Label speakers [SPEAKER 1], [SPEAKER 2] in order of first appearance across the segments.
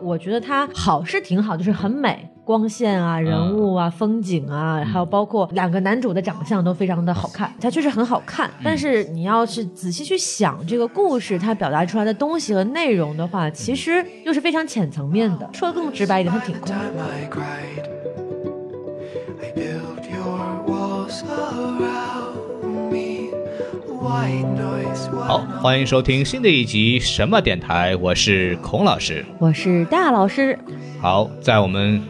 [SPEAKER 1] 我觉得它好是挺好，就是很美，光线啊、人物啊、风景啊，还有包括两个男主的长相都非常的好看，它确实很好看。但是你要是仔细去想这个故事，它表达出来的东西和内容的话，其实又是非常浅层面的。说的更直白一点，它挺空。
[SPEAKER 2] time I cried. I built your walls around me. Why noise? Why
[SPEAKER 3] 好，
[SPEAKER 2] noise?
[SPEAKER 3] 欢迎收听新的一集什么电台，我是孔老师。
[SPEAKER 1] 我是大老师，
[SPEAKER 3] 好，在我们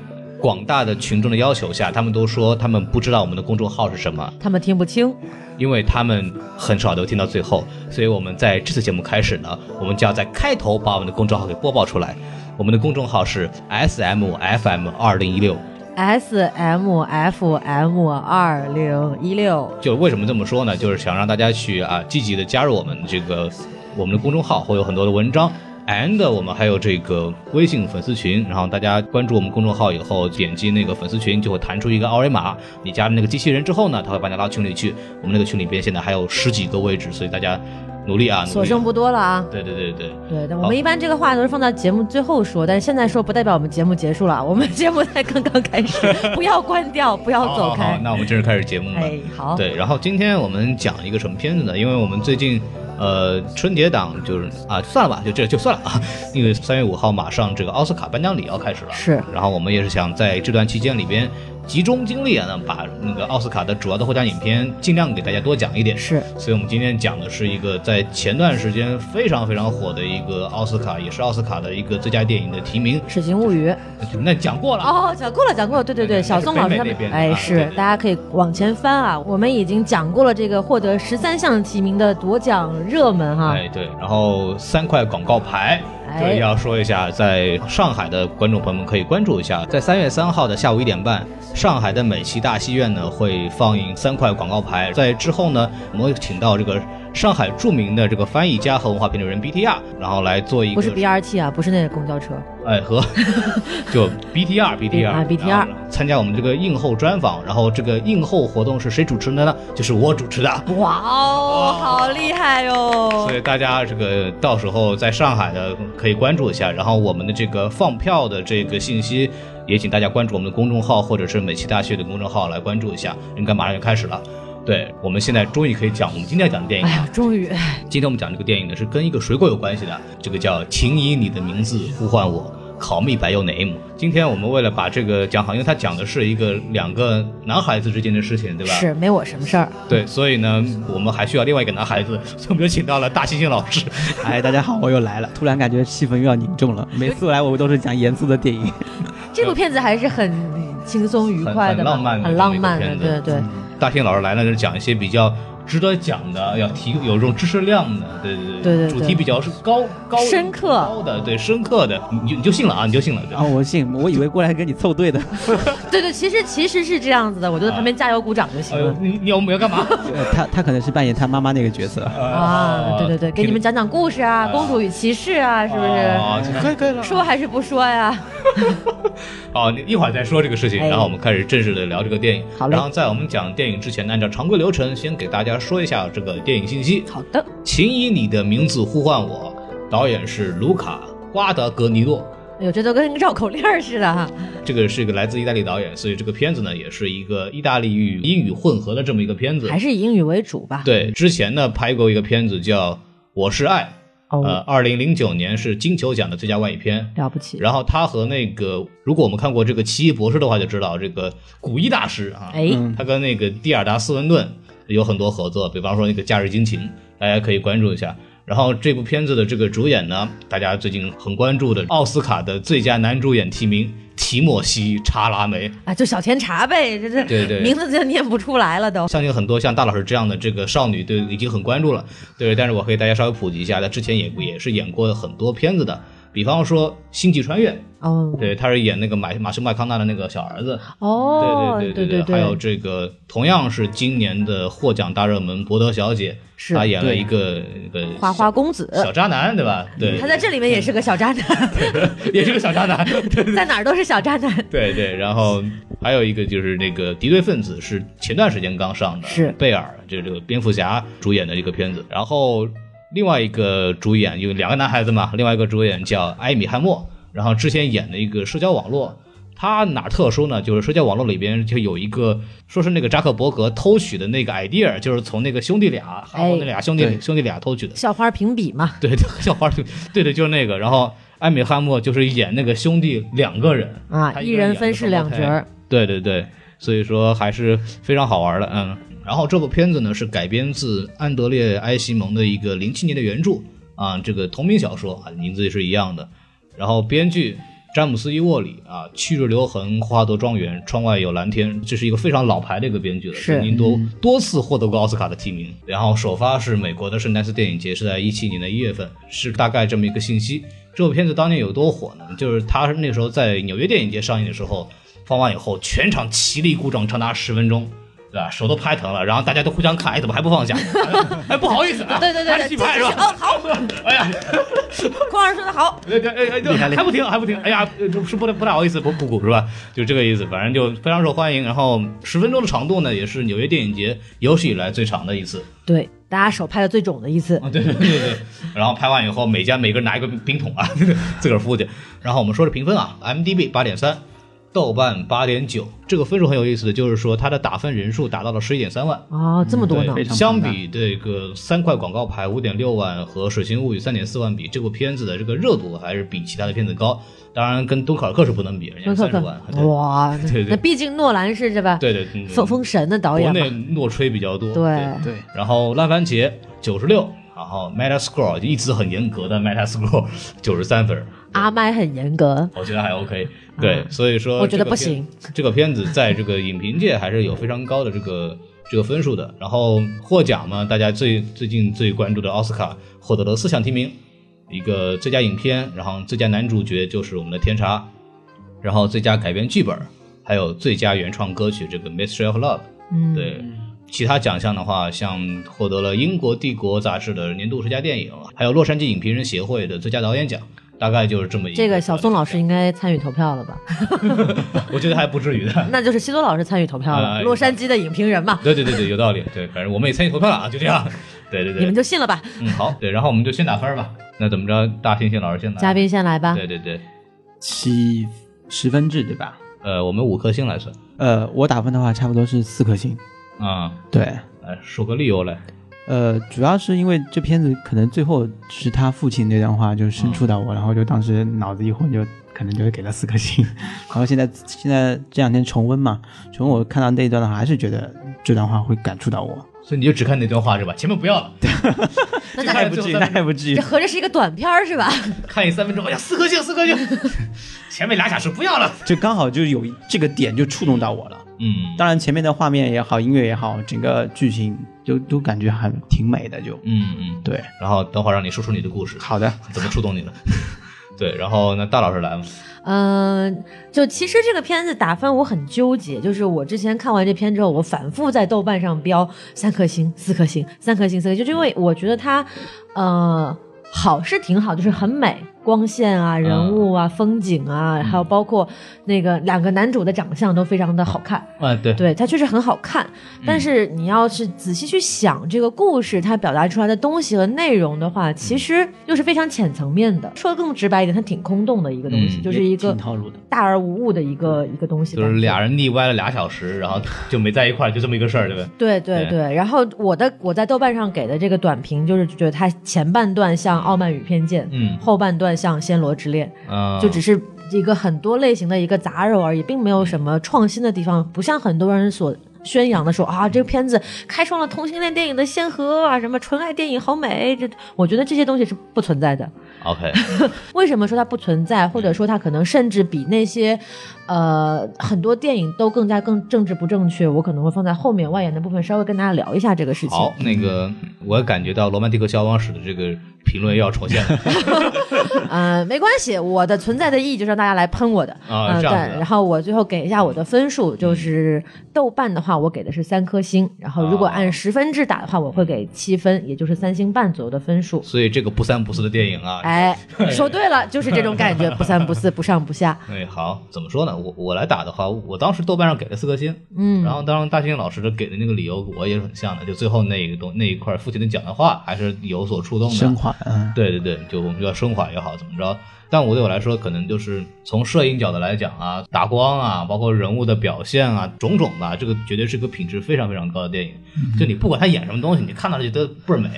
[SPEAKER 3] 广大的群众的要求下，他们都说他们不知道我们的公众号是什么，
[SPEAKER 1] 他们听不清。
[SPEAKER 3] 因为他们很少都听到最后，所以我们在这次节目开始呢，我们就要在开头把我们的公众号给播报出来。我们的公众号是 S M F M 二零一六。
[SPEAKER 1] S M F M 二零一六，
[SPEAKER 3] 就为什么这么说呢？就是想让大家去啊积极的加入我们这个我们的公众号，会有很多的文章。and 我们还有这个微信粉丝群，然后大家关注我们公众号以后，点击那个粉丝群就会弹出一个二维码，你加了那个机器人之后呢，他会把你拉到群里去。我们那个群里边现在还有十几个位置，所以大家努力啊，努力。
[SPEAKER 1] 所剩不多了啊。
[SPEAKER 3] 对对对对，
[SPEAKER 1] 对，但我
[SPEAKER 3] 好
[SPEAKER 1] 们一般这个话都是放到节目最后说，但是现在说不代表我们节目结束了，我们节目才刚刚开始，不要关掉，不要
[SPEAKER 3] 好
[SPEAKER 1] 走
[SPEAKER 3] 好好
[SPEAKER 1] 开，。
[SPEAKER 3] 那我们正式开始节目吧。
[SPEAKER 1] 哎，好，
[SPEAKER 3] 对，然后今天我们讲一个什么片子呢？因为我们最近，呃，春节档就是啊，算了吧，就这就算了啊，因为三月五号马上这个奥斯卡颁奖礼要开始了，
[SPEAKER 1] 是。
[SPEAKER 3] 然后我们也是想在这段期间里边集中精力啊，那把那个奥斯卡的主要的获奖影片尽量给大家多讲一点。
[SPEAKER 1] 是
[SPEAKER 3] 所以我们今天讲的是一个在前段时间非常非常火的一个奥斯卡，也是奥斯卡的一个最佳电影的提名，
[SPEAKER 1] 《史情物语》
[SPEAKER 3] 那讲过了。啊
[SPEAKER 1] 哦，讲过了，讲过了，对对
[SPEAKER 3] 对
[SPEAKER 1] 对，
[SPEAKER 3] 对
[SPEAKER 1] 小宋老师他
[SPEAKER 3] 北美
[SPEAKER 1] 们
[SPEAKER 3] 那边，的
[SPEAKER 1] 哎，
[SPEAKER 3] 啊
[SPEAKER 1] 是
[SPEAKER 3] 对，对
[SPEAKER 1] 大家可以往前翻啊，我们已经讲过了这个获得十三项提名的夺奖热门哈，
[SPEAKER 3] 哎，对，然后三块广告牌，
[SPEAKER 1] 啊哎
[SPEAKER 3] 对，要说一下，在上海的观众朋友们可以关注一下，在三月三号的下午一点半，上海的美西大戏院呢会放映三块广告牌，在之后呢，我们会请到这个上海著名的这个翻译家和文化评论人 BTR，然后来做一个
[SPEAKER 1] 不是 BRT 啊，不是那个公交车，
[SPEAKER 3] 哎和就 BTR BTR
[SPEAKER 1] 啊 BTR
[SPEAKER 3] 然后参加我们这个映后专访，然后这个映后活动是谁主持的呢？就是我主持的。
[SPEAKER 1] 哇哦，好厉害哟、
[SPEAKER 3] 所以大家这个到时候在上海的可以关注一下，然后我们的这个放票的这个信息，也请大家关注我们的公众号或者是美琪大学的公众号来关注一下，应该马上就开始了。对，我们现在终于可以讲我们今天要讲的电影
[SPEAKER 1] 哎
[SPEAKER 3] 了。
[SPEAKER 1] 呀，终于，
[SPEAKER 3] 今天我们讲这个电影呢，是跟一个水果有关系的，这个叫《请以你的名字呼唤我》。烤蜜白柚 name。今天我们为了把这个讲好，因为它讲的是一个两个男孩子之间的事情，对吧？
[SPEAKER 1] 是没我什么事儿，
[SPEAKER 3] 对，所以呢，我们还需要另外一个男孩子，所以我们就请到了大猩猩老师。
[SPEAKER 4] 哎，大家好，我又来了。突然感觉气氛又要凝重了。每次来我都是讲严肃的电影，
[SPEAKER 1] 这部片子还是很轻松愉
[SPEAKER 3] 很
[SPEAKER 1] 快的
[SPEAKER 3] 很
[SPEAKER 1] 吧，
[SPEAKER 3] 浪漫的
[SPEAKER 1] 很
[SPEAKER 3] 这么
[SPEAKER 1] 浪
[SPEAKER 3] 一个
[SPEAKER 1] 漫的，
[SPEAKER 3] 片
[SPEAKER 1] 对
[SPEAKER 3] 子嗯
[SPEAKER 1] 对。
[SPEAKER 3] 大天老师来了，就是讲一些比较值得讲的，要提有这种知识量的，对对
[SPEAKER 1] 对对对
[SPEAKER 3] 主题比较是高高
[SPEAKER 1] 深刻哦
[SPEAKER 3] 高的，对深刻的，你就你就信了啊，你就信了，对
[SPEAKER 4] 然后哦我信，我以为过来跟你凑对的，
[SPEAKER 1] 对对，其实其实是这样子的，我就在旁边加油鼓掌就行
[SPEAKER 3] 哎呦
[SPEAKER 1] 了，
[SPEAKER 3] 你你要我们要干嘛？
[SPEAKER 4] 呃他他可能是扮演他妈妈那个角色。
[SPEAKER 3] 哎
[SPEAKER 1] 啊。对对对，给你们讲讲故事啊，《公主与骑士》啊，是不是？
[SPEAKER 3] 啊，可以可以了。
[SPEAKER 1] 说还是不说呀？
[SPEAKER 3] 哦，你一会儿再说这个事情，
[SPEAKER 1] 哎
[SPEAKER 3] 然后我们开始正式的聊这个电影。
[SPEAKER 1] 好嘞
[SPEAKER 3] 然后在我们讲电影之前呢，按照常规流程，先给大家说一下这个电影信息。
[SPEAKER 1] 好的，
[SPEAKER 3] 请以你的名字呼唤我，导演是卢卡·瓜德格尼诺。
[SPEAKER 1] 哎呦，这都跟绕口令儿似的哈。
[SPEAKER 3] 这个是一个来自意大利导演，所以这个片子呢也是一个意大利语英语混合的这么一个片子
[SPEAKER 1] 还。是以英语为主吧。
[SPEAKER 3] 对，之前呢拍过一个片子叫《我是爱》，呃，
[SPEAKER 1] 哦，
[SPEAKER 3] 二零零九年是金球奖的最佳外语片。
[SPEAKER 1] 了不起。
[SPEAKER 3] 然后他和那个，如果我们看过这个《奇异博士》的话，就知道这个古一大师啊，
[SPEAKER 1] 哎，
[SPEAKER 3] 他跟那个蒂尔达·斯文顿有很多合作，比方说那个《假日惊情》，大家可以关注一下。然后这部片子的这个主演呢，大家最近很关注的奥斯卡的最佳男主演提名提莫西·查拉梅，
[SPEAKER 1] 啊，就小甜茶呗，这这
[SPEAKER 3] 对对
[SPEAKER 1] 名字就念不出来了都。
[SPEAKER 3] 相信很多像大老师这样的这个少女对已经很关注了，对。但是我可以大家稍微普及一下，她之前也也是演过很多片子的，比方说《星际穿越》，
[SPEAKER 1] 哦
[SPEAKER 3] 对，她是演那个马马修麦康纳的那个小儿子，
[SPEAKER 1] 哦，
[SPEAKER 3] 对
[SPEAKER 1] 对
[SPEAKER 3] 对还有这个同样是今年的获奖大热门《博德小姐》，
[SPEAKER 1] 是
[SPEAKER 3] 她演了
[SPEAKER 4] 对
[SPEAKER 3] 一个一个
[SPEAKER 1] 花嗯花公子，
[SPEAKER 3] 小渣男，对吧？对
[SPEAKER 1] 他，在这里面也是个小渣男，
[SPEAKER 3] 也是个小渣男。 对
[SPEAKER 1] 在哪儿都是小渣男。
[SPEAKER 3] 对对，然后还有一个就是那个《敌对分子》，是前段时间刚上的，
[SPEAKER 1] 是
[SPEAKER 3] 贝尔，就是这个蝙蝠侠主演的一个片子。然后另外一个主演有两个男孩子嘛，另外一个主演叫埃米汉默。然后之前演的一个社交网络。它哪特殊呢？就是社交网络里边就有一个，说是那个扎克伯格偷取的那个 idea，就是从那个兄弟俩，哈佛那俩兄弟、
[SPEAKER 4] 对
[SPEAKER 3] 兄弟俩偷取的。
[SPEAKER 1] 校花评比嘛，
[SPEAKER 3] 对，叫花瓶， 对对，就是那个。然后艾米汉默就是演那个兄弟两个人，
[SPEAKER 1] 啊，
[SPEAKER 3] 他
[SPEAKER 1] 一
[SPEAKER 3] 一个人
[SPEAKER 1] 人分饰两角
[SPEAKER 3] 演
[SPEAKER 1] 儿，
[SPEAKER 3] 对对对，所以说还是非常好玩的，嗯。然后这部片子呢是改编自安德烈·埃西蒙的一个零七年的原著啊，这个同名小说啊，名字也是一样的。然后编剧詹姆斯·伊沃里啊，《去日留痕》《霍华德庄园》《窗外有蓝天》，这是一个非常老牌的一个编剧了，
[SPEAKER 1] 是
[SPEAKER 3] 曾经多多次获得过奥斯卡的提名。然后首发是美国的圣丹斯电影节，是在一七年的一月份，是大概这么一个信息。这部片子当年有多火呢？就是它那时候在纽约电影节上映的时候，放完以后全场齐力鼓掌，长达十分钟。对吧？手都拍疼了，然后大家都互相看，哎，怎么还不放下？ 哎，不好意思啊，
[SPEAKER 1] 对对对对
[SPEAKER 3] 还是去拍是
[SPEAKER 1] 这就是哦
[SPEAKER 3] 吧？好， 哎呀，
[SPEAKER 1] 匡老师说的好，
[SPEAKER 3] 哎哎哎，对，还不停，还不停，哎呀，呃是不不大好意思，不不鼓是吧？就这个意思，反正就非常受欢迎。然后十分钟的长度呢，也是纽约电影节有史以来最长的一次
[SPEAKER 1] 对，大家手拍的最肿的一次，
[SPEAKER 3] 啊！ 对对对对。然后拍完以后，每家每个人拿一个冰桶啊， 自个儿敷去。然后我们说这评分啊，MDB 八点三，豆瓣八点九，这个分数很有意思的就是说它的打分人数达到了十一点三万。
[SPEAKER 1] 哦，这么多呢
[SPEAKER 3] 对，
[SPEAKER 4] 非常
[SPEAKER 3] 相
[SPEAKER 4] 庞大
[SPEAKER 3] 比这个三块广告牌五点六万和《水形物语》三点四万比，这部片子的这个热度还是比其他的片子高。当然，跟敦刻尔克是不能比，人家
[SPEAKER 1] 敦刻尔
[SPEAKER 3] 三十
[SPEAKER 1] 克
[SPEAKER 3] 万。对
[SPEAKER 1] 哇，
[SPEAKER 3] 对
[SPEAKER 1] 那
[SPEAKER 3] 对
[SPEAKER 1] 那毕竟诺兰是这吧？
[SPEAKER 3] 对对，嗯
[SPEAKER 1] 封封神的导
[SPEAKER 3] 国
[SPEAKER 1] 演
[SPEAKER 3] 内
[SPEAKER 1] 嘛，
[SPEAKER 3] 诺吹比较多。
[SPEAKER 1] 对，
[SPEAKER 4] 对，
[SPEAKER 3] 然后烂番茄九十六，然后 Metascore 一直很严格的 Metascore 九十三分，
[SPEAKER 1] 阿麦很严格，
[SPEAKER 3] 我觉得还 OK。对，所以说
[SPEAKER 1] 嗯我觉得
[SPEAKER 3] 这个
[SPEAKER 1] 不
[SPEAKER 3] 片
[SPEAKER 1] 行。
[SPEAKER 3] 这个片子在这个影评界还是有非常高的这个这个分数的。然后获奖嘛，大家最最近最关注的奥斯卡获得了四项提名，一个最佳影片，然后最佳男主角就是我们的天茶，然后最佳改编剧本，还有最佳原创歌曲这个《Mystery of Love》。
[SPEAKER 1] 嗯，
[SPEAKER 3] 对。其他奖项的话，像获得了英国《帝国》杂志的年度最佳电影，还有洛杉矶影评人协会的最佳导演奖，大概就是这么一
[SPEAKER 1] 这个小宋老师
[SPEAKER 3] 奖，
[SPEAKER 1] 应该参与投票了吧？
[SPEAKER 3] 我觉得还不至于的。
[SPEAKER 1] 那就是西多老师参与投票
[SPEAKER 3] 嗯啊
[SPEAKER 1] 了，洛杉矶的影评人嘛，
[SPEAKER 3] 对对对对，有道理。对，反正我们也参与投票了啊，就这样。对对
[SPEAKER 1] 你们
[SPEAKER 3] 对，
[SPEAKER 1] 就信了吧。
[SPEAKER 3] 嗯，好，对，然后我们就先打分吧。那怎么着，大猩猩老师先来。
[SPEAKER 1] 嘉宾啊先来吧，
[SPEAKER 3] 对对对，
[SPEAKER 4] 七十分制对吧？
[SPEAKER 3] 呃，我们五颗星来算
[SPEAKER 4] 呃，我打分的话差不多是四颗星。
[SPEAKER 3] 啊，
[SPEAKER 4] 对，
[SPEAKER 3] 来说个理由来。
[SPEAKER 4] 呃，主要是因为这片子可能最后是他父亲那段话就深触到我，然后就当时脑子一混就。可能就会给了四颗星， 然后现在现在这两天重温嘛，重温我看到那一段的话，还是觉得这段话会感触到我。
[SPEAKER 3] 所以你就只看那段话是吧？前面不 要了，
[SPEAKER 1] 那那
[SPEAKER 3] 就
[SPEAKER 4] 那
[SPEAKER 3] 看
[SPEAKER 4] 也不至于，那 也不至于
[SPEAKER 1] 这。合着是一个短片儿是吧？
[SPEAKER 3] 看一三分钟，哎呀，四颗星，四颗星。 前面俩小时不要了。
[SPEAKER 4] 就刚好就有这个点就触动到我了。
[SPEAKER 3] 嗯
[SPEAKER 4] 当然，前面的画面也好，音乐也好，整个剧情就都感觉还挺美的就。
[SPEAKER 3] 嗯嗯，
[SPEAKER 4] 对，
[SPEAKER 3] 然后等会儿让你说出你的故事，
[SPEAKER 4] 好的，
[SPEAKER 3] 怎么触动你的？ 对，然后那大老师来嘛。
[SPEAKER 1] 嗯、就其实这个片子打分我很纠结，就是我之前看完这片之后，我反复在豆瓣上标三颗星、四颗星、三颗星、四颗星，就是因为我觉得它，呃，好是挺好，就是很美，光线啊、人物啊、风景啊，还有包括那个两个男主的长相都非常的好看，
[SPEAKER 3] 啊，对，
[SPEAKER 1] 对，它确实很好看，但是你要是仔细去想这个故事，它表达出来的东西和内容的话，其实又是非常浅层面的。说的更直白一点，它挺空洞的一个东西，
[SPEAKER 3] 嗯
[SPEAKER 1] 就是一个
[SPEAKER 4] 挺套路的。
[SPEAKER 1] 大而无物的一个一个东西。
[SPEAKER 3] 就是俩。人腻歪了俩小时，然后就没在一块儿，就这么一个事儿，对吧？
[SPEAKER 1] 对对
[SPEAKER 3] 对
[SPEAKER 1] 对，然后我的我在豆瓣上给的这个短评就是觉得它前半段像《傲慢与偏见》，
[SPEAKER 3] 嗯
[SPEAKER 1] 后半段像《暹罗之恋》，
[SPEAKER 3] 嗯，
[SPEAKER 1] 就只是一个很多类型的一个杂糅而已，并没有什么创新的地方，不像很多人所。宣扬的说啊，
[SPEAKER 3] 嗯
[SPEAKER 1] 这个片子开创了同性恋电影的先河啊，什么纯爱电影好美，这我觉得这些东西是不存在的。
[SPEAKER 3] OK，
[SPEAKER 1] 为什么说它不存
[SPEAKER 3] 嗯
[SPEAKER 1] 在，或者说它可能甚至比那些，呃，很多电影都更加更政治不正确？我可能会放在后面外延的部分稍微跟大家聊一下这个事情。
[SPEAKER 3] 好，那个我感觉到《罗曼蒂克消亡史》的这个评论要重现了
[SPEAKER 1] 呃，没关系，我的存在的意义就是让大家来喷我的。
[SPEAKER 3] 啊
[SPEAKER 1] 呃
[SPEAKER 3] 这样子嗯
[SPEAKER 1] 对，然后我最后给一下我的分数，就是豆瓣的话，我给的是三颗星，然后如果
[SPEAKER 3] 啊
[SPEAKER 1] 按十分制打的话，我会给七分，也就是三星半左右的分数。
[SPEAKER 3] 所以这个不三不四的电影啊，
[SPEAKER 1] 哎，说对了，就是这种感觉，不三不四，不上不下。
[SPEAKER 3] 哎，好，怎么说呢？我我来打的话，我当时豆瓣上给了四颗星，
[SPEAKER 1] 嗯，
[SPEAKER 3] 然后当然大猩猩老师的给的那个理由我也是很像的，就最后那个东那一块父亲的讲的话还是有所触动的，
[SPEAKER 4] 生化，嗯，
[SPEAKER 3] 对对对，就我们就要升华，要好怎么着。但我对我来说，可能就是从摄影角度来讲啊，打光啊，包括人物的表现啊，种种吧，这个绝对是个品质非常非常高的电影。就你不管他演什么东西，你看到就都倍儿美，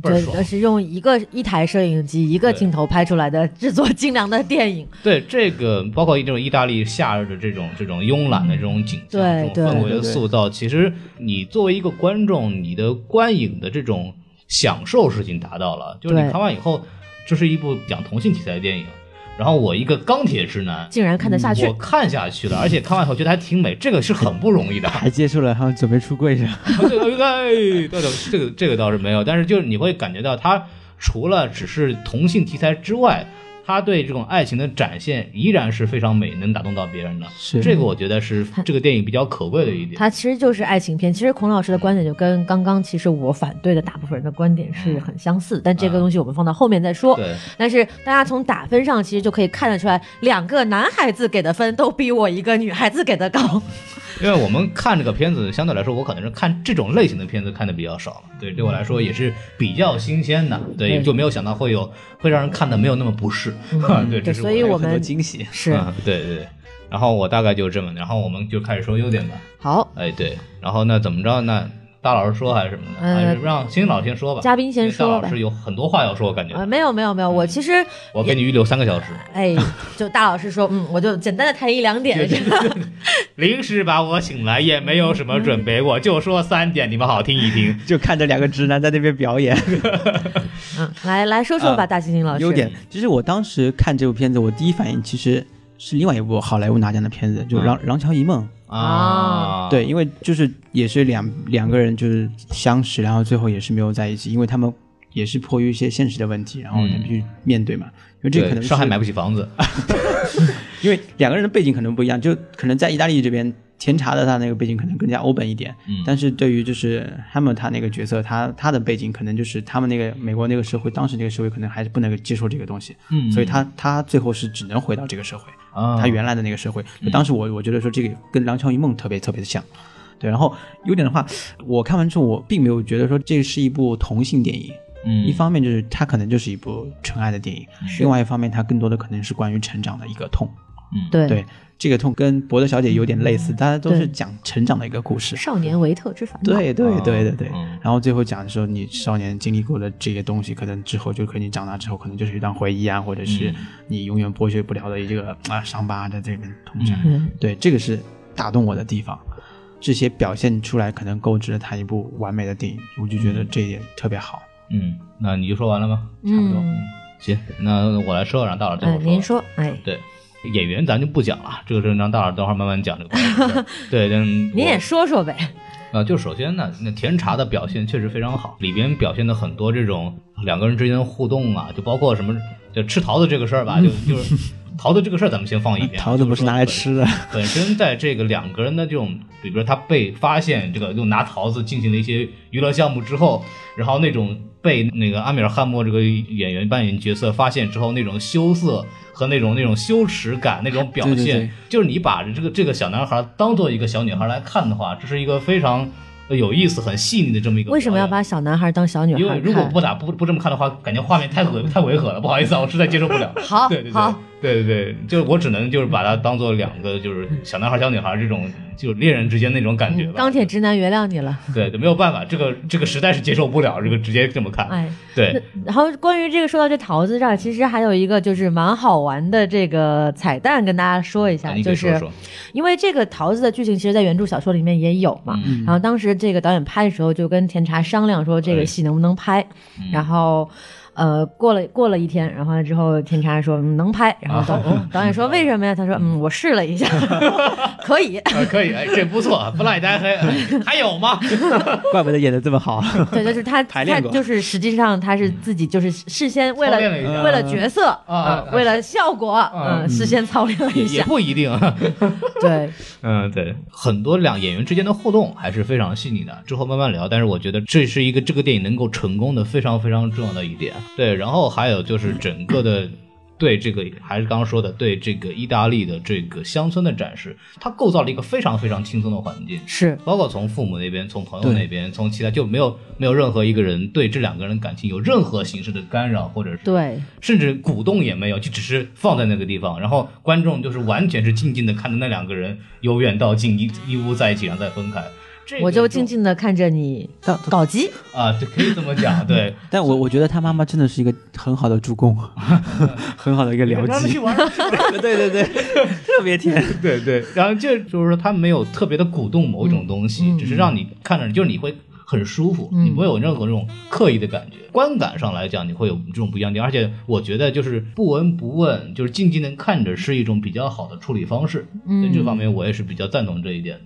[SPEAKER 3] 倍儿
[SPEAKER 1] 嗯对，
[SPEAKER 3] 爽
[SPEAKER 1] 而。是用一个一台摄影机一个
[SPEAKER 3] 对
[SPEAKER 1] 镜头拍出来的制作 精良的电影，
[SPEAKER 3] 对这个，包括这种意大利夏日的这种这种慵懒的这种景象，
[SPEAKER 1] 对
[SPEAKER 3] 这种氛围的
[SPEAKER 4] 对对对
[SPEAKER 3] 塑造，其实你作为一个观众，你的观影的这种享受是已经达到了。就是你
[SPEAKER 1] 对
[SPEAKER 3] 看完以后，这是一部讲同性题材的电影，然后我一个钢铁直男，
[SPEAKER 1] 竟然看得下去
[SPEAKER 3] 嗯我。看下去了，而且看完以后觉得还挺美，这个是很不容易 的。
[SPEAKER 4] 还接受了，还要准备出柜是吧？
[SPEAKER 3] 这个哎，对的，这个这个倒是没有，但是就是你会感觉到他除了只是同性题材之外，他对这种爱情的展现依然是非常美，能打动到别人的。
[SPEAKER 4] 是
[SPEAKER 3] 这个，我觉得是这个电影比较可贵的一点。
[SPEAKER 1] 它其实就是爱情片。其实孔老师的观点就跟刚刚其实我反对的大部分人的观点是很相似，但这个
[SPEAKER 3] 嗯
[SPEAKER 1] 东西我们放到后面再说。
[SPEAKER 3] 对，
[SPEAKER 1] 但是大家从打分上其实就可以看得出来，两个男孩子给的分都比我一个女孩子给的
[SPEAKER 3] 嗯
[SPEAKER 1] 高。
[SPEAKER 3] 因为我们看这个片子，相对来说，我可能是看这种类型的片子看的比较少了。对，对我来说也是比较新鲜的，嗯对，
[SPEAKER 1] 对
[SPEAKER 3] 就没有想到会有会让人看的没有那么不适。嗯 对，这
[SPEAKER 1] 对，
[SPEAKER 3] 是
[SPEAKER 1] 所以
[SPEAKER 3] 的
[SPEAKER 1] 我
[SPEAKER 4] 很多
[SPEAKER 1] 们
[SPEAKER 4] 惊喜。
[SPEAKER 1] 是、
[SPEAKER 3] 嗯，对对。对然后我大概就是这么，然后我们就开始说优点吧。
[SPEAKER 1] 好。
[SPEAKER 3] 哎，对，然后那怎么着？那大老师说还是什么呢？
[SPEAKER 1] 呃
[SPEAKER 3] 还是让新老师先说吧。
[SPEAKER 1] 嘉宾先说吧
[SPEAKER 3] 因为大老师有很多话要说，我感觉、
[SPEAKER 1] 呃，没有没有没有，我其实
[SPEAKER 3] 我给你预留三个小时，
[SPEAKER 1] 哎，就大老师说，嗯，我就简单的谈一两点，
[SPEAKER 3] 临时把我请来也没有什么准备，我就说三点，你们好听一听。
[SPEAKER 4] 就看着两个直男在那边表演，
[SPEAKER 1] 嗯，来来说说吧，
[SPEAKER 4] 啊
[SPEAKER 1] 大猩猩老师，
[SPEAKER 4] 优点。其实我当时看这部片子，我第一反应其实是另外一部好莱坞拿奖的片子，就《
[SPEAKER 3] 嗯
[SPEAKER 4] 廊廊桥遗梦》。
[SPEAKER 1] 啊
[SPEAKER 4] 对，，因为就是也是两两个人就是相识，然后最后也是没有在一起，因为他们也是迫于一些现实的问题，然后他们去面对嘛。因为这
[SPEAKER 3] 嗯对
[SPEAKER 4] 个可能是
[SPEAKER 3] 上海买不起 房子，
[SPEAKER 4] 因为两个人的背景可能不一样，就可能在意大利这边甜茶的他那个背景可能更加 open 一点，
[SPEAKER 3] 嗯
[SPEAKER 4] 但是对于就是 Hammer 他那个角色，他他的背景可能就是他们那个美国那个社会，当时那个社会可能还是不能够接受这个东西，
[SPEAKER 3] 嗯
[SPEAKER 4] 所以他他最后是只能回到这个社会，
[SPEAKER 3] 啊
[SPEAKER 4] 他原来的那个社会。
[SPEAKER 3] 嗯
[SPEAKER 4] 就当时我我觉得说这个跟《廊桥遗梦》特别特别的像。对，然后优点的话，我看完之后，我并没有觉得说这是一部同性电影，
[SPEAKER 3] 嗯
[SPEAKER 4] 一方面就是它可能就是一部纯爱的电影，另外一方面它更多的可能是关于成长的一个痛。
[SPEAKER 3] 嗯
[SPEAKER 1] 对
[SPEAKER 4] 对，这个痛跟博德小姐有点类似，大家都
[SPEAKER 1] 对
[SPEAKER 4] 是讲成长的一个故事。
[SPEAKER 1] 少年维特之烦恼，
[SPEAKER 4] 对对
[SPEAKER 3] 啊
[SPEAKER 4] 对对对
[SPEAKER 3] 嗯，
[SPEAKER 4] 然后最后讲的时候，你少年经历过的这些东西，可能之后就可能你长大之后，可能就是一段回忆啊，或者是
[SPEAKER 3] 嗯
[SPEAKER 4] 你永远剥削不了的一个啊伤疤在这边痛着。
[SPEAKER 3] 嗯
[SPEAKER 1] 嗯，
[SPEAKER 4] 对，这个是打动我的地方。这些表现出来，可能构成了他一部完美的电影，我就觉得这一点特别好。
[SPEAKER 3] 嗯，那你就说完了吗？
[SPEAKER 1] 差不多。
[SPEAKER 3] 行，那我来说，让大老师最
[SPEAKER 1] 哎，
[SPEAKER 3] 后
[SPEAKER 1] 您说，哎，
[SPEAKER 3] 对。演员咱就不讲了，这个是让大老师等会儿慢慢讲这个关系。对，您
[SPEAKER 1] 您也说说呗，
[SPEAKER 3] 啊，就首先呢，那甜茶的表现确实非常好，里边表现的很多这种两个人之间的互动啊，就包括什么就吃桃子这个事儿吧，就就是桃子这个事儿咱们先放一边，
[SPEAKER 4] 桃子不是拿来吃的，
[SPEAKER 3] 本身在这个两个人的这种，比如说他被发现这个又拿桃子进行了一些娱乐项目之后，然后那种被那个阿米尔汗莫这个演员扮演角色发现之后那种羞涩和那种那种羞耻感那种表现，
[SPEAKER 4] 对对对
[SPEAKER 3] 就是你把这个这个小男孩当做一个小女孩来看的话，这是一个非常呃有意思、很细腻的这么一个。
[SPEAKER 1] 为什么要？把小男孩当小女
[SPEAKER 3] 因
[SPEAKER 1] 孩
[SPEAKER 3] 为如果
[SPEAKER 1] 看哎
[SPEAKER 3] 不？打不不这么看的话，感觉画面太违太违和了，不好意思啊，我实在接受不了。
[SPEAKER 1] 好
[SPEAKER 3] 对对对
[SPEAKER 1] 好，
[SPEAKER 3] 对对对，就是我只能就是把它当做两个就是小男孩小女孩这种就是恋人之间那种感觉吧。
[SPEAKER 1] 嗯钢铁直男原谅你 了，
[SPEAKER 3] 对对，没有办法，这个这个实在是接受不了，这个直接这么看。
[SPEAKER 1] 哎。
[SPEAKER 3] 对，
[SPEAKER 1] 然后关于这个说到这桃子这儿，其实还有一个就是蛮好玩的这个彩蛋，跟大家说一下，
[SPEAKER 3] 那啊你可
[SPEAKER 1] 就
[SPEAKER 3] 以
[SPEAKER 1] 是
[SPEAKER 3] 说说，
[SPEAKER 1] 因为这个桃子的剧情，其实在原著小说里面也有嘛。
[SPEAKER 3] 嗯
[SPEAKER 1] 然后当时这个导演拍的时候，就跟甜茶商量说这个戏能不能拍。然后，呃，过了过了一天，然后之后甜茶说、嗯、能拍，然后导、导演说为什么呀？他说嗯，我试了一下，可以。
[SPEAKER 3] 啊可以，哎，这不错，不赖单黑， 哎还有吗？
[SPEAKER 4] 怪不得演的这么好。
[SPEAKER 1] 对，就是他
[SPEAKER 4] 排
[SPEAKER 1] 他
[SPEAKER 4] 练过
[SPEAKER 1] 就是实际上他是自己就是事先为了
[SPEAKER 3] 操练了一下
[SPEAKER 1] 为了角色呃
[SPEAKER 3] 啊
[SPEAKER 1] 为了效果
[SPEAKER 3] 啊
[SPEAKER 1] 嗯事先操练了
[SPEAKER 3] 也
[SPEAKER 1] 一
[SPEAKER 3] 也
[SPEAKER 1] 下，
[SPEAKER 3] 不一定。啊
[SPEAKER 1] 对
[SPEAKER 3] 嗯，对，很多两演员之间的互动还是非常细腻的，之后慢慢聊。但是我觉得这是一个这个电影能够成功的非常非常重要的一点。对，然后还有就是整个的对这个还是刚刚说的，对这个意大利的这个乡村的展示，它构造了一个非常非常轻松的环境。
[SPEAKER 1] 是
[SPEAKER 3] 包括从父母那边、从朋友
[SPEAKER 4] 对
[SPEAKER 3] 那边、从其他就没有没有任何一个人对这两个人的感情有任何形式的干扰，或者是
[SPEAKER 1] 对，
[SPEAKER 3] 甚至鼓动也没有，就只是放在那个地方，然后观众就是完全是静静的看着那两个人由远到近一一屋在一起，然后再分开。这个
[SPEAKER 1] 我就静静的看着你搞搞基，
[SPEAKER 3] 啊，对，可以这么讲，对，
[SPEAKER 4] 但我我觉得他妈妈真的是一个很好的助攻，很好的一 个僚
[SPEAKER 3] 让他们去
[SPEAKER 4] 机，
[SPEAKER 3] 玩。
[SPEAKER 4] 对对对， 特别甜。
[SPEAKER 3] 对对，然后就就是说他没有特别的鼓动某种东西，只是让你看着就是你会很舒服，你不会有任何这种刻意的感觉。观感上来讲，你会有这种不一样的地方，而且我觉得就是不闻不问，就是静静的看着是一种比较好的处理方式。嗯，这方面我也是比较赞同这一点的。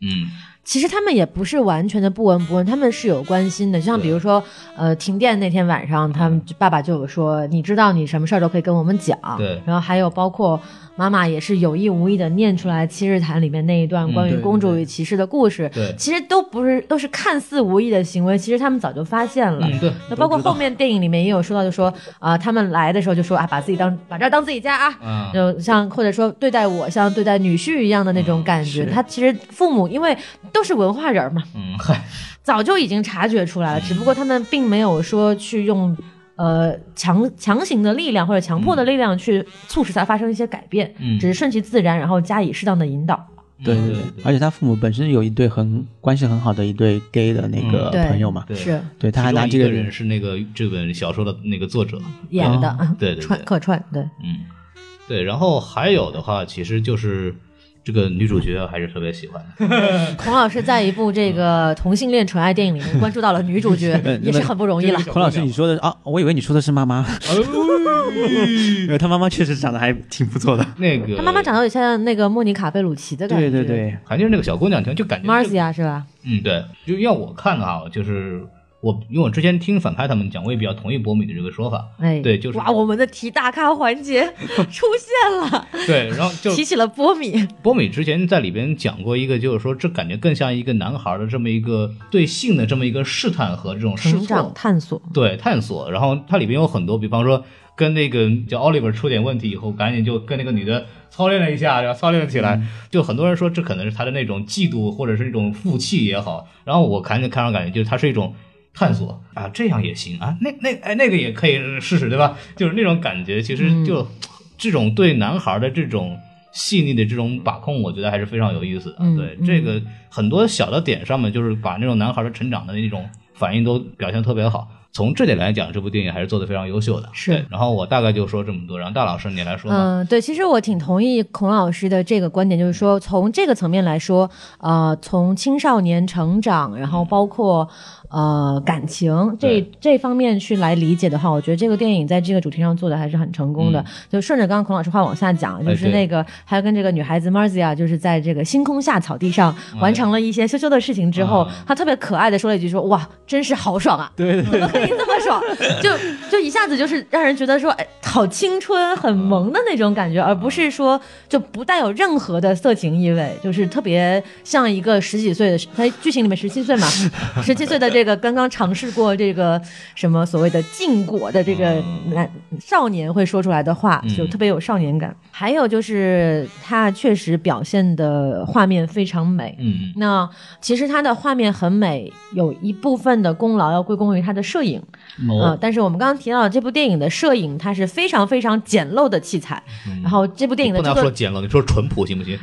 [SPEAKER 3] 嗯，
[SPEAKER 1] 其实他们也不是完全的不闻不问，他们是有关心的。就像比如说，呃，停电那天晚上，他们就爸爸就有说，你知道你什么事儿都可以跟我们讲。
[SPEAKER 3] 嗯对
[SPEAKER 1] 然后还有包括妈妈也是有意无意的念出来《七日谈》里面那一段关于
[SPEAKER 4] 对
[SPEAKER 1] 公主
[SPEAKER 4] 对
[SPEAKER 1] 与骑士的故事。
[SPEAKER 3] 嗯对
[SPEAKER 1] 其实都不是，都是看似无意的行为，其实他们早就发现了。
[SPEAKER 3] 嗯，对，
[SPEAKER 1] 那包括后面电影里面也有说到，就说啊、他们来的时候就说啊，把自己当把这儿当自己家啊，
[SPEAKER 3] 啊，
[SPEAKER 1] 就像或者说对待我像对待女婿一样的那
[SPEAKER 3] 嗯
[SPEAKER 1] 种感觉。他其实父母因为都是文化人儿嘛，
[SPEAKER 3] 嗯，嗨，
[SPEAKER 1] 早就已经察觉出来了，只不过他们并没有说去用。呃，强强行的力量或者强迫的力量去促使它发生一些改变，
[SPEAKER 3] 嗯
[SPEAKER 1] 只是顺其自然，然后加以适当的引导。
[SPEAKER 4] 对
[SPEAKER 3] 嗯
[SPEAKER 4] 对对，而且他父母本身有一对很关系很好的一对 gay 的那个
[SPEAKER 3] 嗯
[SPEAKER 1] 对
[SPEAKER 4] 朋友嘛，
[SPEAKER 3] 对
[SPEAKER 1] 是
[SPEAKER 4] 对，他还
[SPEAKER 3] 其中
[SPEAKER 4] 拿
[SPEAKER 3] 一
[SPEAKER 4] 这
[SPEAKER 3] 个嗯
[SPEAKER 4] 人
[SPEAKER 3] 人是那个这本小说的那个作者，
[SPEAKER 1] 演的，
[SPEAKER 3] 啊对对对
[SPEAKER 1] 串客串，对，
[SPEAKER 3] 嗯，对，然后还有的话，其实就是这个女主角还是特别喜欢 的，
[SPEAKER 1] 孔老师在一部这
[SPEAKER 3] 嗯
[SPEAKER 1] 个同性恋纯爱电影里面关注到了女主 角
[SPEAKER 4] 嗯，
[SPEAKER 1] 也是很不容易了。
[SPEAKER 4] 孔老师，你说的是啊，我以为你说的是妈妈，因为他妈妈确实长得还挺不错的。
[SPEAKER 3] 那个
[SPEAKER 1] 她妈妈长得有点像那个莫妮卡贝鲁奇的感觉，
[SPEAKER 4] 对对对，
[SPEAKER 3] 好像就是那个小姑娘，就感觉这个
[SPEAKER 1] ，Marcia 是吧？
[SPEAKER 3] 嗯，对，就要我看啊，就是我因为我之前听反派他们讲，我也比较同意博米的这个 说法，
[SPEAKER 1] 哎，
[SPEAKER 3] 对就是
[SPEAKER 1] 哇，我们的提大咖环节 出现了，
[SPEAKER 3] 对，然后就
[SPEAKER 1] 提起了波米，
[SPEAKER 3] 波米之前在里边讲过一个，就是说这感觉更像一个男孩的这么一个对性的这么一个试探和这种试
[SPEAKER 1] 成
[SPEAKER 3] 错
[SPEAKER 1] 长探索，
[SPEAKER 3] 对探索，然后它里边有很多，比方说跟那个叫 Oliver 出点问题以后，赶紧就跟那个女的操练了一下，然后操练了起来。
[SPEAKER 1] 嗯
[SPEAKER 3] 就很多人说这可能是他的那种嫉妒或者是一种负气也好，然后我看着看上感觉就是它是一种。探索啊，这样也行啊，那那哎那个也可以试试，对吧？就是那种感觉，其实
[SPEAKER 1] 嗯
[SPEAKER 3] 就、这种对男孩的这种细腻的这种把控，我觉得还是非常有意思的。
[SPEAKER 1] 嗯
[SPEAKER 3] 对
[SPEAKER 1] 嗯
[SPEAKER 3] 这个很多小的点上面，就是把那种男孩的成长的那种反应都表现得特别好。从这点来讲，这部电影还是做的非常优秀的。
[SPEAKER 1] 是
[SPEAKER 3] 对然后我大概就说这么多，然后大老师你来说吧。
[SPEAKER 1] 嗯，对，其实我挺同意孔老师的这个观点，就是说从这个层面来说，呃，从青少年成长，然后包括呃感情这
[SPEAKER 3] 嗯对
[SPEAKER 1] 这方面去来理解的话，我觉得这个电影在这个主题上做的还是很成功的。
[SPEAKER 3] 嗯
[SPEAKER 1] 就顺着刚刚孔老师话往下讲，就
[SPEAKER 3] 哎
[SPEAKER 1] 是
[SPEAKER 3] 对
[SPEAKER 1] 那个、还有跟这个女孩子 Marzia，就是在这个星空下草地上完成了一些羞羞的事情之后，
[SPEAKER 3] 哎啊
[SPEAKER 1] 她特别可爱的说了一句说：“哇，真是豪爽啊！”
[SPEAKER 4] 对对
[SPEAKER 1] 怎么可以这么爽？就就一下子就是让人觉得说，哎，好青春、很萌的那种感觉，而不是说就不带有任何的色情意味，就是特别像一个十几岁的，他剧情里面十七岁嘛，十七岁的这个刚刚尝试过这个什么所谓的禁果的这个男少年会说出来的话
[SPEAKER 3] 嗯，
[SPEAKER 1] 就特别有少年感。还有就是他确实表现的画面非常美，
[SPEAKER 3] 嗯
[SPEAKER 1] 那其实它的画面很美，有一部分的功劳要归功于它的摄影
[SPEAKER 3] 嗯，
[SPEAKER 1] 啊、呃
[SPEAKER 3] 哦，
[SPEAKER 1] 但是我们刚刚提到的这部电影的摄影，它是非常非常简陋的器材。然后这部电影的
[SPEAKER 3] 嗯不
[SPEAKER 1] 制
[SPEAKER 3] 能
[SPEAKER 1] 作
[SPEAKER 3] 说简陋，你说淳朴行不行？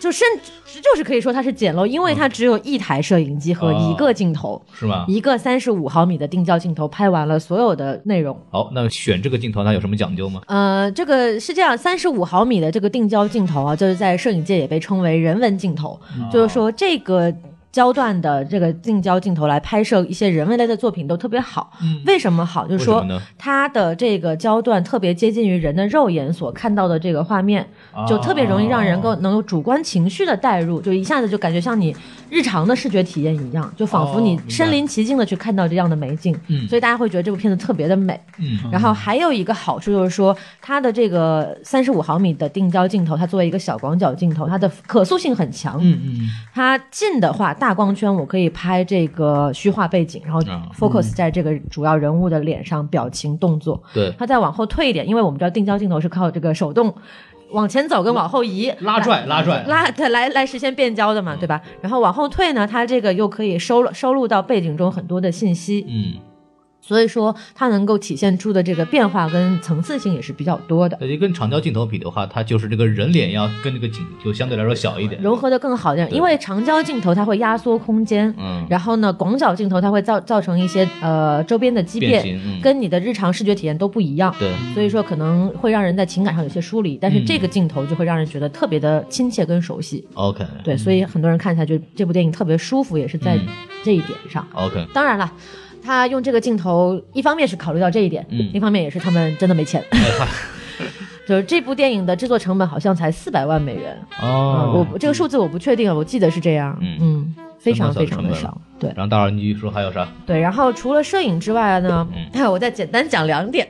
[SPEAKER 1] 就甚至就是可以说它是简陋，因为
[SPEAKER 3] 嗯
[SPEAKER 1] 它只有一台摄影机和一
[SPEAKER 3] 啊
[SPEAKER 1] 个镜头，
[SPEAKER 3] 是吗？
[SPEAKER 1] 一个三十五毫米的定焦镜头拍完了所有的内容。
[SPEAKER 3] 好，那选这个镜头它有什么讲究吗？
[SPEAKER 1] 呃，这个是这样，三十五毫米的这个定焦镜头啊，就是在摄影界也被称为人文镜头，嗯就是说这个。焦段的这个定焦镜头来拍摄一些人文类的作品都特别好，为什么好？就是
[SPEAKER 3] 嗯为
[SPEAKER 1] 说
[SPEAKER 3] 什么呢
[SPEAKER 1] 它的这个焦段特别接近于人的肉眼所看到的这
[SPEAKER 3] 啊哦
[SPEAKER 1] 个画面，就特别容易让人够能有主观情绪的代入，就一下子就感觉像你日常的视觉体验一样，就仿佛你
[SPEAKER 3] 哦明白
[SPEAKER 1] 身临其境的去看到这样的美景，
[SPEAKER 3] 嗯
[SPEAKER 1] 所以大家会觉得这部片子特别的美。
[SPEAKER 3] 嗯
[SPEAKER 1] 然后还有一个好处就是说，它的这个三十五毫米的定焦镜头，它作为一个小广角镜头，它的可塑性很强。
[SPEAKER 3] 嗯嗯，
[SPEAKER 1] 它近的话，大光圈我可以拍这个虚化背景，然后
[SPEAKER 3] 啊
[SPEAKER 1] focus 在这个主要人物的脸上、表情、动作。
[SPEAKER 3] 对，
[SPEAKER 1] 它再往后退一点，因为我们知道定焦镜头是靠这个手动往前走跟往后移
[SPEAKER 3] 拉拽拉拽，
[SPEAKER 1] 拉对来来实现变焦的嘛，对吧？然后往后退呢，它这个又可以收收录到背景中很多的信息，
[SPEAKER 3] 嗯，
[SPEAKER 1] 所以说它能够体现出的这个变化跟层次性也是比较多的。
[SPEAKER 3] 那就跟长焦镜头比的话，它就是这个人脸要跟这个景就相对来说小一点，
[SPEAKER 1] 融合的更好一点，因为长焦镜头它会压缩空间，
[SPEAKER 3] 嗯，
[SPEAKER 1] 然后呢，广角镜头它会造造成一些呃周边的畸变，
[SPEAKER 3] 变形，嗯，
[SPEAKER 1] 跟你的日常视觉体验都不一样。
[SPEAKER 3] 对，
[SPEAKER 1] 所以说可能会让人在情感上有些疏离，但是
[SPEAKER 3] 嗯
[SPEAKER 1] 这个镜头就会让人觉得特别的亲切跟熟悉。
[SPEAKER 3] OK，
[SPEAKER 1] 对，所以很多人看起来就这部电影特别舒服，也是在
[SPEAKER 3] 嗯
[SPEAKER 1] 这一点上。
[SPEAKER 3] ，OK，
[SPEAKER 1] 当然了。他用这个镜头，一方面是考虑到这一点，
[SPEAKER 3] 嗯哎
[SPEAKER 1] 另一方面也是他们真的没钱。 就是这部电影的制作成本好像才四百万美元，啊
[SPEAKER 3] 哦，
[SPEAKER 1] 嗯我这个数字我不确定了，我记得是这样，
[SPEAKER 3] 嗯
[SPEAKER 1] 嗯，非常
[SPEAKER 3] 成本
[SPEAKER 1] 非常
[SPEAKER 3] 小成
[SPEAKER 1] 的
[SPEAKER 3] 本
[SPEAKER 1] 少，对。
[SPEAKER 3] 然后大然你说还有啥？
[SPEAKER 1] 对，然后除了摄影之外呢，
[SPEAKER 3] 嗯
[SPEAKER 1] 我再简单讲两
[SPEAKER 3] 哎
[SPEAKER 1] 点，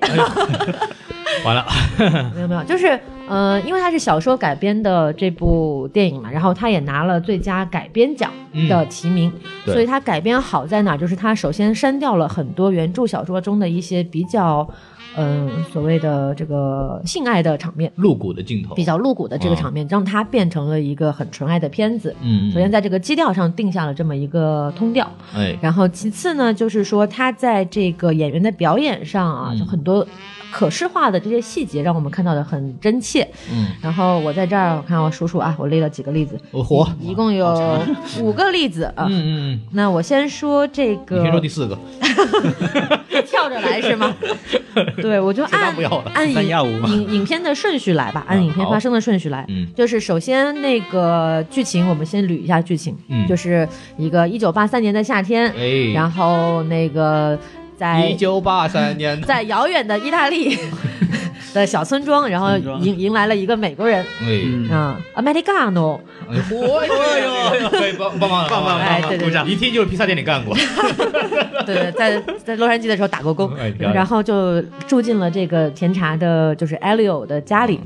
[SPEAKER 3] 完了，
[SPEAKER 1] 没有没有，就是呃，因为它是小说改编的这部电影嘛，然后它也拿了最佳改编奖的提名，
[SPEAKER 3] 嗯对
[SPEAKER 1] 所以它改编好在哪儿？就是它首先删掉了很多原著小说中的一些比较，嗯、所谓的这个性爱的场面，
[SPEAKER 3] 露骨的镜头，
[SPEAKER 1] 比较露骨的这个场面，让它变成了一个很纯爱的片子。
[SPEAKER 3] 哦嗯，嗯，
[SPEAKER 1] 首先在这个基调上定下了这么一个通调，
[SPEAKER 3] 哎，
[SPEAKER 1] 然后其次呢，就是说他在这个演员的表演上啊，
[SPEAKER 3] 嗯
[SPEAKER 1] 就很多可视化的这些细节，让我们看到的很真切。
[SPEAKER 3] 嗯，
[SPEAKER 1] 然后我在这儿，我看我数数啊，我列了几个例子，
[SPEAKER 3] 我火，
[SPEAKER 1] 一共有 五个例子啊。
[SPEAKER 3] 嗯嗯
[SPEAKER 1] 那我先说这
[SPEAKER 3] 嗯，你先
[SPEAKER 1] 个
[SPEAKER 3] 说第，四个，
[SPEAKER 1] 跳着来是 吗？对，我就
[SPEAKER 3] 当
[SPEAKER 1] 按
[SPEAKER 3] 不要了
[SPEAKER 1] 按
[SPEAKER 4] 三
[SPEAKER 1] 影
[SPEAKER 4] 压五嘛
[SPEAKER 1] 影影片的顺序来吧，按影片
[SPEAKER 3] 好
[SPEAKER 1] 发生的顺序来。
[SPEAKER 3] 嗯
[SPEAKER 1] 就是首先那个剧情，我们先捋一下剧情，
[SPEAKER 3] 嗯
[SPEAKER 1] 就是一个一九八三年的夏天，
[SPEAKER 3] 哎，
[SPEAKER 1] 然后那个在
[SPEAKER 3] 一九八三年，
[SPEAKER 1] 在遥远的意大利的小村庄，然后
[SPEAKER 4] 村庄
[SPEAKER 1] 迎迎来了一个美国人
[SPEAKER 3] 哎，
[SPEAKER 4] 嗯
[SPEAKER 1] 啊、a m e r i c a n o
[SPEAKER 3] 哎火，哎呦，哎呦，棒棒棒棒棒
[SPEAKER 1] 哎对对对
[SPEAKER 3] 一听就是披萨店里干过，
[SPEAKER 1] 对对，在在洛杉矶的时候打过工
[SPEAKER 3] 哎，漂亮
[SPEAKER 1] 然后就住进了这个甜茶的，就是 Elio 的家里。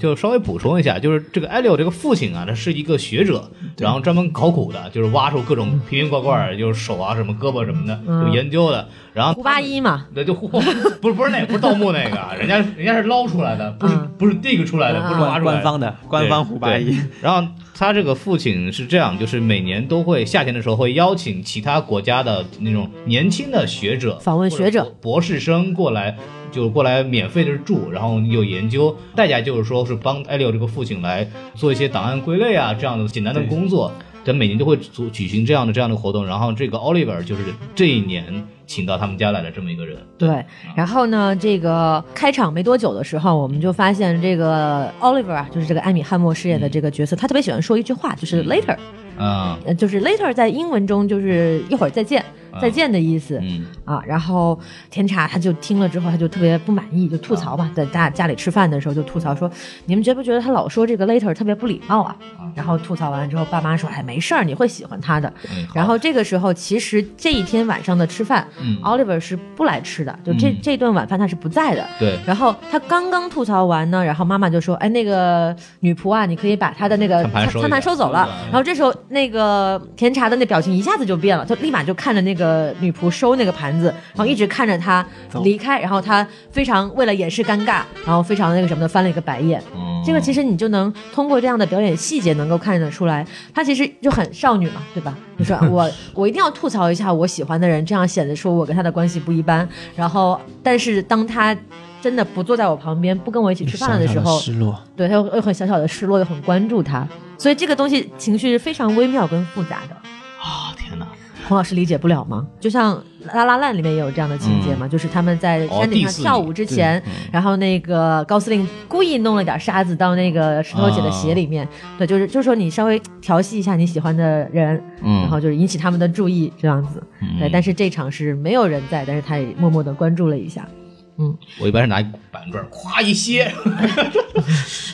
[SPEAKER 3] 就稍微补充一下，就是这个艾利奥这个父亲啊，他是一个学者，然后专门考古的，就是挖出各种瓶瓶罐罐，就是手啊、什么胳膊什么的，
[SPEAKER 1] 嗯
[SPEAKER 3] 有研究的。然后
[SPEAKER 1] 胡八一嘛，
[SPEAKER 3] 对，就嚯 不是不是那个，不是盗墓那个啊，人家人家是捞出来的，不是
[SPEAKER 1] 嗯
[SPEAKER 3] 不是 dig 出来的，
[SPEAKER 1] 嗯
[SPEAKER 3] 不是挖
[SPEAKER 4] 官
[SPEAKER 3] 出来的。
[SPEAKER 4] 官方的官方胡八一
[SPEAKER 3] 对，。然后他这个父亲是这样，就是每年都会夏天的时候会邀请其他国家的那种年轻的学者
[SPEAKER 1] 访问学者
[SPEAKER 3] 或博士生过来，就过来免费的住，然后有研究，代价就是说是帮艾利奥这个父亲来做一些档案归类啊这样的简单的工作。他每年都会组举行这样的这样的活动，然后这个 Oliver 就是这一年请到他们家来的这么一个人，
[SPEAKER 1] 对，然后呢，这个开场没多久的时候，我们就发现这个 Oliver 啊，就是这个艾米汉默饰演的这个角色，他特别喜欢说一句话，就是
[SPEAKER 3] 嗯
[SPEAKER 1] later，
[SPEAKER 3] 啊，
[SPEAKER 1] 呃就是 later 在英文中就是一会儿再见，再见的意思。
[SPEAKER 3] 嗯，
[SPEAKER 1] 啊，然后甜茶他就听了之后，他就特别不满意，就
[SPEAKER 3] 啊
[SPEAKER 1] 吐槽嘛，在大家里吃饭的时候就吐槽说，你们觉不觉得他老说这个 later 特别不礼貌啊？然后吐槽完之后，爸妈说，哎，没事儿，你会喜欢他的。
[SPEAKER 3] 嗯好
[SPEAKER 1] 然后这个时候，其实这一天晚上的吃饭、
[SPEAKER 3] 嗯
[SPEAKER 1] o l i v e r 是不来吃的，就这、
[SPEAKER 3] 嗯
[SPEAKER 1] 这顿晚饭他是不在的。
[SPEAKER 3] 对，
[SPEAKER 1] 然后他刚刚吐槽完呢，然后妈妈就说：“哎，那个女仆啊，你可以把她的那个
[SPEAKER 3] 餐嗯盘收一下
[SPEAKER 1] 餐盘收走了。
[SPEAKER 3] 嗯”
[SPEAKER 1] 然后这时候那个甜茶的那表情一下子就变了，他立马就看着那个女仆收那个盘子，然后一直看着她离开，然后他非常为了掩饰尴尬，然后非常那个什么的翻了一个白眼。
[SPEAKER 3] 嗯
[SPEAKER 1] 这个其实你就能通过这样的表演细节能够看得出来，她其实就很少女嘛，对吧？你说我我一定要吐槽一下我喜欢的人，这样显得说我跟他的关系不一般。然后，但是当他真的不坐在我旁边，不跟我一起吃饭了的时候，
[SPEAKER 4] 失落，
[SPEAKER 1] 对他又又很小小的失落，又很关注他，所以这个东西情绪是非常微妙跟复杂的。
[SPEAKER 3] 啊、天哪，
[SPEAKER 1] 孔老师理解不了吗？就像《拉拉烂》里面也有这样的情
[SPEAKER 3] 嗯
[SPEAKER 1] 节嘛，就是他们在
[SPEAKER 3] 哦
[SPEAKER 1] 山顶上跳舞之前，然后那个高司令故意弄了点沙子到那个石头姐的鞋里面，
[SPEAKER 3] 啊
[SPEAKER 1] 对，就是就是说你稍微调戏一下你喜欢的人，
[SPEAKER 3] 嗯
[SPEAKER 1] 然后就是引起他们的注意这样子。对，但是这场是没有人在，但是他也默默的关注了一下，
[SPEAKER 3] 我一般是拿一板砖，咵一歇，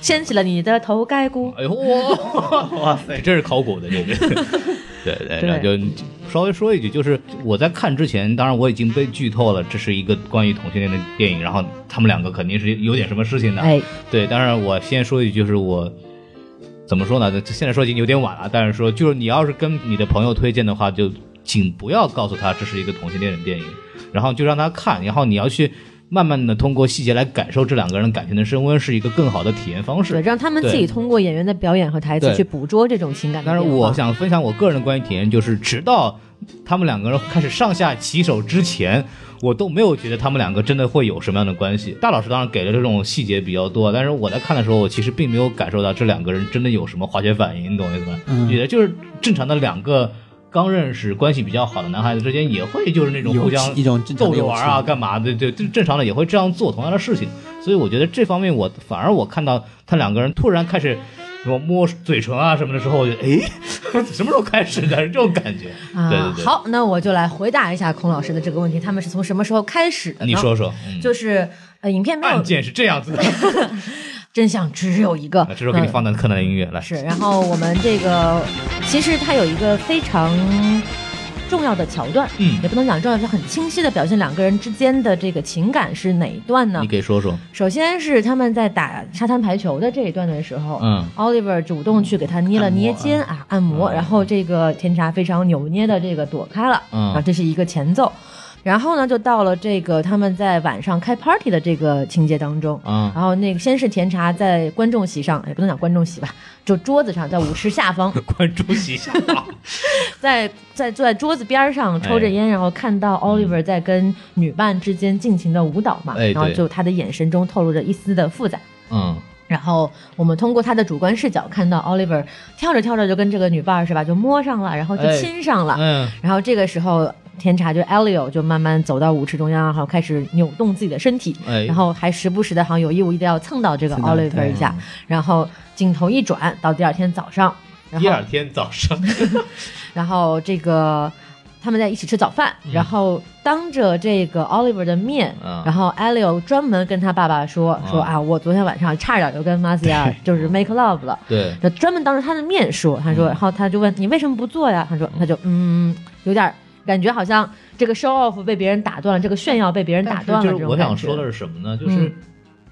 [SPEAKER 1] 掀起了你的头盖骨。
[SPEAKER 3] 哎呦，哇塞，这是考古的这个。对对，
[SPEAKER 1] 对
[SPEAKER 3] 然后就稍微说一句，就是我在看之前，当然我已经被剧透了，这是一个关于同性恋的电影，然后他们两个肯定是有点什么事情的。
[SPEAKER 1] 哎，
[SPEAKER 3] 对，当然我先说一句，就是我怎么说呢？这现在说已经有点晚了，但是说就是你要是跟你的朋友推荐的话，就请不要告诉他这是一个同性恋的电影，然后就让他看，然后你要去慢慢的通过细节来感受这两个人感情的升温，是一个更好的体验方式
[SPEAKER 1] 对，。让他们自己
[SPEAKER 3] 对
[SPEAKER 1] 通过演员的表演和台词
[SPEAKER 3] 对
[SPEAKER 1] 去捕捉这种情感的
[SPEAKER 3] 但是
[SPEAKER 1] 变化。
[SPEAKER 3] 我想分享我个人的观影体验，就是直到他们两个人开始上下其手之前，我都没有觉得他们两个真的会有什么样的关系。大老师当然给了这种细节比较多，但是我在看的时候，我其实并没有感受到这两个人真的有什么化学反应，你懂我意思吧？
[SPEAKER 4] 嗯
[SPEAKER 3] 觉得就是正常的两个。刚认识关系比较好的男孩子之间也会就是那种
[SPEAKER 4] 有
[SPEAKER 3] 互相
[SPEAKER 4] 一种正常
[SPEAKER 3] 逗
[SPEAKER 4] 的
[SPEAKER 3] 着
[SPEAKER 4] 友
[SPEAKER 3] 玩啊，
[SPEAKER 4] 情
[SPEAKER 3] 干嘛的？对，就正常的也会这样做同样的事情。所以我觉得这方面我反而我看到他两个人突然开始什么摸嘴唇啊什么的时候，我觉得哎， 什么时候开始的 这种感觉？对
[SPEAKER 1] 啊
[SPEAKER 3] 对，对，，
[SPEAKER 1] 好，那我就来回答一下孔老师的这个问题，他们是从什么时候开始的呢？
[SPEAKER 3] 你说说，嗯、
[SPEAKER 1] 就是呃，影片没有
[SPEAKER 3] 案件是这样子 的，
[SPEAKER 1] 真相只有一个，
[SPEAKER 3] 啊这时候给你放段柯南的音乐来，
[SPEAKER 1] 是，然后我们这个其实它有一个非常重要的桥段，
[SPEAKER 3] 嗯
[SPEAKER 1] 也不能讲重要，就很清晰的表现两个人之间的这个情感是哪一段呢
[SPEAKER 3] 你？给说说，
[SPEAKER 1] 首先是他们在打沙滩排球的这一段的时候，
[SPEAKER 3] 嗯
[SPEAKER 1] ，Oliver 主动去给他捏了
[SPEAKER 4] 按摩
[SPEAKER 1] 捏肩啊，按摩，然后这个天茶非常扭捏的这个躲开了，
[SPEAKER 3] 嗯
[SPEAKER 1] 然后这是一个前奏。然后呢，就到了这个他们在晚上开 party 的这个情节当中，
[SPEAKER 3] 嗯
[SPEAKER 1] 然后那个先是甜茶在观众席上，也不能讲观众席吧，就桌子上，在舞池下 方，
[SPEAKER 3] 关注一下，
[SPEAKER 1] 在在坐在桌子边儿上抽着
[SPEAKER 3] 哎
[SPEAKER 1] 烟，然后看到
[SPEAKER 3] 嗯
[SPEAKER 1] Oliver 在跟女伴之间尽情的舞蹈嘛，
[SPEAKER 3] 哎对
[SPEAKER 1] 然后就他的眼神中透露着一丝的复杂。
[SPEAKER 3] 嗯，
[SPEAKER 1] 然后我们通过他的主观视角看到 Oliver 跳着跳着就跟这个女伴儿是吧，就摸上了，然后就
[SPEAKER 3] 哎
[SPEAKER 1] 亲上了。
[SPEAKER 3] 嗯，
[SPEAKER 1] 然后这个时候，天茶就 Elio 就慢慢走到舞池中央，然后开始扭动自己的身体，
[SPEAKER 3] 哎
[SPEAKER 1] 然后还时不时的，好像有意无意的要蹭到这个
[SPEAKER 4] 蹭到
[SPEAKER 1] Oliver
[SPEAKER 4] 对
[SPEAKER 1] 一下。然后镜头一转到第二天早上，然
[SPEAKER 3] 第
[SPEAKER 1] 后
[SPEAKER 3] 二天早上，
[SPEAKER 1] 然后这个他们在一起吃早饭，然后当着这个 Oliver 的面，
[SPEAKER 3] 嗯
[SPEAKER 1] 然后 Elio 专门跟他爸爸说、
[SPEAKER 3] 嗯
[SPEAKER 1] 说啊，我昨天晚上差点就跟 m a s i a 就是 make love 了。
[SPEAKER 3] 对，
[SPEAKER 1] 就专门当着他的面说，他
[SPEAKER 3] 嗯
[SPEAKER 1] 说，然后他就问你为什么不做呀？他说，他就嗯，有点儿感觉好像这个 show off 被别人打断了，这个炫耀被别人打
[SPEAKER 3] 但是
[SPEAKER 1] 断了。
[SPEAKER 3] 就是我想说的
[SPEAKER 1] 是，
[SPEAKER 3] 是什么呢？就是。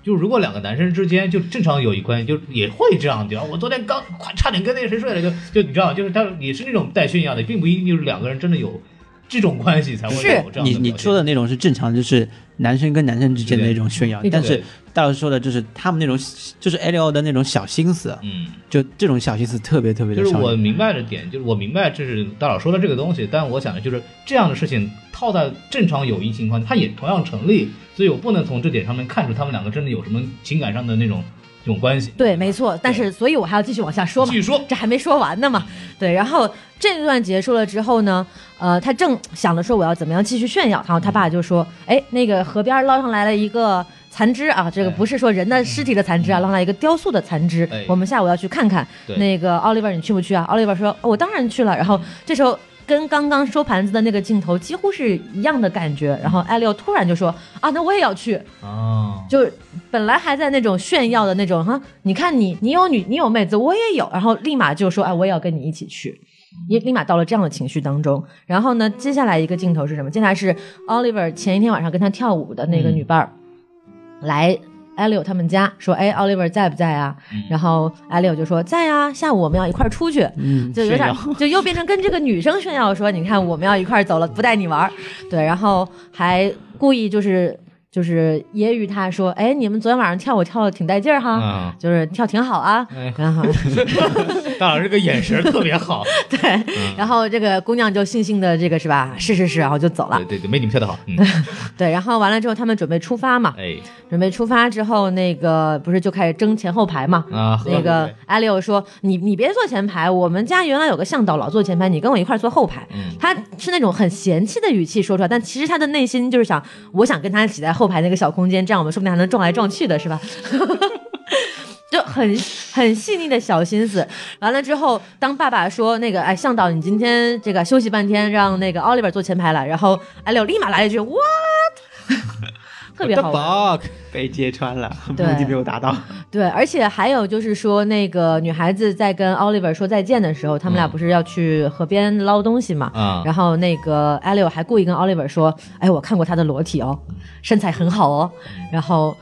[SPEAKER 3] 就如果两个男生之间就正常友谊关系，就也会这样的。我昨天刚快差点跟那个谁睡了，就就你知道，就是他也是那种带炫耀的，并不一定就是两个人真的有这种关系才会有
[SPEAKER 1] 是
[SPEAKER 3] 这样的表
[SPEAKER 4] 你
[SPEAKER 3] 现。
[SPEAKER 4] 你说的那种是正常，就是男生跟男生之间的那种炫耀
[SPEAKER 1] 对，
[SPEAKER 4] 但是
[SPEAKER 3] 对
[SPEAKER 4] 大老师说的就是他们那种，就是 L O 的那种小心思，
[SPEAKER 3] 嗯，
[SPEAKER 4] 就这种小心思特别特别
[SPEAKER 3] 就
[SPEAKER 4] 的
[SPEAKER 3] 是
[SPEAKER 4] 少。
[SPEAKER 3] 我明白的点，就是我明白这是大佬说的这个东西，但我想的就是这样的事情套在正常友谊情况，它也同样成立，所以我不能从这点上面看出他们两个真的有什么情感上的那种这种关系。
[SPEAKER 1] 对，没错。但是，所以我还要继续往下说嘛
[SPEAKER 3] 继，续说，
[SPEAKER 1] 这还没说完呢嘛。对，然后这段结束了之后呢，呃，他正想着说我要怎么样继续炫耀，然后他爸就说，哎，那个河边捞上来了一个。残肢啊，这个
[SPEAKER 3] 哎嗯
[SPEAKER 1] 不是说人的尸体的残肢啊，捞上来一个雕塑的残肢
[SPEAKER 3] 哎，
[SPEAKER 1] 我们下午要去看看。
[SPEAKER 3] 对
[SPEAKER 1] 那个奥利 r 你去不去啊？奥利 r 说、哦我当然去了。然后这时候跟刚刚收盘子的那个镜头几乎是一样的感觉。然后艾利奥突然就说啊，那我也要去。
[SPEAKER 3] 啊，
[SPEAKER 1] 就是本来还在那种炫耀的那种哈，你看你你有女你有妹子我也有，然后立马就说哎我也要跟你一起去，也立马到了这样的情绪当中。然后呢，接下来一个镜头是什么？接下来是 Oliver 前一天晚上跟他跳舞的那个
[SPEAKER 3] 嗯
[SPEAKER 1] 女伴儿、来。艾利欧他们家说：“哎，Oliver 在不在啊？”然后艾利欧就说：“在啊，下午我们要一块儿出去。”
[SPEAKER 4] 嗯，
[SPEAKER 1] 就有
[SPEAKER 3] 炫
[SPEAKER 1] 点
[SPEAKER 3] 耀
[SPEAKER 1] 就又变成跟这个女生炫耀说，你看我们要一块儿走了，不带你玩儿，对，然后还故意就是就是揶揄她说，哎，你们昨天晚上跳舞跳的挺带劲儿哈，
[SPEAKER 3] 嗯
[SPEAKER 1] 就是跳挺好啊，
[SPEAKER 3] 哎
[SPEAKER 1] 然 后
[SPEAKER 3] 大老师这个眼神特别 好，
[SPEAKER 1] 对，
[SPEAKER 3] 嗯
[SPEAKER 1] 然后这个姑娘就悻悻的这个是吧，是是是，然后就走了
[SPEAKER 3] 对，对对，没你们跳的好，嗯，
[SPEAKER 1] 对，然后完了之后他们准备出发嘛，
[SPEAKER 3] 哎
[SPEAKER 1] 准备出发之后那个不是就开始争前后排嘛，
[SPEAKER 3] 啊，
[SPEAKER 1] 那个艾利欧说：“你你别坐前排，我们家原来有个向导老坐前排，你跟我一块儿坐后排。
[SPEAKER 3] 嗯
[SPEAKER 1] 他是那种很嫌弃的语气说出来，但其实他的内心就是想，我想跟他一起在后排那个小空间，这样我们说不定还能撞来撞去的，是吧？ 就很很细腻的小心思。完了之后，当爸爸说那个哎向导，你今天这个休息半天，让那个奥利 r 坐前排了，然后艾利欧立马来一句 what。 特别好玩。
[SPEAKER 3] 玩。
[SPEAKER 4] 被揭穿了，目
[SPEAKER 1] 对
[SPEAKER 4] 的没有达到。
[SPEAKER 1] 对，而且还有就是说，那个女孩子在跟 Oliver 说再见的时候，他们俩
[SPEAKER 3] 嗯
[SPEAKER 1] 不是要去河边捞东西嘛？
[SPEAKER 3] 啊
[SPEAKER 1] 然后那个 Elio 还故意跟 Oliver 说：“哎，我看过她的裸体哦，身材很好哦。”然后，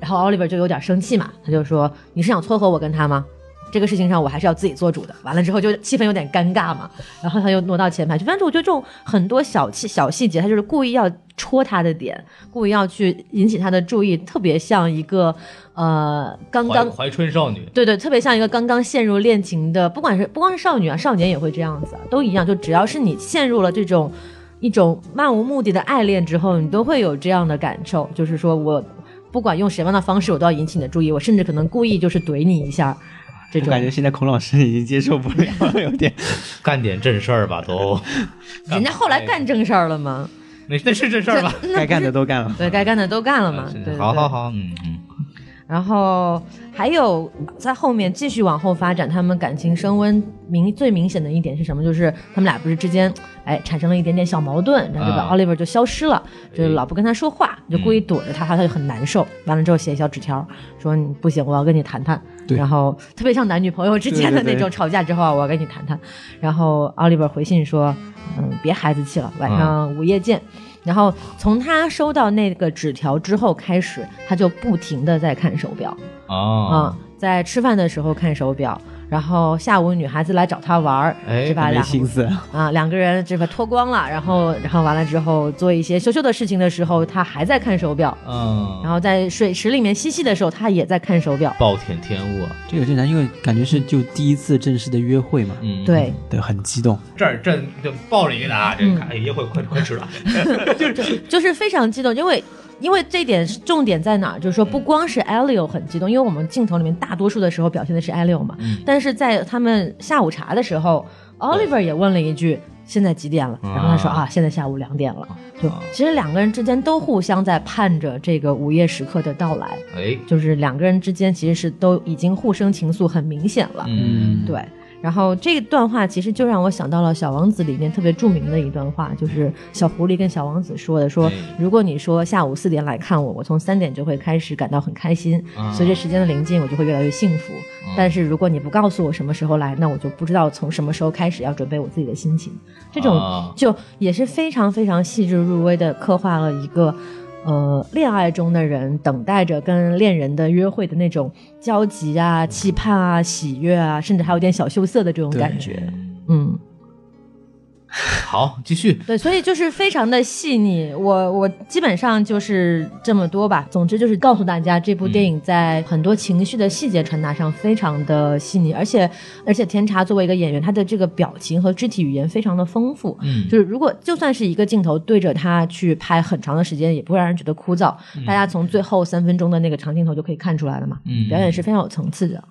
[SPEAKER 1] 然后 Oliver 就有点生气嘛，他就说：“你是想撮合我跟她吗？”这个事情上我还是要自己做主的。完了之后就气氛有点尴尬嘛，然后他又挪到前排去。反正我觉得这种很多小细小细节，他就是故意要戳他的点，故意要去引起他的注意，特别像一个呃刚
[SPEAKER 3] 怀
[SPEAKER 1] 刚
[SPEAKER 3] 怀春少女，
[SPEAKER 1] 对对，特别像一个刚刚陷入恋情的，不管是不光是少女啊，少年也会这样子啊，都一样。就只要是你陷入了这种一种漫无目的的爱恋之后，你都会有这样的感受，就是说我不管用什么样的方式，我都要引起你的注意，我甚至可能故意就是怼你一下，这
[SPEAKER 4] 我
[SPEAKER 1] 种
[SPEAKER 4] 感觉现在孔老师已经接受不了了，有点。
[SPEAKER 3] 干点正事儿吧都。
[SPEAKER 1] 人家后来干正事儿了吗？
[SPEAKER 3] 那那是正事儿吧？
[SPEAKER 4] 该干的都干了。
[SPEAKER 1] 对该干的都干了嘛，对对
[SPEAKER 3] 好好
[SPEAKER 1] 对
[SPEAKER 3] 好，嗯嗯，
[SPEAKER 1] 然后还有在后面继续往后发展，他们感情升温明最明显的一点是什么？就是他们俩不是之间哎产生了一点点小矛盾，然后这个
[SPEAKER 3] 啊
[SPEAKER 1] Oliver 就消失了，
[SPEAKER 4] 哎
[SPEAKER 1] 就是老不跟他说话，就故意
[SPEAKER 4] 嗯
[SPEAKER 1] 躲着他，他就很难受。完了之后写小纸条说你不行，我要跟你谈谈。
[SPEAKER 4] 对
[SPEAKER 1] 然后特别像男女朋友之间的
[SPEAKER 4] 对
[SPEAKER 1] 那
[SPEAKER 4] 对对
[SPEAKER 1] 种吵架之后啊，我要跟你谈谈。然后 Oliver 回信说，嗯，别孩子气了，晚
[SPEAKER 4] 嗯
[SPEAKER 1] 上午夜见。然后从他收到那个纸条之后开始，他就不停的在看手表，
[SPEAKER 3] 哦
[SPEAKER 4] 啊
[SPEAKER 1] 嗯，，在吃饭的时候看手表，然后下午女孩子来找他玩儿，
[SPEAKER 3] 哎
[SPEAKER 1] 是吧？
[SPEAKER 4] 没
[SPEAKER 1] 两
[SPEAKER 4] 心思，
[SPEAKER 1] 啊，两个人这个脱光了，然后然后完了之后做一些羞羞的事情的时候，他还在看手表，
[SPEAKER 3] 嗯，
[SPEAKER 1] 然后在水池里面嬉戏的时候，他也在看手表。
[SPEAKER 3] 暴殄天物啊，
[SPEAKER 4] 这有点难，因为感觉是就第一次正式的约会嘛，
[SPEAKER 3] 嗯，，
[SPEAKER 1] 对，嗯
[SPEAKER 4] 对，很激动。
[SPEAKER 3] 这儿这就抱着一个的啊，这个哎，一会儿快快吃了，
[SPEAKER 1] 就是非常激动，因为。因为这点是重点在哪儿，就是说不光是 Elio 很激动，因为我们镜头里面大多数的时候表现的是 Elio 嘛，
[SPEAKER 3] 嗯
[SPEAKER 1] 但是在他们下午茶的时候，Oliver 也问了一句现在几点了，然后他说
[SPEAKER 3] 啊
[SPEAKER 1] 啊现在下午两点了，就
[SPEAKER 3] 啊
[SPEAKER 1] 其实两个人之间都互相在盼着这个午夜时刻的到来，
[SPEAKER 3] 哎，
[SPEAKER 1] 就是两个人之间其实是都已经互生情愫很明显了，
[SPEAKER 3] 嗯，
[SPEAKER 1] 对，然后这段话其实就让我想到了《小王子》里面特别著名的一段话，就是小狐狸跟小王子说的：“说
[SPEAKER 3] 哎
[SPEAKER 1] 如果你说下午四点来看我，我从三点就会开始感到很开心，
[SPEAKER 3] 啊
[SPEAKER 1] 随着时间的临近，我就会越来越幸福。但是如果你不告诉我什么时候来，那我就不知道从什么时候开始要准备我自己的心情。”这种
[SPEAKER 3] 啊
[SPEAKER 1] 就也是非常非常细致入微的刻画了一个。呃，恋爱中的人等待着跟恋人的约会的那种焦急啊、期盼啊、喜悦啊，甚至还有点小羞涩的这种感觉。嗯，
[SPEAKER 3] 好，继续，
[SPEAKER 1] 对，所以就是非常的细腻。我我基本上就是这么多吧。总之就是告诉大家，这部电影在很多情绪的细节传达上非常的细腻，而且而且天茶作为一个演员，他的这个表情和肢体语言非常的丰富。
[SPEAKER 3] 嗯
[SPEAKER 1] 就是如果就算是一个镜头对着他去拍很长的时间，也不会让人觉得枯燥。大家从最后三分钟的那个长镜头就可以看出来了嘛，
[SPEAKER 3] 嗯
[SPEAKER 1] 表演是非常有层次的。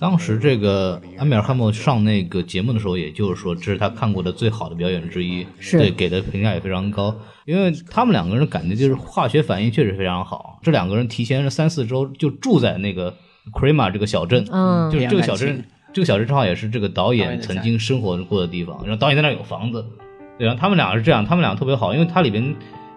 [SPEAKER 3] 当时这个安米尔汉默上那个节目的时候，也就是说，这是他看过的最好的表演之一，
[SPEAKER 1] 是
[SPEAKER 3] 对给的评价也非常高。因为他们两个人感觉就是化学反应确实非常好，这两个人提前了三四周就住在那个 Crema 这个小镇，
[SPEAKER 1] 嗯
[SPEAKER 3] 就是这个小
[SPEAKER 4] 培养
[SPEAKER 3] 镇
[SPEAKER 4] 感，
[SPEAKER 3] 这个小镇正好也是这个导
[SPEAKER 4] 导
[SPEAKER 3] 演
[SPEAKER 4] 演的
[SPEAKER 3] 曾经生活过的地方，然后导演在那儿有房子，对，然后他们俩是这样，他们俩特别好，因为它里边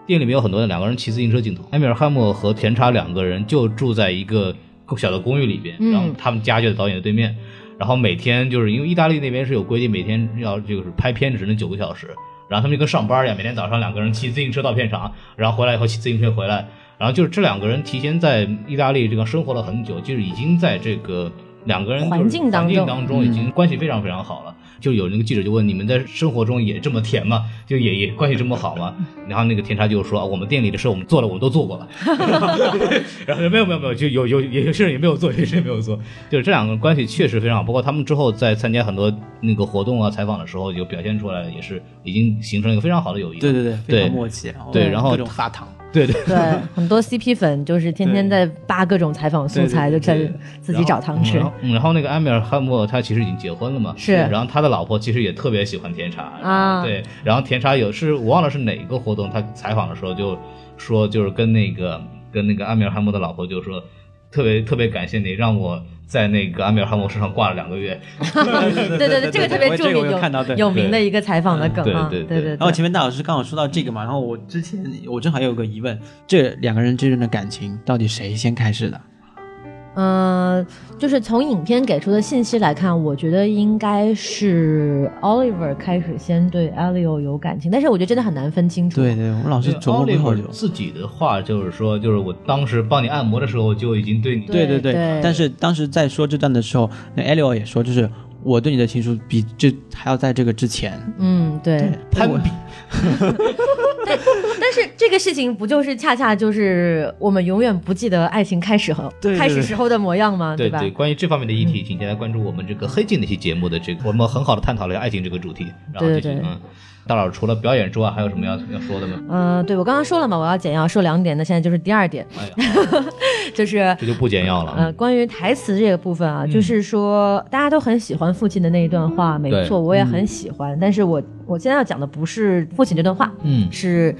[SPEAKER 3] 电影里面有很多两个人骑自行车镜头，埃米尔汉默和田查两个人就住在一个小的公寓里边，
[SPEAKER 1] 嗯
[SPEAKER 3] 然后他们家就在导演的对面，然后每天就是因为意大利那边是有规定，每天要就是拍片只能九个小时，然后他们就跟上班一样，每天早上两个人骑自行车到片场，然后回来以后骑自行车回来，然后就是这两个人提前在意大利这个生活了很久，就是已经在这个两个人就是
[SPEAKER 1] 环境当中嗯
[SPEAKER 3] 环境当中已经关系非常非常好了。就有那个记者就问你们在生活中也这么甜吗？就也也关系这么好吗？然后那个甜茶就说啊我们店里的事我们做了，我们都做过 了。然后说没有没有没有，就有有有有些人也没有做，有些人也没有做。就是这两个人关系确实非常好，包括他们之后在参加很多那个活动啊、采访的时候，就表现出来也是已经形成一个非常好的友谊。
[SPEAKER 4] 对对对，非
[SPEAKER 3] 对
[SPEAKER 4] 常默契。然后
[SPEAKER 3] 对然后
[SPEAKER 4] 各种哈糖，
[SPEAKER 3] 对对
[SPEAKER 1] 对， 很多 CP 粉就是天天在扒各种采访素材，就
[SPEAKER 4] 对
[SPEAKER 1] 在
[SPEAKER 4] 对对
[SPEAKER 1] 自己找糖吃
[SPEAKER 3] 然。后 嗯然后那个埃米尔汉默他其实已经结婚了嘛，
[SPEAKER 1] 是
[SPEAKER 3] 然后他的老婆其实也特别喜欢甜茶
[SPEAKER 1] 啊
[SPEAKER 3] 对。然后甜茶有是我忘了是哪个活动，他采访的时候就说，就是跟那个跟那个埃米尔汉默的老婆就说，特别特别感谢你让我在那个安米尔汗博身上挂了两个月，
[SPEAKER 4] 对
[SPEAKER 1] 对对，这个特别著
[SPEAKER 4] 这个我
[SPEAKER 1] 名
[SPEAKER 4] 有看到
[SPEAKER 1] 有
[SPEAKER 4] 对。
[SPEAKER 1] 有名的一个采访的梗啊，
[SPEAKER 3] 对对
[SPEAKER 1] 对
[SPEAKER 3] 对
[SPEAKER 1] 对。
[SPEAKER 4] 然后前面大老师刚好说到这个嘛，然后我之前我正好也有个疑问，这两个人之间的感情到底谁先开始的？
[SPEAKER 1] 呃，就是从影片给出的信息来看，我觉得应该是 Oliver 开始先对 Elio 有感情，但是我觉得真的很难分清楚。
[SPEAKER 4] 对对，我们老师琢磨了好久。
[SPEAKER 3] 自己的话就是说，就是我当时帮你按摩的时候就已经对你
[SPEAKER 1] 对
[SPEAKER 4] 对
[SPEAKER 1] 对
[SPEAKER 4] 但是当时在说这段的时候，那 Elio 也说，就是我对你的情书比这还要在这个之前。
[SPEAKER 1] 嗯，对。
[SPEAKER 3] 攀比，
[SPEAKER 1] 但是这个事情不就是恰恰就是我们永远不记得爱情开始后
[SPEAKER 4] 对对
[SPEAKER 1] 开始时候的模样吗？
[SPEAKER 3] 对
[SPEAKER 1] 吧？嗯
[SPEAKER 3] 对，关于这方面的议题，请大家关注我们这个黑镜那期节目的这个，我们很好的探讨了一下爱情这个主题。然后
[SPEAKER 1] 对
[SPEAKER 3] 这
[SPEAKER 1] 对
[SPEAKER 3] 期
[SPEAKER 1] 对
[SPEAKER 3] 嗯，大老师除了表演之外，还有什么要要说的吗？
[SPEAKER 1] 呃，对我刚刚说了嘛，我要简要说两点，那现在就是第二点，
[SPEAKER 3] 哎呀，
[SPEAKER 1] 就是
[SPEAKER 3] 这就不简要了。
[SPEAKER 1] 呃，关于台词这个部分啊，就是说大家都很喜欢父亲的那一段话，没
[SPEAKER 3] 对
[SPEAKER 1] 错，我也很喜欢。但是我我现在要讲的不是父亲这段话，
[SPEAKER 3] 嗯
[SPEAKER 1] 是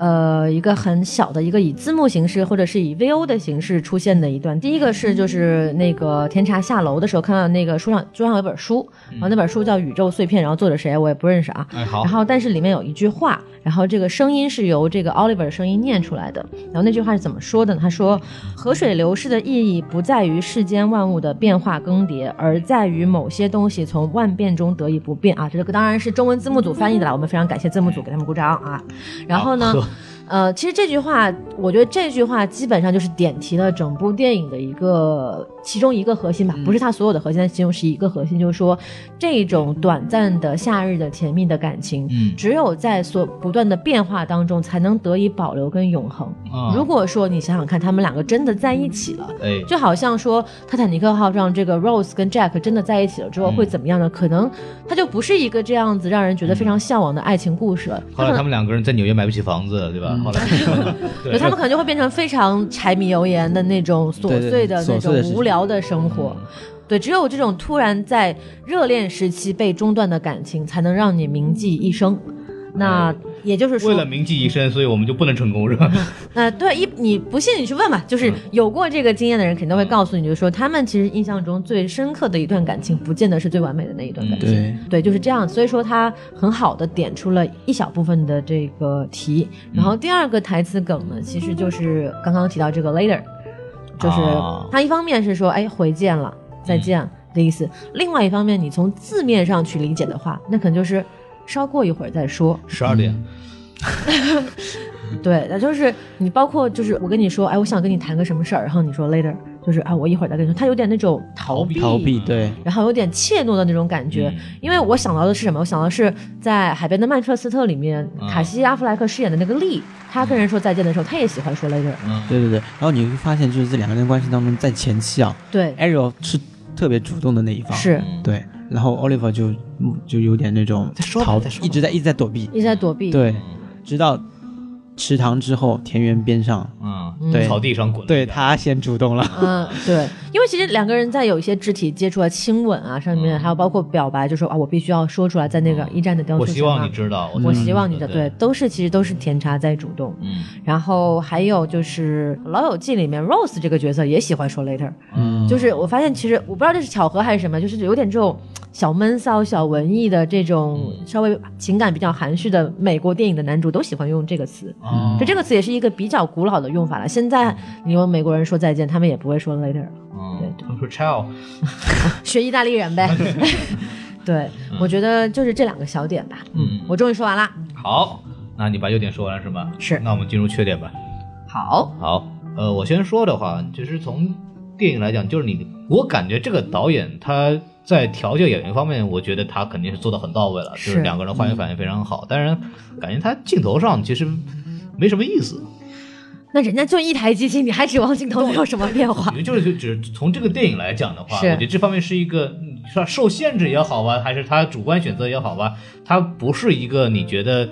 [SPEAKER 1] 呃一个很小的一个以字幕形式或者是以 VO 的形式出现的一段。第一个是就是那个甜茶下楼的时候看到那个书上桌上有本书，然后那本书叫《宇宙碎片》，然后作者谁我也不认识啊，
[SPEAKER 3] 哎好
[SPEAKER 1] 然，后但是里面有一句话，然后这个声音是由这个 Oliver 的声音念出来的。然后那句话是怎么说的呢？他说：“河水流逝的意义不在于世间万物的变化更迭，而在于某些东西从万变中得以不变啊。”这个当然是中文字幕组翻译的啦，我们非常感谢字幕组，给他们鼓掌啊。然后呢
[SPEAKER 3] 好？呵
[SPEAKER 1] 呃，其实这句话，我觉得这句话基本上就是点题了整部电影的一个其中一个核心吧，
[SPEAKER 3] 嗯
[SPEAKER 1] 不是它所有的核心，但其中是一个核心，就是说这种短暂的夏日的甜蜜的感情，
[SPEAKER 3] 嗯
[SPEAKER 1] 只有在所不断的变化当中，才能得以保留跟永恒。
[SPEAKER 3] 啊
[SPEAKER 1] 如果说你想想看，他们两个真的在一起了。
[SPEAKER 3] 哎，
[SPEAKER 1] 就好像说泰坦尼克号上这个 Rose 跟 Jack 真的在一起了之后会
[SPEAKER 3] 嗯
[SPEAKER 1] 怎么样呢？可能它就不是一个这样子让人觉得非常向往的爱情故事了。
[SPEAKER 3] 嗯后来他们两个人在纽约买不起房子，对吧？后来 对
[SPEAKER 1] 对，他们可能就会变成非常柴米油盐的那种琐
[SPEAKER 4] 对对
[SPEAKER 1] 碎的那
[SPEAKER 4] 琐碎的
[SPEAKER 1] 种
[SPEAKER 4] 事情
[SPEAKER 1] 无聊的生活。对，只有这种突然在热恋时期被中断的感情，才能让你铭记一生。那也就是说，
[SPEAKER 3] 为了铭记一生，所以我们就不能成功，是吧？
[SPEAKER 1] 呃，对，一你不信你去问嘛，就是有过这个经验的人肯定会告诉你，就是说他们其实印象中最深刻的一段感情，不见得是最完美的那一段感情。
[SPEAKER 4] 对，
[SPEAKER 1] 对，就是这样。所以说他很好的点出了一小部分的这个题。然后第二个台词梗呢，其实就是刚刚提到这个 later，就是
[SPEAKER 3] 啊
[SPEAKER 1] 他一方面是说哎回见了，再见的意思；另外一方面，你从字面上去理解的话，那可能就是稍过一会儿再说。
[SPEAKER 3] 十二点，
[SPEAKER 1] 对，那就是你包括就是我跟你说，哎，我想跟你谈个什么事儿，然后你说 later，就是啊，我一会儿再跟你说。他有点那种逃避，
[SPEAKER 4] 逃避，对，
[SPEAKER 1] 然后有点怯懦的那种感觉。
[SPEAKER 3] 嗯
[SPEAKER 1] 因为我想到的是什么？我想到的是在《海边的曼彻斯特》里面，
[SPEAKER 3] 嗯
[SPEAKER 1] 卡西·阿弗莱克饰演的那个丽，他跟人说再见的时候，他也喜欢说 later。
[SPEAKER 3] 嗯，
[SPEAKER 4] 对对对。然后你会发现，就是这两个人关系当中，在前期啊
[SPEAKER 1] 对，
[SPEAKER 3] 哎
[SPEAKER 4] ，Ariel 是特别主动的那一方，
[SPEAKER 1] 是
[SPEAKER 3] 嗯
[SPEAKER 4] 对。然后 Oliver 就嗯就有点那种逃，一直在一直在躲避，
[SPEAKER 1] 一直在躲避。
[SPEAKER 4] 对，直到池塘之后，田园边上，
[SPEAKER 3] 嗯，
[SPEAKER 4] 对
[SPEAKER 3] 草地上滚，
[SPEAKER 4] 对，他先主动了，
[SPEAKER 1] 嗯，对，因为其实两个人在有一些肢体接触啊、亲吻啊上
[SPEAKER 3] 嗯
[SPEAKER 1] 面，还有包括表白，就说啊，我必须要说出来，在那个一战的雕塑
[SPEAKER 3] 我
[SPEAKER 1] 上
[SPEAKER 3] 希望
[SPEAKER 1] 啊
[SPEAKER 3] 你知道，嗯
[SPEAKER 1] 我希望你的对
[SPEAKER 3] 对，，
[SPEAKER 1] 都是其实都是甜茶在主动。
[SPEAKER 3] 嗯，
[SPEAKER 1] 然后还有就是《老友记》里面 Rose 这个角色也喜欢说 later，嗯，就是我发现其实我不知道这是巧合还是什么，就是有点这种小闷骚、小文艺的这种稍微情感比较含蓄的美国电影的男主都喜欢用这个词。
[SPEAKER 3] 哦
[SPEAKER 4] 嗯
[SPEAKER 1] 就这个词也是一个比较古老的用法了。现在你问美国人说再见，他们也不会说 later 了。
[SPEAKER 3] 嗯，他们说 child，
[SPEAKER 1] 学意大利人 呗。对，我觉得就是这两个小点吧。
[SPEAKER 3] 嗯，
[SPEAKER 1] 我终于说完了。
[SPEAKER 3] 好，那你把优点说完了是吧？
[SPEAKER 1] 是
[SPEAKER 3] 那我们进入缺点吧。
[SPEAKER 1] 好，
[SPEAKER 3] 好，呃，我先说的话，就是从电影来讲，就是你，我感觉这个导演他在调教演员方面，我觉得他肯定是做的很到位了，就是是两个人化学反应非常好。当然，感觉他镜头上其实没什么意思，
[SPEAKER 1] 那人家就一台机器，你还指望镜头能有什么变化
[SPEAKER 3] 因？为就是就只从这个电影来讲的话，
[SPEAKER 1] 是
[SPEAKER 3] 我觉得这方面是一个嗯说受限制也好啊吧，还是他主观选择也好吧，它不是一个你觉得。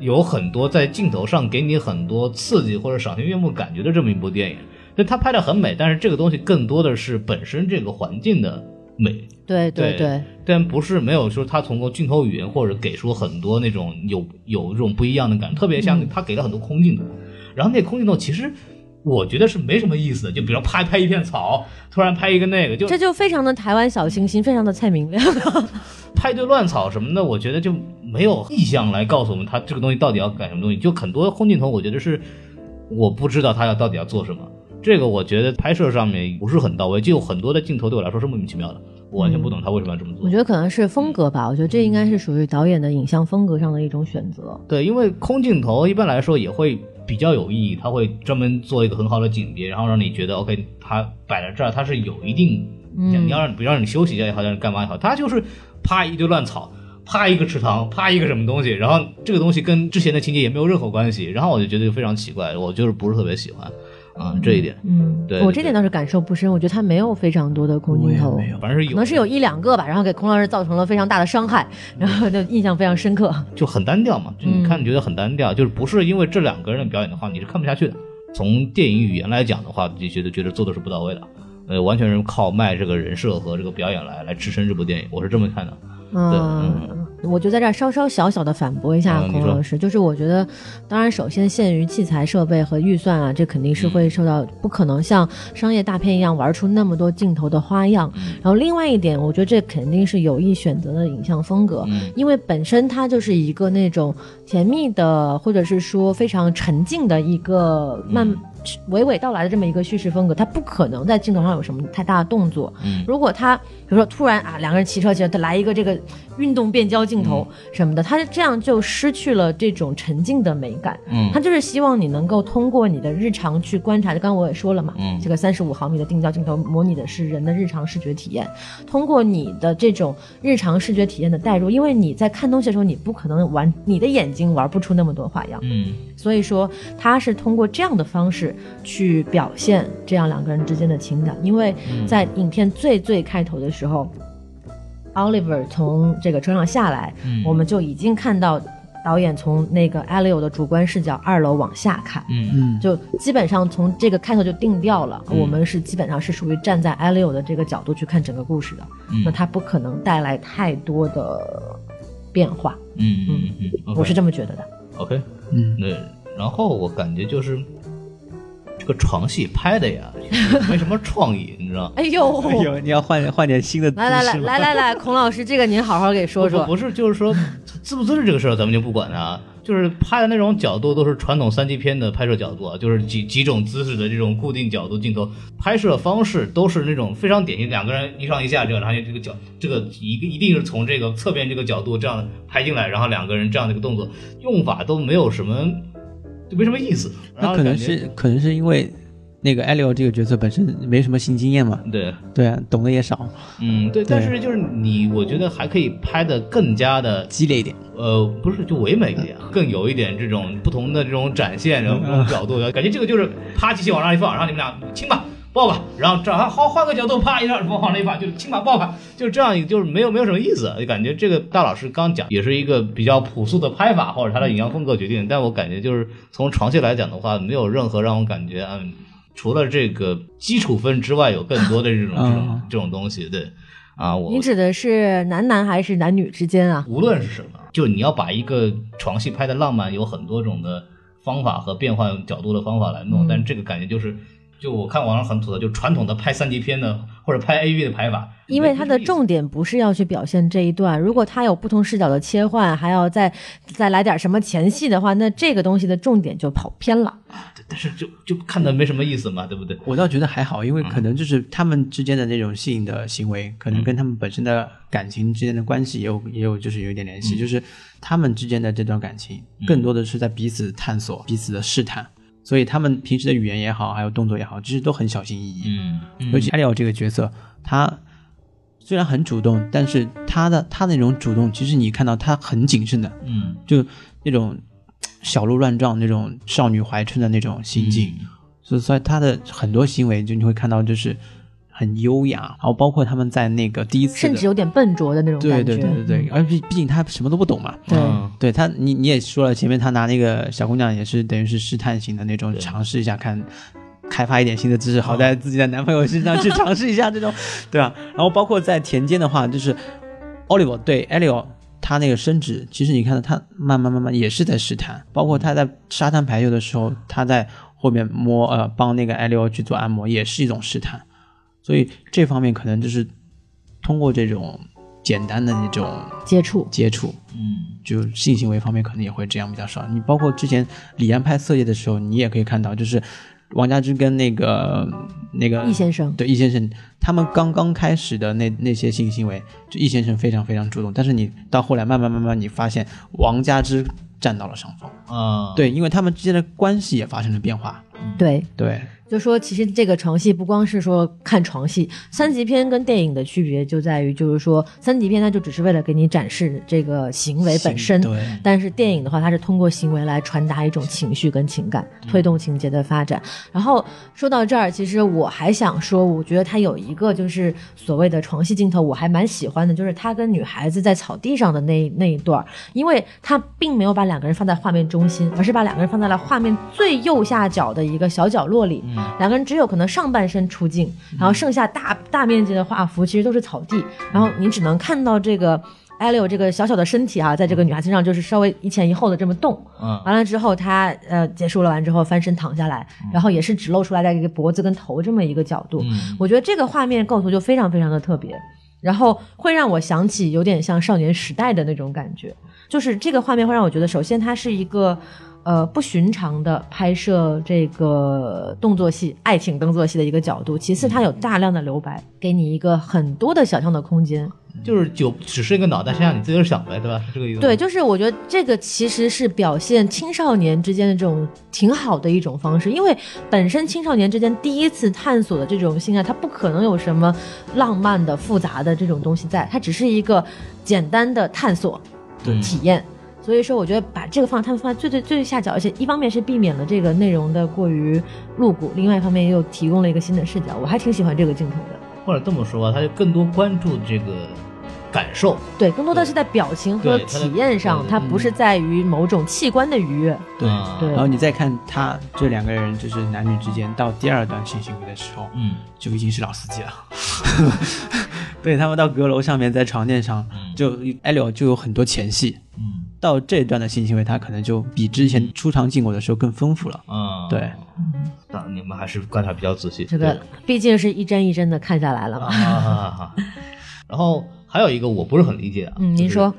[SPEAKER 3] 有很多在镜头上给你很多刺激或者赏心悦目感觉的这么一部电影，但它拍的很美，但是这个东西更多的是本身这个环境的美，
[SPEAKER 1] 对对
[SPEAKER 3] 对
[SPEAKER 1] 对，
[SPEAKER 3] 但不是没有说他通过镜头语言或者给出很多那
[SPEAKER 1] 嗯
[SPEAKER 3] 种有有这种不一样的感觉，特别像他给了很多空镜头，然后那空镜头其实我觉得是没什么意思的。就比如拍拍一片草，突然拍一个那个，就
[SPEAKER 1] 这就非常的台湾小清新，非常的蔡明 亮。
[SPEAKER 3] 派对乱草什么的，我觉得就没有意向来告诉我们他这个东西到底要干什么东西。就很多空镜头，我觉得是我不知道他要到底要做什么。这个我觉得拍摄上面不是很到位，就有很多的镜头对我来说是莫名其妙的，我完全不懂他为什么要这么做。
[SPEAKER 1] 我觉得可能是风格
[SPEAKER 4] 嗯
[SPEAKER 1] 吧，我觉得这应该是属于导演的影像风格上的一种选择。
[SPEAKER 3] 对，因为空镜头一般来说也会比较有意义，它会专门做一个很好的景别，然后让你觉得 OK，它摆在这儿，它是有一定，
[SPEAKER 1] 嗯
[SPEAKER 3] 你要让比如让你休息一下也好，让你干嘛也好，它就是啪一堆乱草，啪一个池塘，啪一个什么东西，然后这个东西跟之前的情节也没有任何关系，然后我就觉得非常奇怪，我就是不是特别喜欢，嗯，这一点，
[SPEAKER 1] 嗯，
[SPEAKER 3] 对
[SPEAKER 1] 我
[SPEAKER 3] 对
[SPEAKER 1] 这点倒是感受不深，我觉得他没有非常多的空
[SPEAKER 4] 我
[SPEAKER 1] 镜
[SPEAKER 4] 也
[SPEAKER 1] 头，
[SPEAKER 4] 没有。
[SPEAKER 3] 反正是
[SPEAKER 1] 可
[SPEAKER 3] 有
[SPEAKER 1] 能是有一两个吧，然后给孔老师造成了非常大的伤害，然后就印象非常深刻。
[SPEAKER 3] 就很单调嘛，就你
[SPEAKER 1] 嗯
[SPEAKER 3] 看觉得很单调，就是不是因为这两个人的表演的话，你是看不下去的。从电影语言来讲的话，就觉得觉得做的是不到位的，呃，完全是靠卖这个人设和这个表演来来支撑这部电影，我是这么看的。
[SPEAKER 1] 嗯，我就在这儿稍稍小小的反驳一下
[SPEAKER 3] 嗯你
[SPEAKER 1] 孔
[SPEAKER 3] 说
[SPEAKER 1] 老师，就是我觉得，当然首先限于器材设备和预算啊，这肯定是会受到，不可能像商业大片一样玩出那么多镜头的花样。然后另外一点，我觉得这肯定是有意选择的影像风格，因为本身它就是一个那种甜蜜的，或者是说非常沉静的一个慢。娓娓道来的这么一个叙事风格，它不可能在镜头上有什么太大的动作。
[SPEAKER 3] 嗯
[SPEAKER 1] 如果他比如说突然啊，两个人骑车去，他来一个这个运动变焦镜头
[SPEAKER 3] 嗯
[SPEAKER 1] 什么的，他这样就失去了这种沉静的美感。
[SPEAKER 3] 嗯
[SPEAKER 1] 他就是希望你能够通过你的日常去观察，就刚刚我也说了嘛，
[SPEAKER 3] 嗯
[SPEAKER 1] 这个三十五毫米的定焦镜头模拟的是人的日常视觉体验，通过你的这种日常视觉体验的代入，因为你在看东西的时候，你不可能玩你的眼睛玩不出那么多花样。
[SPEAKER 3] 嗯，
[SPEAKER 1] 所以说，他是通过这样的方式去表现这样两个人之间的情感，因为在影片最最开头的时候、o l i v e r 从这个车上下来，我们就已经看到导演从那个 Elio 的主观视角二楼往下看，
[SPEAKER 4] 嗯，
[SPEAKER 1] 就基本上从这个开头就定调了，我们是基本上是属于站在 Elio 的这个角度去看整个故事的，
[SPEAKER 3] 嗯
[SPEAKER 1] 那他不可能带来太多的变化，
[SPEAKER 3] 嗯嗯嗯，
[SPEAKER 1] 我是这么觉得的。
[SPEAKER 3] OK，
[SPEAKER 4] 嗯
[SPEAKER 3] 对。然后我感觉就是这个床戏拍的呀，没什么创意，你知道吗？
[SPEAKER 1] 哎呦，
[SPEAKER 4] 有你要换换点新的姿势
[SPEAKER 1] 来来来
[SPEAKER 4] 吗
[SPEAKER 1] 来来来，孔老师，这个您好好给说
[SPEAKER 3] 不
[SPEAKER 1] 说。
[SPEAKER 3] 不是，就是说自不自制这个事儿，咱们就不管它、啊。就是拍的那种角度都是传统三级片的拍摄角度啊，就是几几种姿势的这种固定角度镜头，拍摄方式都是那种非常典型，两个人一上一下这个，然后这个角这个一个一定是从这个侧边这个角度这样拍进来，然后两个人这样的一个动作，用法都没有什么，就没什么意思。然
[SPEAKER 4] 那
[SPEAKER 3] 后
[SPEAKER 4] 可能
[SPEAKER 3] 感觉
[SPEAKER 4] 是可能是因为那个艾利奥这个角色本身没什么新经验嘛，
[SPEAKER 3] 对，
[SPEAKER 4] 对啊，懂得也少，
[SPEAKER 3] 嗯对，但
[SPEAKER 4] 对
[SPEAKER 3] 是就是你，我觉得还可以拍的更加的
[SPEAKER 4] 激烈一点。
[SPEAKER 3] 呃，不是，就唯美一点，更有一点这种不同的这种展现，然后这种角度，感觉这个就是啪机器往那一放，然后你们俩亲吧。抱吧，然后这还啊好换个角度，啪一下往那一放，就是亲吧抱吧，就是这样一个，就是没有没有什么意思，就感觉这个大老师刚讲也是一个比较朴素的拍法或者他的影像风格决定，但我感觉就是从床戏来讲的话，没有任何让我感觉嗯，除了这个基础分之外，有更多的这种这种这种东西，对啊，我
[SPEAKER 1] 您指的是男男还是男女之间啊？
[SPEAKER 3] 无论是什么，就你要把一个床戏拍的浪漫，有很多种的方法和变换角度的方法来
[SPEAKER 1] 嗯
[SPEAKER 3] 弄，但这个感觉就是，就我看网上很吐槽，就传统的拍三级片的或者拍 AV 的拍法，
[SPEAKER 1] 因为它的重点不是要去表现这一段，如果它有不同视角的切换，还要再再来点什么前戏的话，那这个东西的重点就跑偏了。
[SPEAKER 3] 但是就就看的没什么意思嘛，对不对？
[SPEAKER 4] 我倒觉得还好，因为
[SPEAKER 3] 嗯
[SPEAKER 4] 可能就是他们之间的那种性的行为，可能跟他们本身的感情之间的关系也有也有就是有一点联
[SPEAKER 3] 嗯
[SPEAKER 4] 系，就是他们之间的这段感情更多的是在彼此探索、彼此的试探，所以他们平时的语言也好，还有动作也好，其实都很小心翼翼。
[SPEAKER 3] 嗯，
[SPEAKER 4] 尤其艾利奥这个角色，他虽然很主动，但是他的他那种主动，其实你看到他很谨慎的，
[SPEAKER 3] 嗯，
[SPEAKER 4] 就那种小鹿乱撞那种少女怀春的那种心境，所以所以他的很多行为就你会看到就是很优雅，然后包括他们在那个第一次
[SPEAKER 1] 甚
[SPEAKER 4] 的
[SPEAKER 1] 至有点笨拙的那种
[SPEAKER 4] 对
[SPEAKER 1] 感觉。
[SPEAKER 4] 对对对对，嗯而毕毕竟他什么都不懂嘛，
[SPEAKER 1] 对
[SPEAKER 3] 嗯
[SPEAKER 4] 对他，你你也说了，前面他拿那个小姑娘也是等于是试探型的那种，尝试一下看，开发一点新的知识，好在自己的男朋友身上去尝试一下这种，对吧、然后包括在田间的话，就是 Oliver 对 Elio 他那个伸直，其实你看到他慢慢慢慢也是在试探，包括他在沙滩排球的时候，他在后面摸呃帮那个艾利欧去做按摩，也是一种试探。所以这方面可能就是通过这种简单的那种
[SPEAKER 1] 接触，
[SPEAKER 4] 接触，
[SPEAKER 3] 嗯，
[SPEAKER 4] 就性行为方面可能也会这样比较少。你包括之前李安拍《色戒》的时候，你也可以看到，就是王佳芝跟那个那个
[SPEAKER 1] 易先生
[SPEAKER 4] 对易先生，他们刚刚开始的那那些性行为，就易先生非常非常主动，但是你到后来慢慢慢慢，你发现王佳芝占到了上风，
[SPEAKER 3] 啊，
[SPEAKER 4] 对，因为他们之间的关系也发生了变化，
[SPEAKER 1] 对，
[SPEAKER 4] 对，
[SPEAKER 1] 就说其实这个床戏不光是说看床戏，三级片跟电影的区别就在于，就是说三级片它就只是为了给你展示这个行为本身，
[SPEAKER 4] 对，
[SPEAKER 1] 但是电影的话，它是通过行为来传达一种情绪跟情感，推动情节的发展。然后说到这儿，其实我还想说，我觉得它有一个就是所谓的床戏镜头，我还蛮喜欢的，就是他跟女孩子在草地上的那那一段儿，因为他并没有把两个人放在画面中心，而是把两个人放在了画面最右下角的一个小角落里，两个人只有可能上半身出镜，然后剩下大大面积的画幅其实都是草地，然后你只能看到这个。艾利欧这个小小的身体啊，在这个女孩身上就是稍微一前一后的这么动，
[SPEAKER 3] 嗯，
[SPEAKER 1] 完了之后她呃结束了完之后翻身躺下来，然后也是只露出来的一个脖子跟头这么一个角度，
[SPEAKER 3] 嗯
[SPEAKER 1] 我觉得这个画面构图就非常非常的特别，然后会让我想起有点像少年时代的那种感觉，就是这个画面会让我觉得，首先它是一个。呃，不寻常的拍摄这个动作戏、爱情动作戏的一个角度。其次，它有大量的留白，给你一个很多的想象的空间。
[SPEAKER 3] 就是就只是一个脑袋，剩下你自己想呗，对吧？是这个意思吗。
[SPEAKER 1] 对，就是我觉得这个其实是表现青少年之间的这种挺好的一种方式，因为本身青少年之间第一次探索的这种性爱，它不可能有什么浪漫的、复杂的这种东西在，它只是一个简单的探索
[SPEAKER 3] 对
[SPEAKER 1] 体验。所以说，我觉得把这个放他们放在最最最下角，而且一方面是避免了这个内容的过于露骨，另外一方面又提供了一个新的视角，我还挺喜欢这个镜头的。
[SPEAKER 3] 或者这么说吧，他就更多关注这个感受，
[SPEAKER 1] 对，更多的是在表情和
[SPEAKER 3] 对它的
[SPEAKER 1] 体验上
[SPEAKER 3] 对，嗯
[SPEAKER 1] 它不是在于某种器官的愉悦。
[SPEAKER 4] 对
[SPEAKER 3] 啊
[SPEAKER 1] 对
[SPEAKER 4] 然后你再看他这两个人，就是男女之间到第二段性行为的时候，
[SPEAKER 3] 嗯，
[SPEAKER 4] 就已经是老司机了。 对他们到阁楼上面，在床垫上，就艾利奥就有很多前戏。
[SPEAKER 3] 嗯
[SPEAKER 4] 到这一段的性行为，他可能就比之前出场进果的时候更丰富了。
[SPEAKER 3] 啊，
[SPEAKER 4] 对，
[SPEAKER 3] 那啊你们还是观察比较仔细，
[SPEAKER 1] 这个
[SPEAKER 3] 对
[SPEAKER 1] 毕竟是一帧一帧的看下来了嘛。
[SPEAKER 3] 啊， 然后还有一个我不是很理解啊，
[SPEAKER 1] 嗯，您说，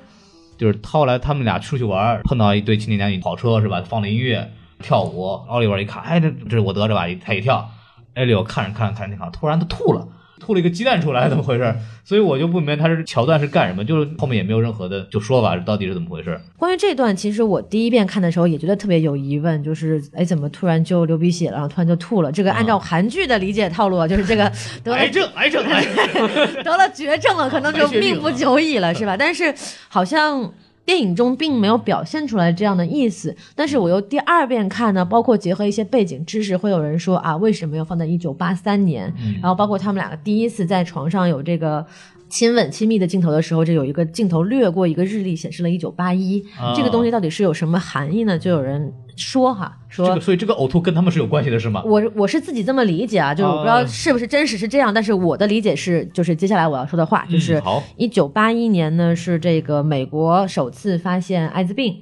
[SPEAKER 3] 就是，就是后来他们俩出去玩儿，碰到一对青年男女跑车是吧，放着音乐跳舞，奥利弗一看，哎，这这是我得着吧，他一跳，艾利奥看着看着看着，看着突然他吐了。吐了一个鸡蛋出来，怎么回事？所以我就不明白他是桥段是干什么，就是后面也没有任何的就说吧，到底是怎么回事？
[SPEAKER 1] 关于这段，其实我第一遍看的时候也觉得特别有疑问，就是哎，怎么突然就流鼻血了，然后突然就吐了？这个按
[SPEAKER 3] 啊
[SPEAKER 1] 照韩剧的理解套路啊，就是这个得了
[SPEAKER 3] 癌症，癌症，癌 症。
[SPEAKER 1] 得了绝症了，可能就命不久矣了，是吧？但是好像电影中并没有表现出来这样的意思。但是我又第二遍看呢，包括结合一些背景知识，会有人说啊，为什么要放在一九八三年？
[SPEAKER 3] 嗯
[SPEAKER 1] 然后包括他们两个第一次在床上有这个。亲吻亲密的镜头的时候，这有一个镜头掠过一个日历，显示了一九八一
[SPEAKER 3] 啊。
[SPEAKER 1] 这个东西到底是有什么含义呢？就有人说哈，说
[SPEAKER 3] 这个，所以这个呕吐跟他们是有关系的，是吗？
[SPEAKER 1] 我我是自己这么理解啊，就是我不知道
[SPEAKER 3] 哦
[SPEAKER 1] 是不是真实是这样，但是我的理解是，就是接下来我要说的话，就是
[SPEAKER 3] 嗯好
[SPEAKER 1] 一九八一年呢是这个美国首次发现艾滋病，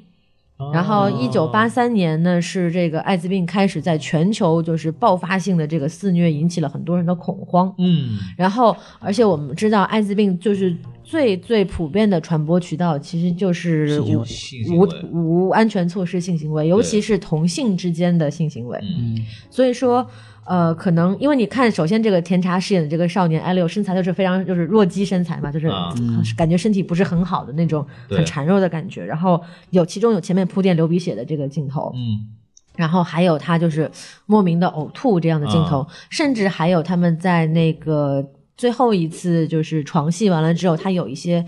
[SPEAKER 4] 哦
[SPEAKER 1] 然
[SPEAKER 3] 啊
[SPEAKER 1] 后一九八三年呢是这个艾滋病开始在全球就是爆发性的这个肆虐，引起了很多人的恐慌。
[SPEAKER 3] 嗯，
[SPEAKER 1] 然后，而且我们知道，艾滋病就是最最普遍的传播渠道，其实就是
[SPEAKER 4] 性行
[SPEAKER 1] 无
[SPEAKER 4] 为
[SPEAKER 3] 性行
[SPEAKER 1] 无
[SPEAKER 3] 为，
[SPEAKER 1] 无安全措施性行为，尤
[SPEAKER 3] 对
[SPEAKER 1] 其是同性之间的性行为。
[SPEAKER 3] 嗯
[SPEAKER 1] 所以说，呃，可能因为你看，首先这个甜茶饰演的这个少年艾利欧身材就是非常就是弱鸡身材嘛，就是、
[SPEAKER 3] 啊
[SPEAKER 1] 感觉身体不是很好的那种
[SPEAKER 3] 对
[SPEAKER 1] 很孱弱的感觉。然后有其中有前面铺垫流鼻血的这个镜头，
[SPEAKER 3] 嗯
[SPEAKER 1] 然后还有他就是莫名的呕吐这样的镜头，
[SPEAKER 3] 啊
[SPEAKER 1] 甚至还有他们在那个最后一次就是床戏完了之后，他有一些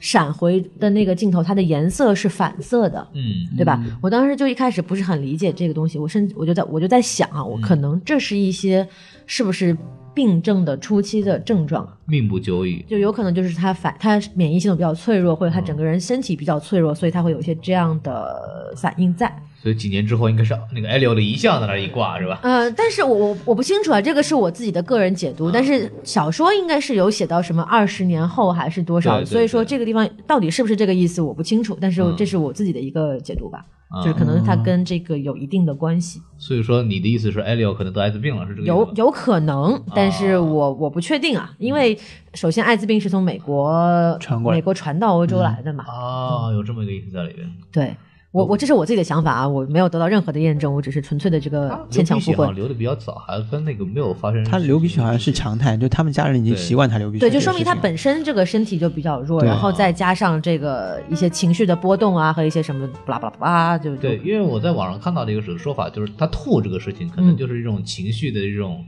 [SPEAKER 1] 闪回的那个镜头，它的颜色是反色的。
[SPEAKER 3] 嗯
[SPEAKER 1] 对吧？我当时就一开始不是很理解这个东西，我甚至我就在我就在想啊，我
[SPEAKER 3] 嗯
[SPEAKER 1] 可能这是一些是不是病症的初期的症状，啊
[SPEAKER 3] 命不久矣。
[SPEAKER 1] 就有可能就是他反他免疫系统比较脆弱，或
[SPEAKER 3] 嗯
[SPEAKER 1] 者他整个人身体比较脆弱，所以他会有一些这样的反应在。
[SPEAKER 3] 所以几年之后，应该是那个艾利欧的遗像在那儿一挂，是吧？
[SPEAKER 1] 呃，但是我我我不清楚啊，这个是我自己的个人解
[SPEAKER 3] 啊
[SPEAKER 1] 读，但是小说应该是有写到什么二十年后还是多少，
[SPEAKER 3] 对对
[SPEAKER 1] 所以说
[SPEAKER 3] 对
[SPEAKER 1] 这个地方到底是不是这个意思我不清楚，但是
[SPEAKER 3] 嗯
[SPEAKER 1] 这是我自己的一个解读吧。
[SPEAKER 3] 啊
[SPEAKER 1] 就是可能它跟这个有一定的关系，
[SPEAKER 3] 所以说你的意思是艾利奥可能得艾滋病了，是这个意思
[SPEAKER 1] 有
[SPEAKER 3] 吗
[SPEAKER 1] 有可
[SPEAKER 3] 啊
[SPEAKER 1] 能，但是我我不确定啊，
[SPEAKER 3] 嗯
[SPEAKER 1] 因为首先艾滋病是从美国
[SPEAKER 4] 传过来
[SPEAKER 1] 美国传到欧洲来的嘛，
[SPEAKER 3] 啊，有这么一个意思在里边。
[SPEAKER 1] 对。
[SPEAKER 3] 哦
[SPEAKER 1] 我我这是我自己的想法啊，我没有得到任何的验证，我只是纯粹的这
[SPEAKER 3] 啊
[SPEAKER 1] 个牵强附
[SPEAKER 3] 流鼻血好
[SPEAKER 1] 会。
[SPEAKER 3] 像流的比较早，还跟那个没有发生。
[SPEAKER 4] 他流鼻血好像是常态，就他们家人已经
[SPEAKER 3] 对
[SPEAKER 4] 习惯他流鼻血
[SPEAKER 1] 对，
[SPEAKER 4] 这
[SPEAKER 1] 就
[SPEAKER 4] 个事
[SPEAKER 1] 说
[SPEAKER 4] 情。
[SPEAKER 1] 明他本身这个身体就比较弱，
[SPEAKER 4] 对
[SPEAKER 1] 然后再加上这个一些情绪的波动啊和一些什么巴拉巴拉巴拉，就
[SPEAKER 3] 对，因为我在网上看到的一个说法，就是他吐这个事情，可
[SPEAKER 1] 嗯
[SPEAKER 3] 能就是一种情绪的这种，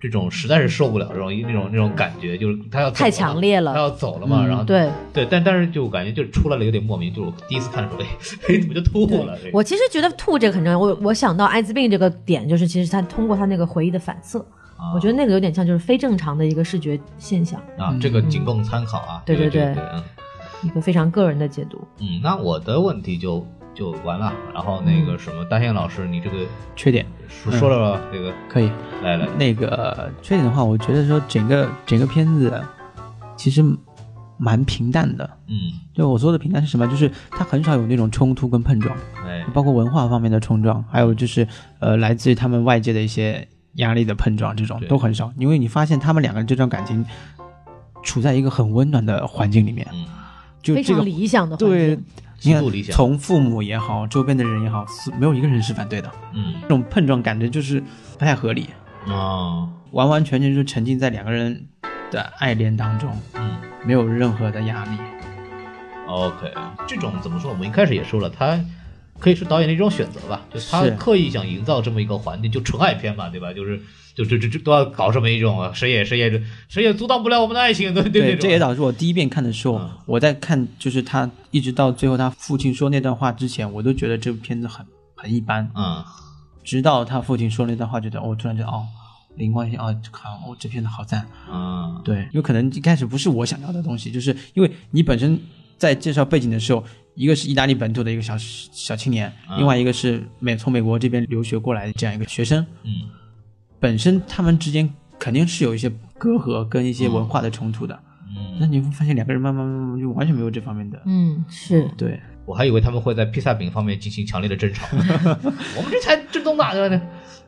[SPEAKER 3] 这种实在是受不了这种那种那种感觉，就是他要走
[SPEAKER 1] 太强烈了嗯
[SPEAKER 3] 他要走了嘛，然后
[SPEAKER 1] 对。
[SPEAKER 3] 对，但但是就感觉就出来了有点莫名，就是我第一次看的时候，哎， 哎怎么就吐了？这个
[SPEAKER 1] 我其实觉得吐这个很重要。我我想到艾滋病这个点，就是其实他通过他那个回忆的反射，
[SPEAKER 3] 啊
[SPEAKER 1] 我觉得那个有点像就是非正常的一个视觉现象，
[SPEAKER 3] 啊，这个仅供参考啊。
[SPEAKER 1] 对
[SPEAKER 3] 这个
[SPEAKER 1] 对
[SPEAKER 3] 这个
[SPEAKER 1] 对
[SPEAKER 3] 嗯
[SPEAKER 1] 一个非常个人的解读。
[SPEAKER 3] 嗯，那我的问题就就完了。然后那个什么，大宪老师，你这个
[SPEAKER 4] 缺点
[SPEAKER 3] 说说了这个
[SPEAKER 4] 可以。
[SPEAKER 3] 来来，
[SPEAKER 4] 那个缺点的话，我觉得说整个整个片子其实蛮平淡的。
[SPEAKER 3] 嗯，
[SPEAKER 4] 对我说的平淡是什么？就是它很少有那种冲突跟碰撞，
[SPEAKER 3] 哎，
[SPEAKER 4] 包括文化方面的冲撞，还有就是呃来自于他们外界的一些压力的碰撞，这种
[SPEAKER 3] 对
[SPEAKER 4] 都很少。因为你发现他们两个人这段感情处在一个很温暖的环境里面，
[SPEAKER 3] 嗯，
[SPEAKER 4] 就
[SPEAKER 1] 非
[SPEAKER 4] 这
[SPEAKER 1] 常
[SPEAKER 4] 个
[SPEAKER 1] 理想的环境
[SPEAKER 4] 对。你
[SPEAKER 3] 极度理
[SPEAKER 4] 看，
[SPEAKER 3] 想
[SPEAKER 4] 从父母也好，周边的人也好，是没有一个人是反对的。
[SPEAKER 3] 嗯
[SPEAKER 4] 这种碰撞感觉就是不太合理，
[SPEAKER 3] 啊，
[SPEAKER 4] 完完全全就沉浸在两个人的爱恋当中，
[SPEAKER 3] 嗯。
[SPEAKER 4] 没有任何的压力。
[SPEAKER 3] OK，这种怎么说？我们一开始也说了，他可以是导演的一种选择吧，就是他
[SPEAKER 4] 是
[SPEAKER 3] 刻意想营造这么一个环境，就纯爱片嘛，对吧？就是就这这这都要搞这么一种，啊谁也谁也谁也阻挡不了我们的爱情，对对对，
[SPEAKER 4] 这也导致我第一遍看的时候，
[SPEAKER 3] 嗯
[SPEAKER 4] 我在看就是他一直到最后他父亲说那段话之前，我都觉得这部片子很很一般。
[SPEAKER 3] 嗯
[SPEAKER 4] 直到他父亲说那段话，觉得我、哦、突然觉得哦，灵光一现，哦，看哦这片子好赞。
[SPEAKER 3] 嗯
[SPEAKER 4] 对，因为可能一开始不是我想要的东西，就是因为你本身在介绍背景的时候，一个是意大利本土的一个小小青年，
[SPEAKER 3] 嗯
[SPEAKER 4] 另外一个是美从美国这边留学过来的这样一个学生，
[SPEAKER 3] 嗯
[SPEAKER 4] 本身他们之间肯定是有一些隔阂跟一些文化的冲突的。那
[SPEAKER 3] 嗯，
[SPEAKER 4] 你会发现两个人慢慢慢慢就完全没有这方面的。
[SPEAKER 1] 嗯，是
[SPEAKER 4] 对，
[SPEAKER 3] 我还以为他们会在披萨饼方面进行强烈的争吵，我们这才正宗吧，对吧？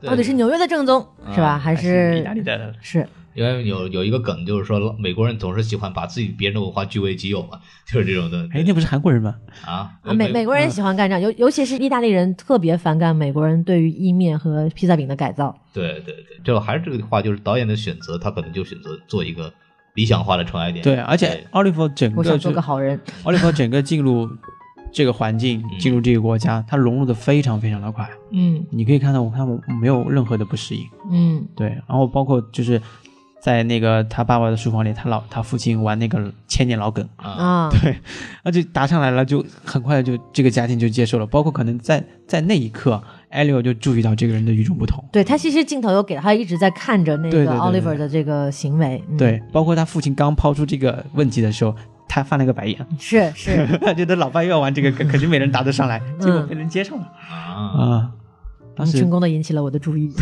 [SPEAKER 1] 到底是纽约的正宗
[SPEAKER 3] 嗯
[SPEAKER 1] 是吧？还
[SPEAKER 4] 啊意大
[SPEAKER 1] 是
[SPEAKER 4] 利的
[SPEAKER 1] 是
[SPEAKER 3] 因为有有一个梗，就是说美国人总是喜欢把自己别人的文化据为己有嘛，就是这种的
[SPEAKER 4] 哎，那不是韩国人吗？
[SPEAKER 3] 啊
[SPEAKER 1] 啊，美美国
[SPEAKER 4] 嗯
[SPEAKER 1] 人喜欢干这样，尤尤其是意大利人特别反感美国人对于意面和披萨饼的改造。
[SPEAKER 3] 对对对，就还是这个话，就是导演的选择，他可能就选择做一个理想化的纯爱点。
[SPEAKER 4] 对，啊而且奥利弗整
[SPEAKER 1] 我
[SPEAKER 4] 嗯个
[SPEAKER 1] 想做
[SPEAKER 4] 就
[SPEAKER 1] 个好人，
[SPEAKER 4] 奥利弗整个进入这个环境，进入这个国家，他融入的非常非常的快。
[SPEAKER 1] 嗯
[SPEAKER 4] 你可以看到，我看我没有任何的不适应。
[SPEAKER 1] 嗯
[SPEAKER 4] 对，然后包括就是在那个他爸爸的书房里，他老他父亲玩那个千年老梗，
[SPEAKER 3] 啊，
[SPEAKER 1] 啊，
[SPEAKER 4] 而且答上来了，就很快就这个家庭就接受了。包括可能在在那一刻，艾利奥就注意到这个人的与众不同。
[SPEAKER 1] 对他其实镜头有给他一直在看着那
[SPEAKER 4] 对对
[SPEAKER 1] 个
[SPEAKER 4] 对
[SPEAKER 1] Oliver 的这个行为，嗯，
[SPEAKER 4] 对，包括他父亲刚抛出这个问题的时候，他翻了个白眼，
[SPEAKER 1] 是是，
[SPEAKER 4] 他觉得老爸又要玩这个梗，可是没人答得上来，结果被人接受了啊、
[SPEAKER 3] 啊，
[SPEAKER 4] 当
[SPEAKER 1] 你
[SPEAKER 4] 时
[SPEAKER 1] 成功的引起了我的注意。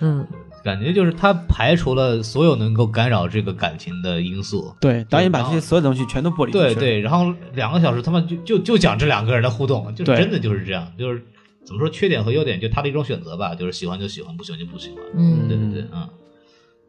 [SPEAKER 1] 嗯，
[SPEAKER 3] 感觉就是他排除了所有能够干扰这个感情的因素。
[SPEAKER 4] 对导演把这些所有的东西全都剥离出去
[SPEAKER 3] 对
[SPEAKER 4] 了。
[SPEAKER 3] 对，然后两个小时他们就就就讲这两个人的互动，就
[SPEAKER 4] 对
[SPEAKER 3] 真的就是这样，就是怎么说缺点和优点，就他的一种选择吧，就是喜欢就喜欢，不喜欢就不喜欢。
[SPEAKER 1] 嗯
[SPEAKER 3] 对对对，嗯。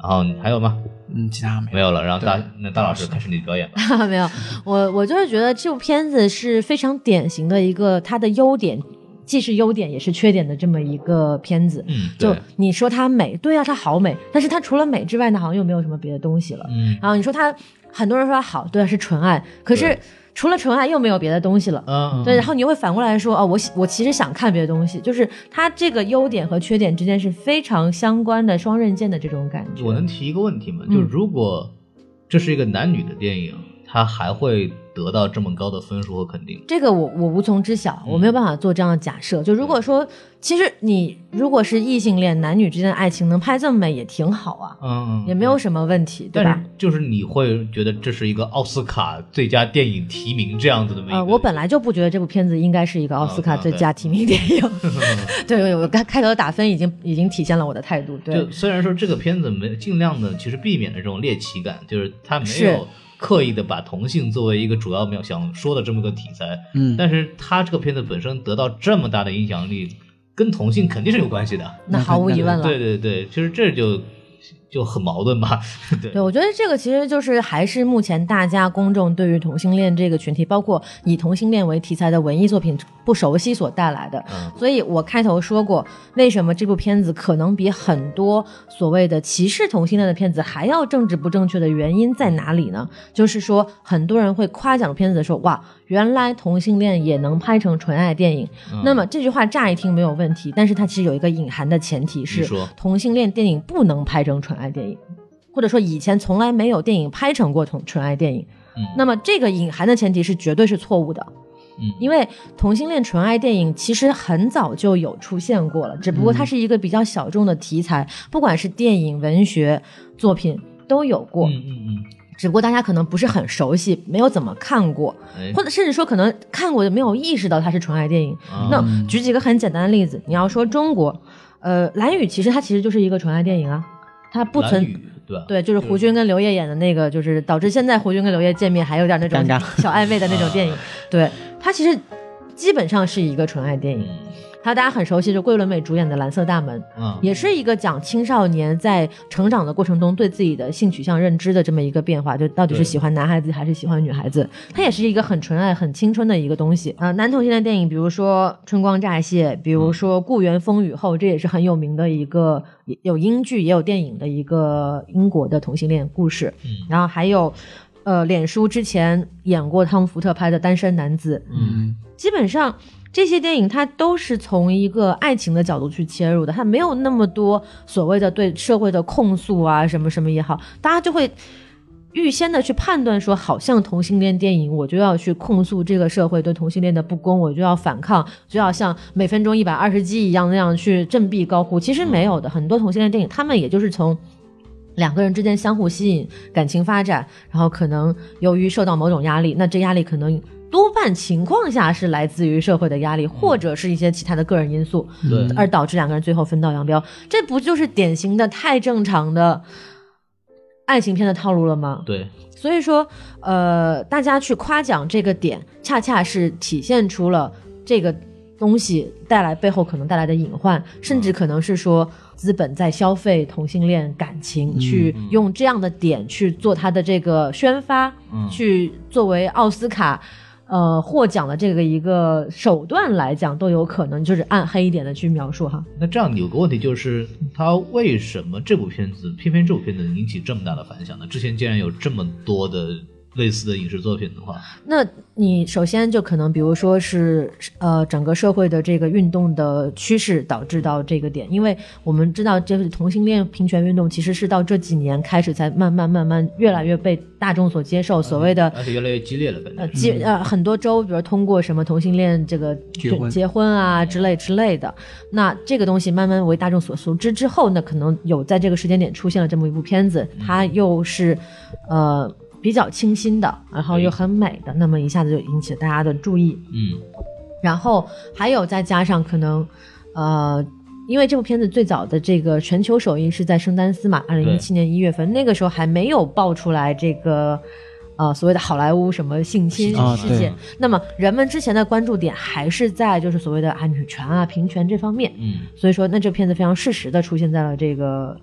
[SPEAKER 3] 然后你还有吗？
[SPEAKER 4] 嗯，其他没有。
[SPEAKER 3] 没有了。然后大
[SPEAKER 4] 对
[SPEAKER 3] 那大老师开始你的表演吧。
[SPEAKER 1] 啊没有，我我就是觉得这部片子是非常典型的一个它的优点，既是优点也是缺点的这么一个片子。
[SPEAKER 3] 嗯，
[SPEAKER 1] 就
[SPEAKER 3] 对，
[SPEAKER 1] 你说它美，对啊，它好美，但是它除了美之外呢，好像又没有什么别的东西了。啊
[SPEAKER 3] 嗯
[SPEAKER 1] 然后你说它，很多人说它好，对啊，是纯爱，可是
[SPEAKER 3] 对
[SPEAKER 1] 除了纯爱又没有别的东西了。
[SPEAKER 3] 嗯，
[SPEAKER 1] 对，然后你又会反过来说，哦，我喜我其实想看别的东西，就是它这个优点和缺点之间是非常相关的双刃剑的这种感觉。
[SPEAKER 3] 我能提一个问题吗？
[SPEAKER 1] 嗯
[SPEAKER 3] 就如果这是一个男女的电影，它还会得到这么高的分数和肯定？
[SPEAKER 1] 这个我我无从知晓，我没有
[SPEAKER 3] 嗯
[SPEAKER 1] 办法做这样的假设。就如果说，其实你如果是异性恋，男女之间的爱情能拍这么美也挺好啊，
[SPEAKER 3] 嗯
[SPEAKER 1] 也没有什么问题，对吧
[SPEAKER 3] 但？是就是你会觉得这是一个奥斯卡最佳电影提名这样子的一个、
[SPEAKER 1] 呃，我本来就不觉得这部片子应该是一个奥斯卡
[SPEAKER 3] 啊
[SPEAKER 1] 最佳提名电 影。对，我我刚开头的打分已经已经体现了我的态度。对
[SPEAKER 3] 就，虽然说这个片子没尽量的其实避免了这种猎奇感，就是它没
[SPEAKER 1] 是
[SPEAKER 3] 有刻意的把同性作为一个主要没有想说的这么个题材，
[SPEAKER 4] 嗯
[SPEAKER 3] 但是他这个片子本身得到这么大的影响力，跟同性肯定是有关系的。
[SPEAKER 1] 那
[SPEAKER 4] 那
[SPEAKER 1] 毫无
[SPEAKER 4] 肯
[SPEAKER 1] 疑
[SPEAKER 4] 定
[SPEAKER 1] 问了。
[SPEAKER 3] 对对对，其实这就就很矛盾吧？对
[SPEAKER 1] 对，我觉得这个其实就是还是目前大家公众对于同性恋这个群体，包括以同性恋为题材的文艺作品不熟悉所带来的。
[SPEAKER 3] 嗯
[SPEAKER 1] 所以我开头说过，为什么这部片子可能比很多所谓的歧视同性恋的片子还要政治不正确的原因在哪里呢？就是说，很多人会夸奖片子说：“哇，原来同性恋也能拍成纯爱电影。
[SPEAKER 3] 嗯
[SPEAKER 1] 那么这句话乍一听没有问题，但是它其实有一个隐含的前提
[SPEAKER 3] 你
[SPEAKER 1] 是
[SPEAKER 3] 说，
[SPEAKER 1] 同性恋电影不能拍成纯爱电影，或者说以前从来没有电影拍成过纯纯爱电影。
[SPEAKER 3] 嗯
[SPEAKER 1] 那么这个隐含的前提是绝对是错误的，
[SPEAKER 3] 嗯
[SPEAKER 1] 因为同性恋纯爱电影其实很早就有出现过了，只不过
[SPEAKER 3] 嗯
[SPEAKER 1] 它是一个比较小众的题材，不管是电影、文学作品都有过，
[SPEAKER 3] 嗯嗯
[SPEAKER 1] 只不过大家可能不是很熟悉，没有怎么看过。
[SPEAKER 3] 嗯，哎
[SPEAKER 1] 或者甚至说可能看过的没有意识到它是纯爱电影。
[SPEAKER 3] 啊
[SPEAKER 1] 那举几个很简单的例子，你要说中国，呃，《蓝雨》其实它其实就是一个纯爱电影啊，它不
[SPEAKER 3] 蓝
[SPEAKER 1] 存。
[SPEAKER 3] 宇对吧？
[SPEAKER 1] 对，就是胡军跟刘烨演的那个，就是导致现在胡军跟刘烨见面还有点那种
[SPEAKER 4] 尴尬
[SPEAKER 1] 小暧昧的那种电 影
[SPEAKER 3] 啊。
[SPEAKER 1] 对，它其实基本上是一个纯爱电影。
[SPEAKER 3] 嗯
[SPEAKER 1] 还有大家很熟悉，就桂纶镁主演的《蓝色大门》，
[SPEAKER 3] 啊
[SPEAKER 1] 也是一个讲青少年在成长的过程中对自己的性取向认知的这么一个变化，就到底是
[SPEAKER 3] 对
[SPEAKER 1] 喜欢男孩子还是喜欢女孩子，它也是一个很纯爱、很青春的一个东西。啊、男同性恋电影，比如说《春光乍泄》，比如说《故园风雨后》，这也是很有名的一个也有英剧也有电影的一个英国的同性恋故事。
[SPEAKER 3] 嗯
[SPEAKER 1] 然后还有，呃，脸书之前演过汤姆福特拍的《单身男子》，
[SPEAKER 4] 嗯
[SPEAKER 1] 基本上这些电影它都是从一个爱情的角度去切入的，它没有那么多所谓的对社会的控诉啊，什么什么也好，大家就会。预先的去判断说，好像同性恋电影，我就要去控诉这个社会对同性恋的不公，我就要反抗，就要像每分钟一百二十击一样那样去振臂高呼。其实没有的，很多同性恋电影，他们也就是从两个人之间相互吸引，感情发展，然后可能由于受到某种压力，那这压力可能多半情况下是来自于社会的压力，或者是一些其他的个人因素，
[SPEAKER 3] 对
[SPEAKER 4] 嗯
[SPEAKER 1] 而导致两个人最后分道扬镳。这不就是典型的太正常的爱情片的套路了吗？
[SPEAKER 3] 对
[SPEAKER 1] 所以说，呃，大家去夸奖这个点，恰恰是体现出了这个东西带来背后可能带来的隐患，甚至可能是说资本在消费同性恋感情，去用这样的点去做它的这个宣发，
[SPEAKER 3] 嗯
[SPEAKER 1] 去作为奥斯卡。呃，获奖的这个一个手段来讲，都有可能就是暗黑一点的去描述哈。
[SPEAKER 3] 那这样有个问题就是，他为什么这部片子偏偏这部片子引起这么大的反响呢？之前竟然有这么多的类似的影视作品的话，
[SPEAKER 1] 那你首先就可能，比如说是呃，整个社会的这个运动的趋势导致到这个点，因为我们知道这个同性恋平权运动其实是到这几年开始才慢慢慢慢越来越被大众所接受，所谓的
[SPEAKER 3] 而且越来越激烈了，感
[SPEAKER 1] 呃，
[SPEAKER 3] 觉。
[SPEAKER 1] 基呃很多州，比如通过什么同性恋这个
[SPEAKER 4] 嗯结
[SPEAKER 1] 就
[SPEAKER 4] 婚
[SPEAKER 1] 结婚啊之类之类的，那这个东西慢慢为大众所熟知之后呢，可能有在这个时间点出现了这么一部片子，它
[SPEAKER 4] 嗯
[SPEAKER 1] 又是呃比较清新的，然后又很美的，那么一下子就引起了大家的注意。
[SPEAKER 3] 嗯
[SPEAKER 1] 然后还有再加上可能，呃，因为这部片子最早的这个全球首映是在圣丹斯嘛，二零一七年一月份，那个时候还没有爆出来这个。呃，所谓的好莱坞什么性侵
[SPEAKER 4] 啊
[SPEAKER 1] 事件，
[SPEAKER 4] 对
[SPEAKER 1] 那么人们之前的关注点还是在就是所谓的啊女权啊平权这方面，
[SPEAKER 3] 嗯
[SPEAKER 1] 所以说那这片子非常适时的出现在了这个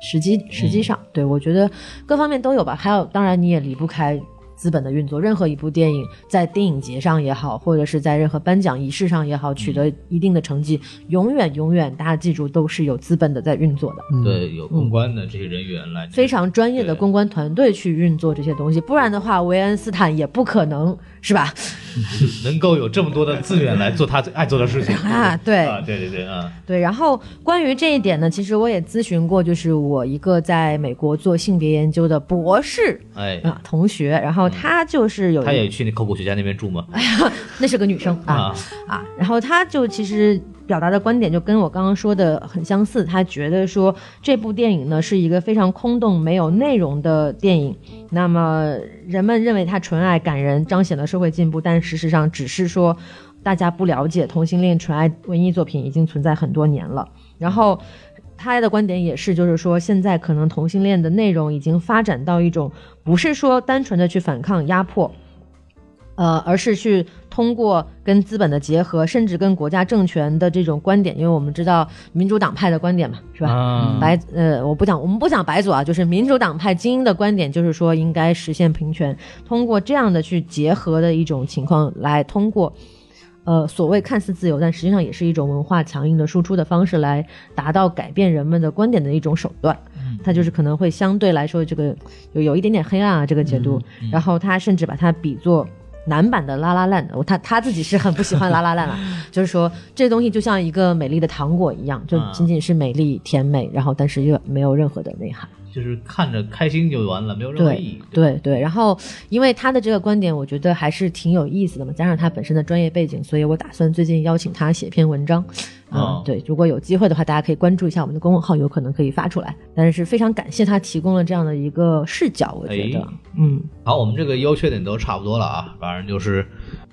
[SPEAKER 1] 时机时机上。对我觉得各方面都有吧。还有，当然你也离不开资本的运作，任何一部电影在电影节上也好，或者是在任何颁奖仪式上也好，取得一定的成绩，永远永远大家记住都是有资本的在运作的。
[SPEAKER 4] 嗯
[SPEAKER 3] 对，有公关的这些人员来，
[SPEAKER 1] 非常专业的
[SPEAKER 3] 对
[SPEAKER 1] 公关团队去运作这些东西，不然的话，维恩斯坦也不可能是吧？
[SPEAKER 3] 能够有这么多的资源来做他最爱做的事情
[SPEAKER 1] 啊对
[SPEAKER 3] 啊，对对对啊，
[SPEAKER 1] 对，然后关于这一点呢，其实我也咨询过，就是我一个在美国做性别研究的博士，
[SPEAKER 3] 哎，
[SPEAKER 1] 啊同学，然后她就是有
[SPEAKER 3] 嗯他也
[SPEAKER 1] 一，
[SPEAKER 3] 去那考古学家那边住吗？
[SPEAKER 1] 哎那是个女生啊
[SPEAKER 3] 啊，
[SPEAKER 1] 啊，然后她就其实表达的观点就跟我刚刚说的很相似，她觉得说这部电影呢是一个非常空洞、没有内容的电影。那么人们认为它纯爱感人，彰显了社会进步，但事实上只是说大家不了解同性恋纯爱文艺作品已经存在很多年了。然后他的观点也是，就是说现在可能同性恋的内容已经发展到一种不是说单纯的去反抗压迫，呃，而是去通过跟资本的结合，甚至跟国家政权的这种观点，因为我们知道民主党派的观点嘛，是吧？
[SPEAKER 3] 啊，
[SPEAKER 1] 白呃，我不讲，我们不讲白左啊，就是民主党派精英的观点，就是说应该实现平权，通过这样的去结合的一种情况来通过。呃，所谓看似自由，但实际上也是一种文化强硬的输出的方式，来达到改变人们的观点的一种手段。它就是可能会相对来说这个有有一点点黑暗啊，这个解读。然后他甚至把它比作男版的拉拉烂，我他他自己是很不喜欢拉拉烂了，就是说这东西就像一个美丽的糖果一样，就
[SPEAKER 3] 啊
[SPEAKER 1] 仅仅是美丽甜美，然后但是又没有任何的内涵。
[SPEAKER 3] 就是看着开心就完了，没有任何意
[SPEAKER 1] 对
[SPEAKER 3] 义。
[SPEAKER 1] 对对，然后因为他的这个观点，我觉得还是挺有意思的嘛，加上他本身的专业背景，所以我打算最近邀请他写篇文章。啊、
[SPEAKER 3] 哦
[SPEAKER 1] 对，如果有机会的话，大家可以关注一下我们的公众号，有可能可以发出来。但是非常感谢他提供了这样的一个视角，我觉得，
[SPEAKER 3] 哎
[SPEAKER 1] 嗯，
[SPEAKER 3] 好，我们这个优缺点都差不多了啊，反正就是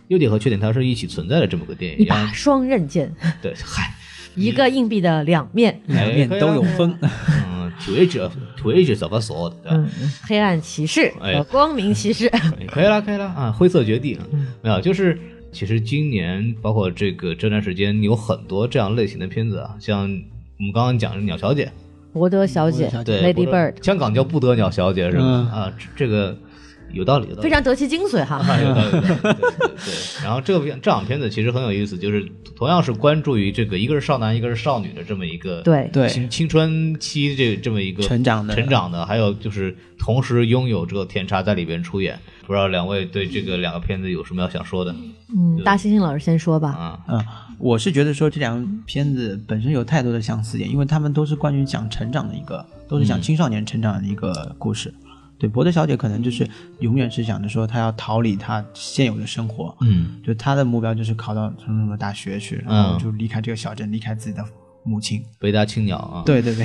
[SPEAKER 3] 优点和缺点它是一起存在的这么个电影。
[SPEAKER 1] 一把双刃剑，
[SPEAKER 3] 对，嗨，
[SPEAKER 1] 一个硬币的两哎面，
[SPEAKER 4] 两面都有风。
[SPEAKER 3] 嗯，twitch twitch 怎么说的？对吧
[SPEAKER 1] 嗯，黑暗骑士
[SPEAKER 3] 哎
[SPEAKER 1] 和光明骑士，
[SPEAKER 3] 可以了，可以了啊！灰色绝地啊，
[SPEAKER 1] 嗯
[SPEAKER 3] 没有，就是其实今年包括这个这段时间有很多这样类型的片子啊，像我们刚刚讲的鸟小姐，
[SPEAKER 1] 伯德小姐
[SPEAKER 4] 伯德小
[SPEAKER 3] 对
[SPEAKER 1] ，Lady
[SPEAKER 3] 不得
[SPEAKER 1] Bird，
[SPEAKER 3] 香港叫不得鸟小姐是吧？
[SPEAKER 4] 嗯
[SPEAKER 3] 啊，这这个有道理，有道理
[SPEAKER 1] 非常得其精髓哈。
[SPEAKER 3] 啊，有道理。有道理对 对对，然后这个片这两片子其实很有意思，就是同样是关注于这个一个是少男，一个是少女的这么一个
[SPEAKER 1] 对
[SPEAKER 4] 对
[SPEAKER 3] 青青春期这这么一个
[SPEAKER 4] 成长的
[SPEAKER 3] 成长的，还有就是同时拥有这个甜茶在里边出演。不知道两位对这个两个片子有什么要想说的
[SPEAKER 1] 嗯，大猩猩老师先说吧。
[SPEAKER 3] 啊？
[SPEAKER 4] 嗯，我是觉得说这两个片子本身有太多的相似点，因为他们都是关于讲成长的一个，都是讲青少年成长的一个故事。对，博德小姐可能就是永远是想着说她要逃离她现有的生活，
[SPEAKER 3] 嗯
[SPEAKER 4] 就她的目标就是考到什么什么大学去，然后就离开这个小镇，离开自己的母亲。
[SPEAKER 3] 北大青鸟啊，，
[SPEAKER 4] 对对对，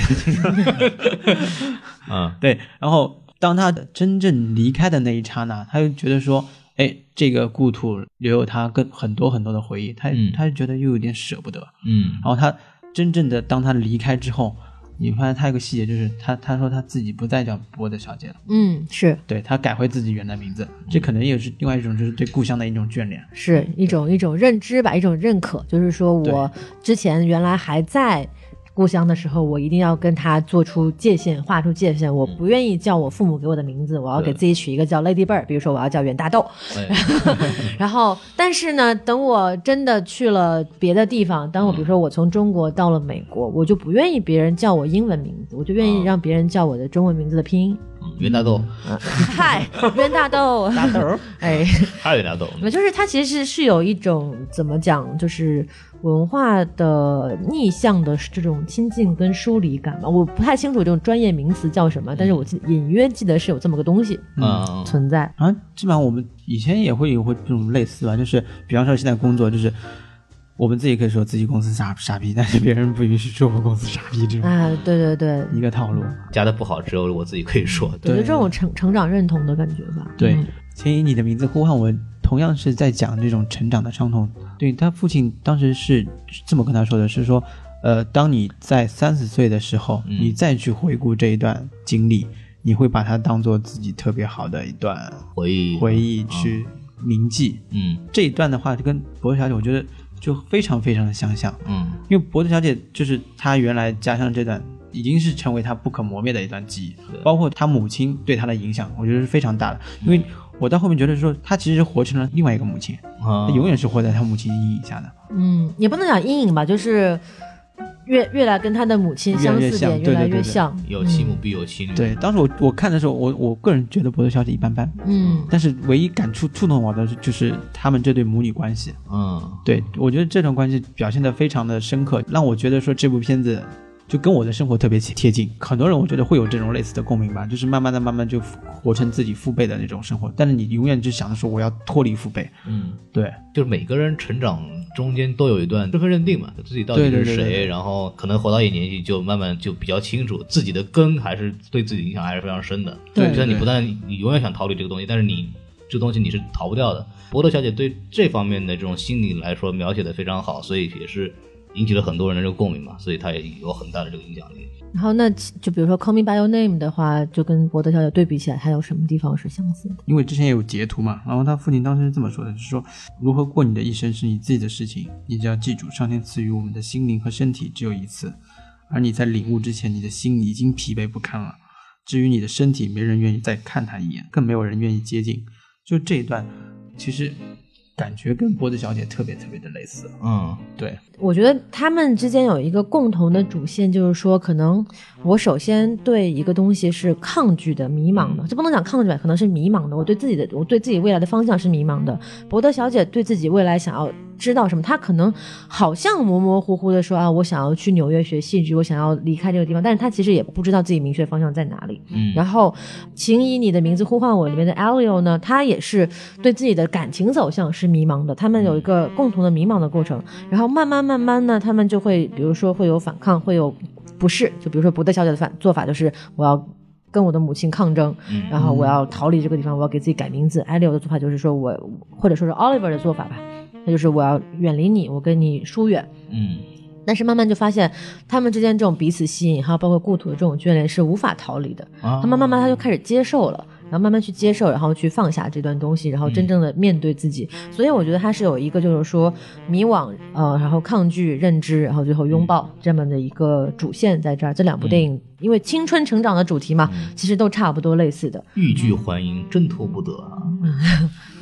[SPEAKER 3] 嗯
[SPEAKER 4] 对，然后当他真正离开的那一刹那，他就觉得说，哎，这个故土留有他跟很多很多的回忆，他、
[SPEAKER 3] 嗯
[SPEAKER 4] 他就觉得又有点舍不得。
[SPEAKER 3] 嗯
[SPEAKER 4] 然后他真正的当他离开之后，你发现他有个细节就是他他说他自己不再叫波德小姐了，
[SPEAKER 1] 嗯，是
[SPEAKER 4] 对他改回自己原来名字，这可能也是另外一种就是对故乡的一种眷恋。
[SPEAKER 1] 是一种一种认知吧，一种认可，就是说我之前原来还在。故乡的时候，我一定要跟他做出界限，画出界限。我不愿意叫我父母给我的名字，我要给
[SPEAKER 3] 对
[SPEAKER 1] 自己取一个叫 Lady Bird，比如说我要叫袁大豆，
[SPEAKER 3] 哎
[SPEAKER 1] 然后，但是呢，等我真的去了别的地方，当我比如说我从中国到了美国，我就不愿意别人叫我英文名字，我就愿意
[SPEAKER 3] 嗯
[SPEAKER 1] 让别人叫我的中文名字的拼音。
[SPEAKER 3] 嗯袁大豆，
[SPEAKER 1] 嗨，袁大豆，大豆， 哎，
[SPEAKER 3] 还有袁大豆，
[SPEAKER 1] 那就是它其实是是有一种怎么讲，就是文化的逆向的这种亲近跟疏离感吧。我不太清楚这种专业名词叫什么，但是我记
[SPEAKER 4] 嗯
[SPEAKER 1] 隐约记得是有这么个东西
[SPEAKER 3] 嗯，
[SPEAKER 1] 存在。
[SPEAKER 4] 然后啊基本上我们以前也会有会这种类似吧，就是比方说现在工作就是。我们自己可以说自己公司傻傻逼，但是别人不允许说我公司傻逼这种。
[SPEAKER 1] 啊，对对对，
[SPEAKER 4] 一个套路。
[SPEAKER 3] 加的不好，只有我自己可以说。
[SPEAKER 1] 有
[SPEAKER 4] 对
[SPEAKER 1] 就这种成成长认同的感觉吧。
[SPEAKER 4] 对
[SPEAKER 1] 嗯，
[SPEAKER 4] 先以你的名字呼唤我，同样是在讲这种成长的伤痛。对他父亲当时是这么跟他说的，是说，呃，当你在三十岁的时候，
[SPEAKER 3] 嗯
[SPEAKER 4] 你再去回顾这一段经历，你会把它当做自己特别好的一段
[SPEAKER 3] 回忆，
[SPEAKER 4] 回，忆去铭记。
[SPEAKER 3] 嗯
[SPEAKER 4] 这一段的话，就跟博小姐，我觉得就非常非常的相像。
[SPEAKER 3] 嗯
[SPEAKER 4] 因为博德小姐就是她原来家乡这段，已经是成为她不可磨灭的一段记忆，包括她母亲对她的影响，我觉得是非常大的。因为我到后面觉得说，她其实活成了另外一个母亲，
[SPEAKER 3] 啊
[SPEAKER 4] 她，永远是活在她母亲阴影下的。
[SPEAKER 1] 嗯，也不能讲阴影吧，就是越越来跟他的母亲
[SPEAKER 4] 越来
[SPEAKER 1] 相
[SPEAKER 4] 越
[SPEAKER 1] 似点
[SPEAKER 4] 像对
[SPEAKER 1] 来
[SPEAKER 4] 对对
[SPEAKER 1] 越
[SPEAKER 4] 对
[SPEAKER 1] 像。嗯
[SPEAKER 3] 有其母必有其女。
[SPEAKER 4] 对，当时我我看的时候，我我个人觉得博德小姐一般般，
[SPEAKER 1] 嗯，
[SPEAKER 4] 但是唯一感触触动我的就是他们这对母女关系。
[SPEAKER 3] 嗯，
[SPEAKER 4] 对我觉得这段关系表现得非常的深刻，让我觉得说这部片子。就跟我的生活特别贴贴近，很多人我觉得会有这种类似的共鸣吧，就是慢慢的、慢慢就活成自己父辈的那种生活，但是你永远就想着说我要脱离父辈，
[SPEAKER 3] 嗯，
[SPEAKER 4] 对
[SPEAKER 3] 就是每个人成长中间都有一段身份认定嘛，自己到底是
[SPEAKER 4] 对对
[SPEAKER 3] 谁，
[SPEAKER 4] 对对对然
[SPEAKER 3] 后可能活到一定年纪就慢慢就比较清楚自己的根还是对自己影响还是非常深的。
[SPEAKER 1] 对
[SPEAKER 3] 就像你
[SPEAKER 4] 对
[SPEAKER 3] 不但你永远想逃离这个东西，但是你这东西你是逃不掉的。博德小姐对这方面的这种心理来说描写的非常好，所以也是引起了很多人的这个共鸣嘛，所以它也有很大的这个影响力。
[SPEAKER 1] 然后那就比如说《Call Me by Your Name》的话，就跟《博德小姐》对比起来，还有什么地方是相似的？
[SPEAKER 4] 因为之前也有截图嘛，然后他父亲当时是这么说的，就是说如何过你的一生是你自己的事情，你只要记住，上天赐予我们的心灵和身体只有一次，而你在领悟之前，你的心已经疲惫不堪了。至于你的身体，没人愿意再看他一眼，更没有人愿意接近。就这一段，其实感觉跟波子小姐特别特别的类似。
[SPEAKER 3] 嗯，
[SPEAKER 4] 对，
[SPEAKER 1] 我觉得他们之间有一个共同的主线，就是说，可能我首先对一个东西是抗拒的、迷茫的，这不能讲抗拒吧，可能是迷茫的。我对自己的，我对自己未来的方向是迷茫的。博德小姐对自己未来想要知道什么，她可能好像模模糊糊的说啊，我想要去纽约学戏剧，我想要离开这个地方，但是她其实也不知道自己明确方向在哪里。
[SPEAKER 3] 嗯
[SPEAKER 1] 然后，请以你的名字呼唤我里面的 Elio 呢，他也是对自己的感情走向是迷茫的，他们有一个共同的迷茫的过程。然后慢慢慢慢呢，他们就会，比如说会有反抗，会有不适，就比如说博德小姐的反做法就是我要。跟我的母亲抗争，然后我要逃离这个地方，我要给自己改名字。艾利欧的做法就是说我，或者说是 Oliver 的做法吧，那就是我要远离你，我跟你疏远。
[SPEAKER 3] 嗯
[SPEAKER 1] 但是慢慢就发现，他们之间这种彼此吸引，还有包括故土的这种眷恋是无法逃离的。
[SPEAKER 3] 啊
[SPEAKER 1] 他慢慢慢他就开始接受了，然后慢慢去接受，然后去放下这段东西，然后真正的面对自己。所以我觉得他是有一个就是说迷惘，呃，然后抗拒认知，然后最后拥抱这么的一个主线在这儿。这两部电影因为青春成长的主题嘛，其实都差不多类似的。
[SPEAKER 3] 欲拒还迎，挣脱不得啊。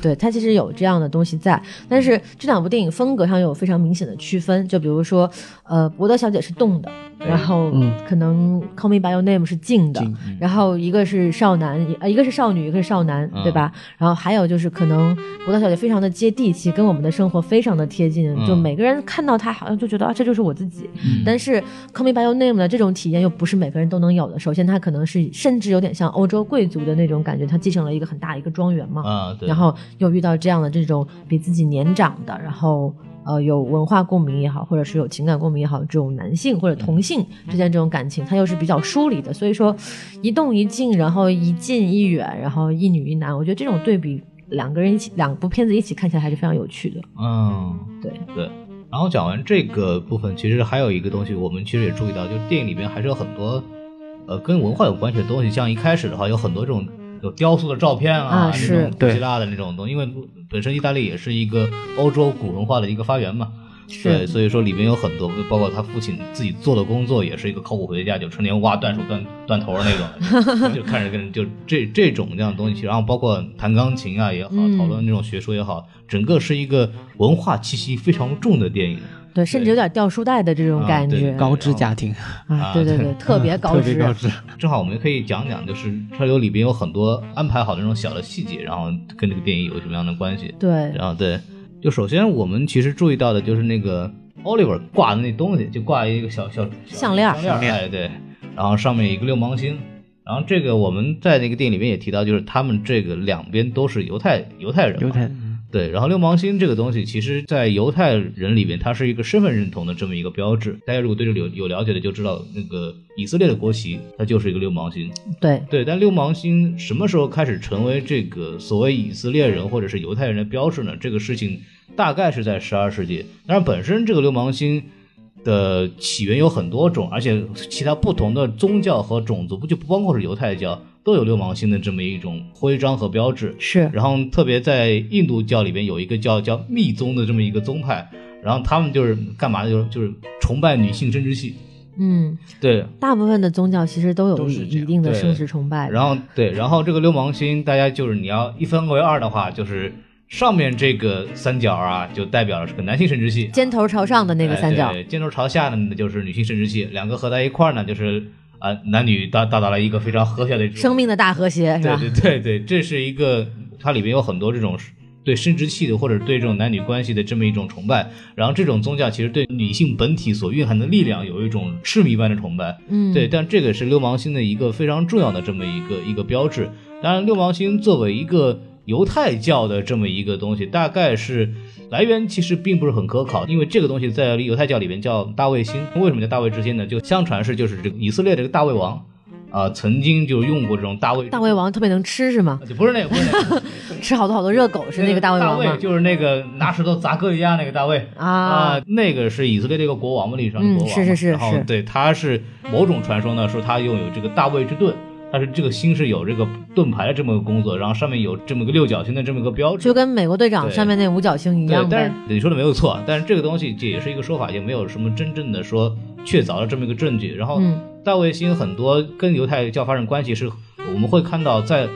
[SPEAKER 1] 对，它其实有这样的东西在，但是这两部电影风格上有非常明显的区分。就比如说，呃，《博德小姐》是动的，然后
[SPEAKER 4] 嗯
[SPEAKER 1] 可能《Call Me by Your Name》是静的，
[SPEAKER 4] 静嗯
[SPEAKER 1] 然后一个是少男，呃，一个是少女，一个是少男，
[SPEAKER 4] 嗯
[SPEAKER 1] 对吧？然后还有就是，可能《博德小姐》非常的接地气，跟我们的生活非常的贴近，
[SPEAKER 3] 嗯
[SPEAKER 1] 就每个人看到她好像就觉得啊，这就是我自己。
[SPEAKER 4] 嗯
[SPEAKER 1] 但是《Call Me by Your Name》的这种体验又不是每个人都能有的。首先，它可能是甚至有点像欧洲贵族的那种感觉，它继承了一个很大一个庄园嘛。
[SPEAKER 3] 啊，对，
[SPEAKER 1] 嗯然后又遇到这样的这种比自己年长的，然后呃有文化共鸣也好，或者是有情感共鸣也好，这种男性或者同性之间这种感情，它又是比较疏离的。所以说，一动一静，然后一近一远，然后一女一男，我觉得这种对比，两个人一起，两部片子一起看起来还是非常有趣的。
[SPEAKER 3] 嗯，
[SPEAKER 1] 对
[SPEAKER 3] 对。然后讲完这个部分，其实还有一个东西，我们其实也注意到，就是电影里边还是有很多，呃，跟文化有关系的东西。像一开始的话，有很多这种有雕塑的照片啊，
[SPEAKER 1] 啊
[SPEAKER 3] 那
[SPEAKER 1] 是
[SPEAKER 3] 种古希腊的那种东西，因为本身意大利也是一个欧洲古文化的一个发源嘛。对，所以说里面有很多，包括他父亲自己做的工作，也是一个考古学家，就成天挖断手断断头儿那种，就看着跟就这这种这样的东西，然后包括弹钢琴啊也好，
[SPEAKER 1] 嗯
[SPEAKER 3] 讨论那种学说也好，整个是一个文化气息非常重的电影。
[SPEAKER 1] 对，甚至有点掉书袋的这种
[SPEAKER 3] 啊
[SPEAKER 1] 感
[SPEAKER 3] 对
[SPEAKER 1] 觉。
[SPEAKER 4] 高知家庭，
[SPEAKER 1] 啊，对对对，特别高
[SPEAKER 4] 特别
[SPEAKER 1] 知。
[SPEAKER 4] 高知。
[SPEAKER 3] 正好我们可以讲讲，就是车流里边有很多安排好的那种小的细节，然后跟这个电影有什么样的关系。
[SPEAKER 1] 对，
[SPEAKER 3] 然后对，就首先我们其实注意到的就是那个 Oliver 挂的那东西，就挂一个小小
[SPEAKER 1] 项链儿
[SPEAKER 3] 项链儿，哎对，然后上面有一个六芒星。然后这个我们在那个电影里面也提到，就是他们这个两边都是犹太犹太人嘛，
[SPEAKER 4] 犹太，
[SPEAKER 3] 对，然后六芒星这个东西，其实在犹太人里边，它是一个身份认同的这么一个标志。大家如果对这里有有了解的，就知道那个以色列的国旗，它就是一个六芒星。
[SPEAKER 1] 对，
[SPEAKER 3] 对，但六芒星什么时候开始成为这个所谓以色列人或者是犹太人的标志呢？这个事情大概是在十二世纪。当然，本身这个六芒星的起源有很多种，而且其他不同的宗教和种族，不就不包括是犹太教，都有六芒星的这么一种徽章和标志。
[SPEAKER 1] 是
[SPEAKER 3] 然后特别在印度教里边有一个叫叫密宗的这么一个宗派，然后他们就是干嘛呢？就是就是崇拜女性生殖器，
[SPEAKER 1] 嗯，
[SPEAKER 3] 对。
[SPEAKER 1] 大部分的宗教其实都有
[SPEAKER 4] 都是这
[SPEAKER 1] 一
[SPEAKER 4] 样
[SPEAKER 1] 定的
[SPEAKER 3] 对
[SPEAKER 1] 生殖崇拜。
[SPEAKER 3] 然后对，然后这个六芒星，大家就是你要一分为二的话，就是上面这个三角啊，就代表了是个男性生殖器，
[SPEAKER 1] 尖头朝上的那个三角
[SPEAKER 3] 哎，对箭头朝下呢就是女性生殖器，两个合在一块儿呢就是啊、男女达达到了一个非常和谐的一种
[SPEAKER 1] 生命啊的大和谐是吧？
[SPEAKER 3] 对对对对，这是一个它里边有很多这种对生殖器的或者对这种男女关系的这么一种崇拜，然后这种宗教其实对女性本体所蕴含的力量有一种痴迷般的崇拜，
[SPEAKER 1] 嗯
[SPEAKER 3] 对，但这个是六芒星的一个非常重要的这么一个一个标志。当然，六芒星作为一个犹太教的这么一个东西，大概是来源其实并不是很可考，因为这个东西在犹太教里面叫大卫星。为什么叫大卫之星呢？就相传是就是这个以色列这个大卫王。呃曾经就用过这种大胃
[SPEAKER 1] 大胃王特别能吃是吗？
[SPEAKER 3] 就不是那个不是那个
[SPEAKER 1] 吃好多好多热狗 是那个大胃
[SPEAKER 3] 大
[SPEAKER 1] 王
[SPEAKER 3] 卫
[SPEAKER 1] 吗？
[SPEAKER 3] 就是那个拿石头砸哥利亚那个大卫
[SPEAKER 1] 啊
[SPEAKER 3] 那个是以色列的一个国王嘛，历史上的
[SPEAKER 1] 嗯
[SPEAKER 3] 国王嘛、
[SPEAKER 1] 是是是
[SPEAKER 3] 然后
[SPEAKER 1] 是
[SPEAKER 3] 对，他是某种传说呢，说他拥有这个大卫之盾。但是这个心是有这个盾牌的这么个工作，然后上面有这么个六角星的这么个标志，
[SPEAKER 1] 就跟美国队长
[SPEAKER 3] 对
[SPEAKER 1] 上面那五角星一
[SPEAKER 3] 对
[SPEAKER 1] 样，
[SPEAKER 3] 但是
[SPEAKER 1] 呗。
[SPEAKER 3] 你说的没有错，但是这个东西这也是一个说法，也没有什么真正的说确凿的这么一个证据。然后
[SPEAKER 1] 嗯
[SPEAKER 3] 大卫星很多跟犹太教发生关系是，我们会看到在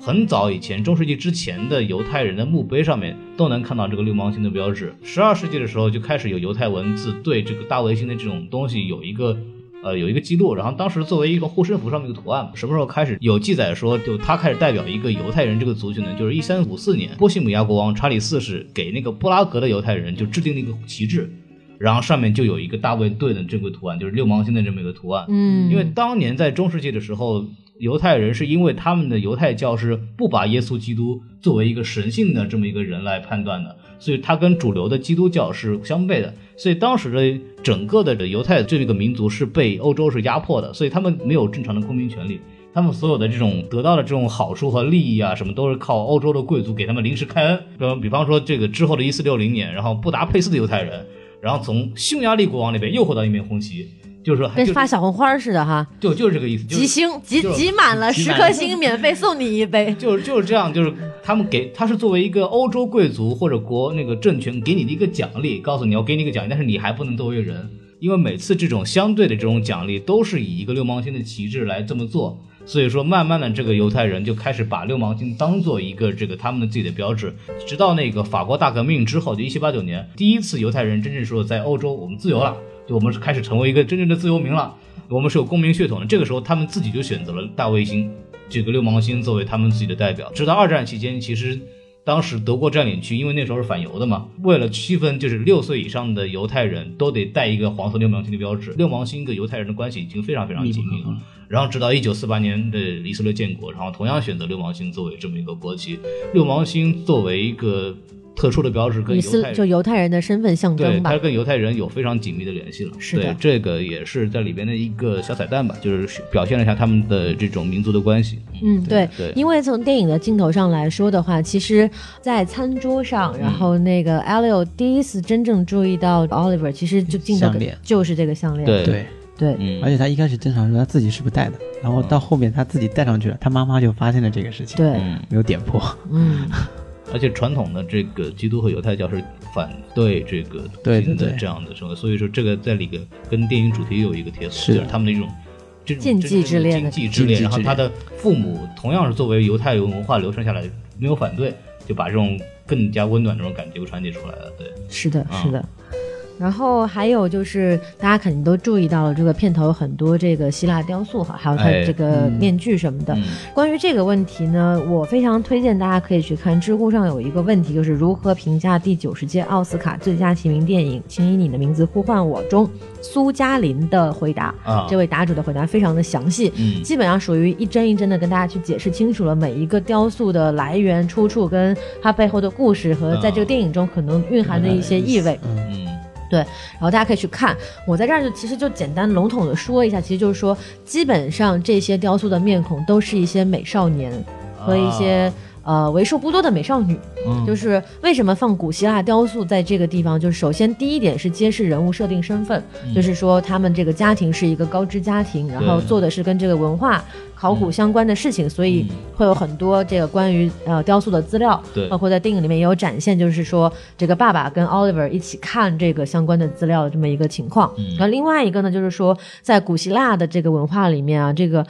[SPEAKER 3] 很早以前中世纪之前的犹太人的墓碑上面都能看到这个六芒星的标志。十二世纪的时候就开始有犹太文字对这个大卫星的这种东西有一个。呃，有一个记录，然后当时作为一个护身符上面一个图案，什么时候开始有记载说，就它开始代表一个犹太人这个族群呢？就是一三五四年，波西米亚国王查理四世给那个布拉格的犹太人就制定了一个旗帜，然后上面就有一个大卫盾的这个图案，就是六芒星的这么一个图案。
[SPEAKER 1] 嗯，
[SPEAKER 3] 因为当年在中世纪的时候，犹太人是因为他们的犹太教是不把耶稣基督作为一个神性的这么一个人来判断的，所以他跟主流的基督教是相悖的。所以当时的整个的犹太这个民族是被欧洲是压迫的，所以他们没有正常的公民权利。他们所有的这种得到的这种好处和利益啊，什么都是靠欧洲的贵族给他们临时开恩。呃，比方说这个之后的1460年，然后布达佩斯的犹太人，然后从匈牙利国王那边又获得一面红旗，就是说，
[SPEAKER 1] 跟
[SPEAKER 3] 就
[SPEAKER 1] 发小红花似的哈，
[SPEAKER 3] 就就是这个意思，就
[SPEAKER 1] 集
[SPEAKER 3] 是
[SPEAKER 1] 星集
[SPEAKER 3] 就是
[SPEAKER 1] 集满了
[SPEAKER 3] 集
[SPEAKER 1] 十
[SPEAKER 3] 满
[SPEAKER 1] 颗
[SPEAKER 3] 了
[SPEAKER 1] 星，免费送你一杯。
[SPEAKER 3] 就是就是这样，就是他们给他是作为一个欧洲贵族或者国那个政权给你的一个奖励，告诉你要给你一个奖励，但是你还不能作为人，因为每次这种相对的这种奖励都是以一个六芒星的旗帜来这么做。所以说，慢慢的，这个犹太人就开始把六芒星当做一个这个他们的自己的标志，直到那个法国大革命之后，就一七八九年，第一次犹太人真正说在欧洲我们自由了，就我们是开始成为一个真正的自由民了，我们是有公民血统的。这个时候，他们自己就选择了大卫星，这个六芒星作为他们自己的代表。直到二战期间，其实当时德国占领区，因为那时候是反犹的嘛，为了区分就是六岁以上的犹太人都得带一个黄色六芒星的标志。六芒星跟犹太人的关系已经非常非常紧密了。然后直到一九四八年的以色列建国，然后同样选择六芒星作为这么一个国旗，六芒星作为一个特殊的标志，跟
[SPEAKER 1] 以
[SPEAKER 3] 犹
[SPEAKER 1] 色
[SPEAKER 3] 太
[SPEAKER 1] 就
[SPEAKER 3] 人。
[SPEAKER 1] 犹太人的身份象
[SPEAKER 3] 对，
[SPEAKER 1] 征吧
[SPEAKER 3] 它，跟犹太人有非常紧密的联系了。
[SPEAKER 1] 是的
[SPEAKER 3] 对，这个也是在里边的一个小彩蛋吧，就是表现了一下他们的这种民族的关系。
[SPEAKER 1] 嗯，对
[SPEAKER 3] 对，
[SPEAKER 1] 因为从电影的镜头上来说的话，其实，在餐桌上，然后那个 Elio 第一次真正注意到 Oliver，其实就进到
[SPEAKER 4] 项链
[SPEAKER 1] 就是这个项链，
[SPEAKER 3] 对
[SPEAKER 4] 对，
[SPEAKER 1] 对，
[SPEAKER 3] 嗯
[SPEAKER 4] 而且他一开始正常说他自己是不戴的，然后到后面他自己戴上去了，他妈妈就发现了这个事情，，
[SPEAKER 1] 对，
[SPEAKER 3] 嗯，
[SPEAKER 4] 没有点破，
[SPEAKER 1] 嗯，
[SPEAKER 3] 而且传统的这个基督和犹太教是反对这个
[SPEAKER 4] 对
[SPEAKER 3] 新
[SPEAKER 4] 对
[SPEAKER 3] 的
[SPEAKER 4] 对
[SPEAKER 3] 这样的生活，所以说这个在里边跟电影主题有一个贴合，
[SPEAKER 4] 是
[SPEAKER 3] 就是他们的一种。这种
[SPEAKER 1] 禁忌之恋的
[SPEAKER 3] 禁忌之恋。
[SPEAKER 4] 禁忌之恋
[SPEAKER 3] 然后他的父母同样是作为犹太文化流传下来，没有反对，就把这种更加温暖的这种感觉传递出来了。对，
[SPEAKER 1] 是的，
[SPEAKER 3] 啊
[SPEAKER 1] 是的。然后还有就是，大家肯定都注意到了，这个片头有很多这个希腊雕塑哈，还有它
[SPEAKER 3] 哎
[SPEAKER 1] 这个
[SPEAKER 4] 嗯
[SPEAKER 1] 面具什么的。
[SPEAKER 3] 嗯
[SPEAKER 1] 关于这个问题呢，我非常推荐大家可以去看知乎上有一个问题，就是如何评价第九十届奥斯卡最佳提名电影《请以你的名字呼唤我》中苏嘉林的回答。
[SPEAKER 3] 啊，
[SPEAKER 1] 这位答主的回答非常的详细，
[SPEAKER 3] 嗯
[SPEAKER 1] 基本上属于一帧一帧的跟大家去解释清楚了每一个雕塑的来源、出处，跟它背后的故事和在这个电影中可能蕴含的一些意味。
[SPEAKER 4] 嗯，
[SPEAKER 3] 嗯
[SPEAKER 1] 然后大家可以去看。我在这儿就其实就简单笼统的说一下，其实就是说，基本上这些雕塑的面孔都是一些美少年和一
[SPEAKER 3] 啊
[SPEAKER 1] 些、呃为数不多的美少女。
[SPEAKER 3] 嗯
[SPEAKER 1] 就是为什么放古希腊雕塑在这个地方？就是首先第一点是揭示人物设定身份，
[SPEAKER 3] 嗯
[SPEAKER 1] 就是说他们这个家庭是一个高知家庭，然后做的是跟这个文化。考古相关的事情，所以会有很多这个关于呃雕塑的资料，
[SPEAKER 3] 嗯对
[SPEAKER 1] 包括在电影里面也有展现，就是说这个爸爸跟 Oliver 一起看这个相关的资料的这么一个情况。
[SPEAKER 3] 嗯
[SPEAKER 1] 然后另外一个呢，就是说在古希腊的这个文化里面啊，这个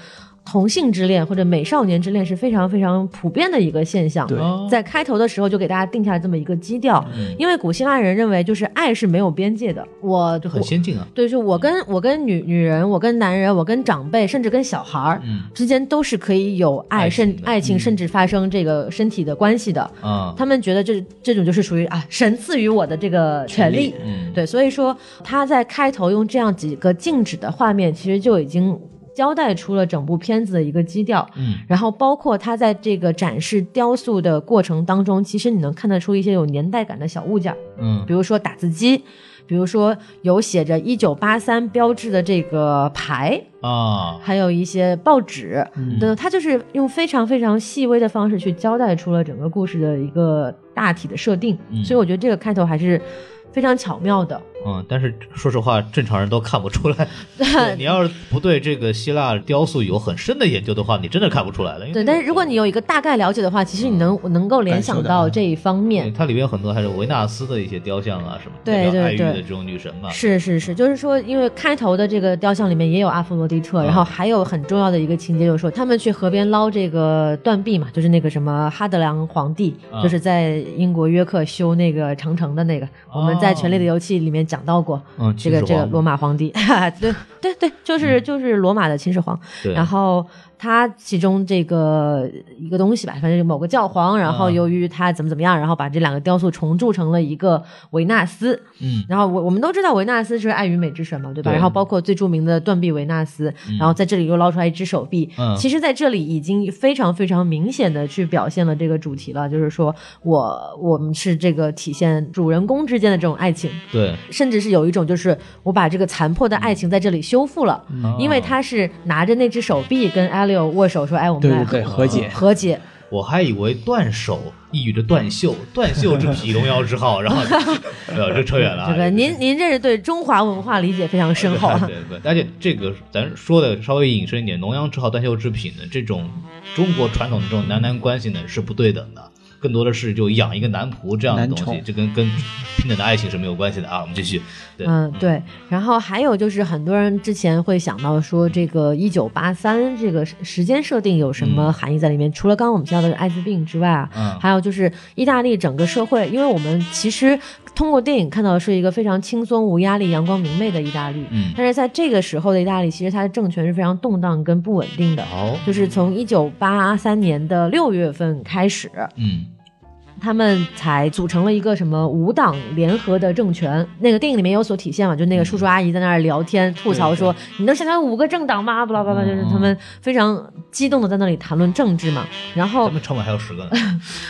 [SPEAKER 1] 同性之恋或者美少年之恋是非常非常普遍的一个现象。
[SPEAKER 4] 对
[SPEAKER 3] 哦
[SPEAKER 1] 在开头的时候就给大家定下了这么一个基调，
[SPEAKER 3] 嗯
[SPEAKER 1] 因为古希腊人认为就是爱是没有边界的。我
[SPEAKER 3] 这很
[SPEAKER 1] 我
[SPEAKER 3] 先进啊。
[SPEAKER 1] 对，就我跟我跟女女人，我跟男人，我跟长辈，甚至跟小孩儿。
[SPEAKER 3] 嗯
[SPEAKER 1] 之间都是可以有爱，
[SPEAKER 3] 爱情
[SPEAKER 1] 甚
[SPEAKER 3] 的嗯
[SPEAKER 1] 爱情，甚至发生这个身体的关系的。
[SPEAKER 3] 啊，
[SPEAKER 1] 他们觉得这这种就是属于啊神赐予我的这个权利。
[SPEAKER 3] 嗯
[SPEAKER 1] 对，所以说他在开头用这样几个静止的画面，其实就已经交代出了整部片子的一个基调。
[SPEAKER 3] 嗯
[SPEAKER 1] 然后包括他在这个展示雕塑的过程当中，其实你能看得出一些有年代感的小物件儿，
[SPEAKER 3] 嗯
[SPEAKER 1] 比如说打字机。比如说有写着一九八三标志的这个牌，
[SPEAKER 3] 啊，
[SPEAKER 1] 还有一些报纸，
[SPEAKER 4] 嗯
[SPEAKER 1] 那他就是用非常非常细微的方式去交代出了整个故事的一个大体的设定，
[SPEAKER 3] 嗯
[SPEAKER 1] 所以我觉得这个开头还是非常巧妙的。
[SPEAKER 3] 嗯，但是说实话，正常人都看不出 来。对你要是不对这个希腊雕塑有很深的研究的话，你真的看不出来了。因为
[SPEAKER 1] 对，但是如果你有一个大概了解的话，其实你能能够联想到这一方
[SPEAKER 3] 对
[SPEAKER 1] 面。
[SPEAKER 3] 它里面有很多还是维纳斯的一些雕像啊什么，
[SPEAKER 1] 对
[SPEAKER 3] 代表
[SPEAKER 1] 对
[SPEAKER 3] 爱欲
[SPEAKER 1] 对
[SPEAKER 3] 的这种女神嘛。
[SPEAKER 1] 是是是，就是说，因为开头的这个雕像里面也有阿佛罗狄特，
[SPEAKER 3] 嗯
[SPEAKER 1] 然后还有很重要的一个情节，就是说他们去河边捞这个断臂嘛，就是那个什么哈德良皇帝，
[SPEAKER 3] 嗯
[SPEAKER 1] 就是在英国约克修那个长城的那个，我们在《权力的游戏》里面讲到过，
[SPEAKER 3] 嗯，
[SPEAKER 1] 这个
[SPEAKER 3] 哦秦
[SPEAKER 1] 这
[SPEAKER 3] 始
[SPEAKER 1] 个
[SPEAKER 3] 皇嗯
[SPEAKER 1] 罗马皇帝， 对对对，就是就是罗马的秦始皇。
[SPEAKER 3] 对，
[SPEAKER 1] 然后他其中这个一个东西吧，反正就某个教皇，然后
[SPEAKER 3] 嗯
[SPEAKER 1] 由于他怎么怎么样，然后把这两个雕塑重铸成了一个维纳斯。
[SPEAKER 3] 嗯
[SPEAKER 1] 然后我我们都知道维纳斯是爱与美之神嘛，对吧？
[SPEAKER 3] 对
[SPEAKER 1] 然后包括最著名的断臂维纳斯，然后在这里又捞出来一只手臂。
[SPEAKER 3] 嗯
[SPEAKER 1] 其实在这里已经非常非常明显的去表现了这个主题了，就是说我我们是这个体现主人公之间的这种爱情。
[SPEAKER 3] 对，
[SPEAKER 1] 甚至是有一种就是我把这个残破的爱情在这里修复了，
[SPEAKER 3] 哦
[SPEAKER 1] 因
[SPEAKER 3] 啊
[SPEAKER 1] 为他是拿着那只手臂跟艾利欧握手说：“哎，我们
[SPEAKER 4] 对
[SPEAKER 1] 来
[SPEAKER 4] 对对，和解。
[SPEAKER 1] 和解。
[SPEAKER 3] 我还以为断手意喻着断袖，断 袖之匹龙腰之好，然后 没有这扯远了啊。
[SPEAKER 1] 这个您您这是对中华文化理解非常深厚啊
[SPEAKER 3] 对。对，而且这个咱说的稍微引申一点，农羊之好断袖之癖呢，这种中国传统的这种男男关系呢是不对等的，更多的是就养一个男仆这样的
[SPEAKER 4] 男
[SPEAKER 3] 东西
[SPEAKER 4] 宠，
[SPEAKER 3] 这跟跟平等的爱情是没有关系的啊。我们继续，对，
[SPEAKER 1] 嗯，对。然后还有就是，很多人之前会想到说，这个一九八三这个时时间设定有什么含义在里面？除了刚刚我们提到的艾滋病之外啊，
[SPEAKER 3] 嗯
[SPEAKER 1] 还有就是意大利整个社会，因为我们其实通过电影看到的是一个非常轻松、无压力、阳光明媚的意大利，
[SPEAKER 3] 嗯
[SPEAKER 1] 但是在这个时候的意大利，其实它的政权是非常动荡跟不稳定的。
[SPEAKER 3] 好，
[SPEAKER 1] 就是从一九八三年的六月份开始，
[SPEAKER 3] 嗯
[SPEAKER 1] 他们才组成了一个什么五党联合的政权。那个电影里面有所体现嘛，就那个叔叔阿姨在那儿聊天吐槽说：“你能想象五个政党吗？”
[SPEAKER 3] 嗯
[SPEAKER 1] 巴拉巴拉，就是他们非常激动的在那里谈论政治嘛。然后
[SPEAKER 3] 咱们成本还有十个呢，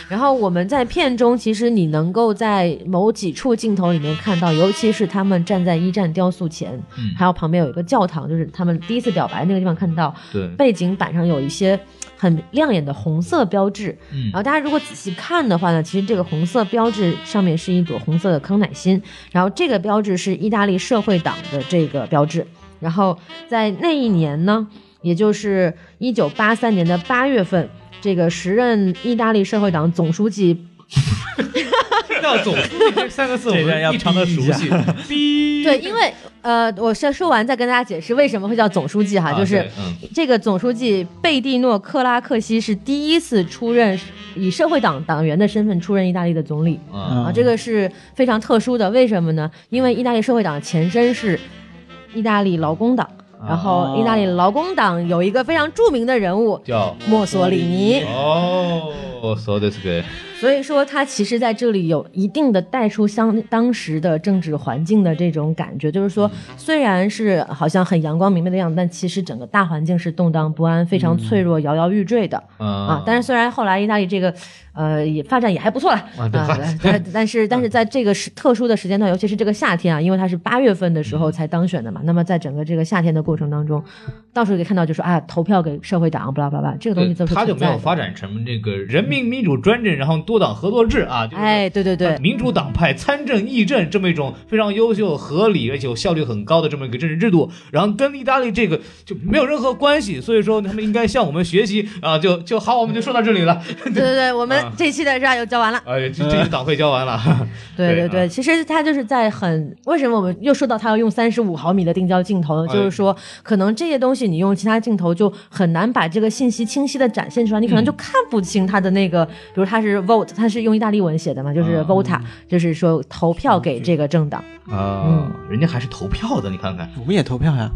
[SPEAKER 1] 然后我们在片中，其实你能够在某几处镜头里面看到，尤其是他们站在一战雕塑前，
[SPEAKER 3] 嗯
[SPEAKER 1] 还有旁边有一个教堂，就是他们第一次表白那个地方看到，
[SPEAKER 3] 对，
[SPEAKER 1] 背景板上有一些很亮眼的红色标志。
[SPEAKER 3] 嗯
[SPEAKER 1] 然后大家如果仔细看的话呢，其实这个红色标志上面是一朵红色的康乃馨，然后这个标志是意大利社会党的这个标志。然后在那一年呢，也就是一九八三年的八月份，这个时任意大利社会党总书记，
[SPEAKER 3] 要总这三个字我
[SPEAKER 4] 这段要
[SPEAKER 3] 们异常的熟悉，逼
[SPEAKER 1] 对，因为呃，我先说完再跟大家解释为什么会叫总书记哈，
[SPEAKER 3] 啊
[SPEAKER 1] 就是、
[SPEAKER 3] 对嗯
[SPEAKER 1] 这个总书记贝蒂诺·克拉克西是第一次出任以社会党党员的身份出任意大利的总理。
[SPEAKER 3] 啊
[SPEAKER 1] 啊，这个是非常特殊的。为什么呢？因为意大利社会党的前身是意大利劳工党，然后意大利劳工党有一个非常著名的人物
[SPEAKER 3] 叫
[SPEAKER 1] 墨索里尼，
[SPEAKER 3] 哦，so this guy，
[SPEAKER 1] 所以说他其实在这里有一定的带出相当时的政治环境的这种感觉，就是说
[SPEAKER 3] 嗯
[SPEAKER 1] 虽然是好像很阳光明媚的样子，但其实整个大环境是动荡不安、非常脆弱、摇摇欲坠的。啊
[SPEAKER 3] 啊，
[SPEAKER 1] 但是虽然后来意大利这个，呃，也发展也还不错了
[SPEAKER 3] 啊
[SPEAKER 1] 啊
[SPEAKER 3] 对发，
[SPEAKER 1] 但但是 但是在这个时特殊的时间段，尤其是这个夏天啊，因为它是八月份的时候才当选的嘛，那么在整个这个夏天的过程当中，
[SPEAKER 3] 嗯
[SPEAKER 1] 到处可以看到就说啊，投票给社会党，巴拉巴拉，这个东西
[SPEAKER 3] 对
[SPEAKER 1] 都是
[SPEAKER 3] 他就
[SPEAKER 1] 存
[SPEAKER 3] 没
[SPEAKER 1] 在
[SPEAKER 3] 有
[SPEAKER 1] 的。
[SPEAKER 3] 发展成这个人民民主专政，然后多党合作制啊，就是
[SPEAKER 1] 哎，对对对，
[SPEAKER 3] 民主党派参政议政这么一种非常优秀、合理而且有效率很高的这么一个政治制度，然后跟意大利这个就没有任何关系，所以说他们应该向我们学习啊！就就好，我们就说到这里了。
[SPEAKER 1] 对对对，我们
[SPEAKER 3] 啊
[SPEAKER 1] 这期的热爱又教完了。
[SPEAKER 3] 哎，这这个党费交完了，
[SPEAKER 1] 对对
[SPEAKER 3] 对啊
[SPEAKER 1] 对，其实他就是在很为什么我们又说到他要用三十五毫米的定焦镜头呢？
[SPEAKER 3] 哎
[SPEAKER 1] 就是说，可能这些东西你用其他镜头就很难把这个信息清晰的展现出来，你可
[SPEAKER 3] 嗯
[SPEAKER 1] 能就看不清他的那个，比如他是 vote，他是用意大利文写的嘛，就是
[SPEAKER 3] 嗯
[SPEAKER 1] vota，就是说投票给这个政党。嗯
[SPEAKER 3] 啊，人家还是投票的，你看看
[SPEAKER 4] 我们也投票呀，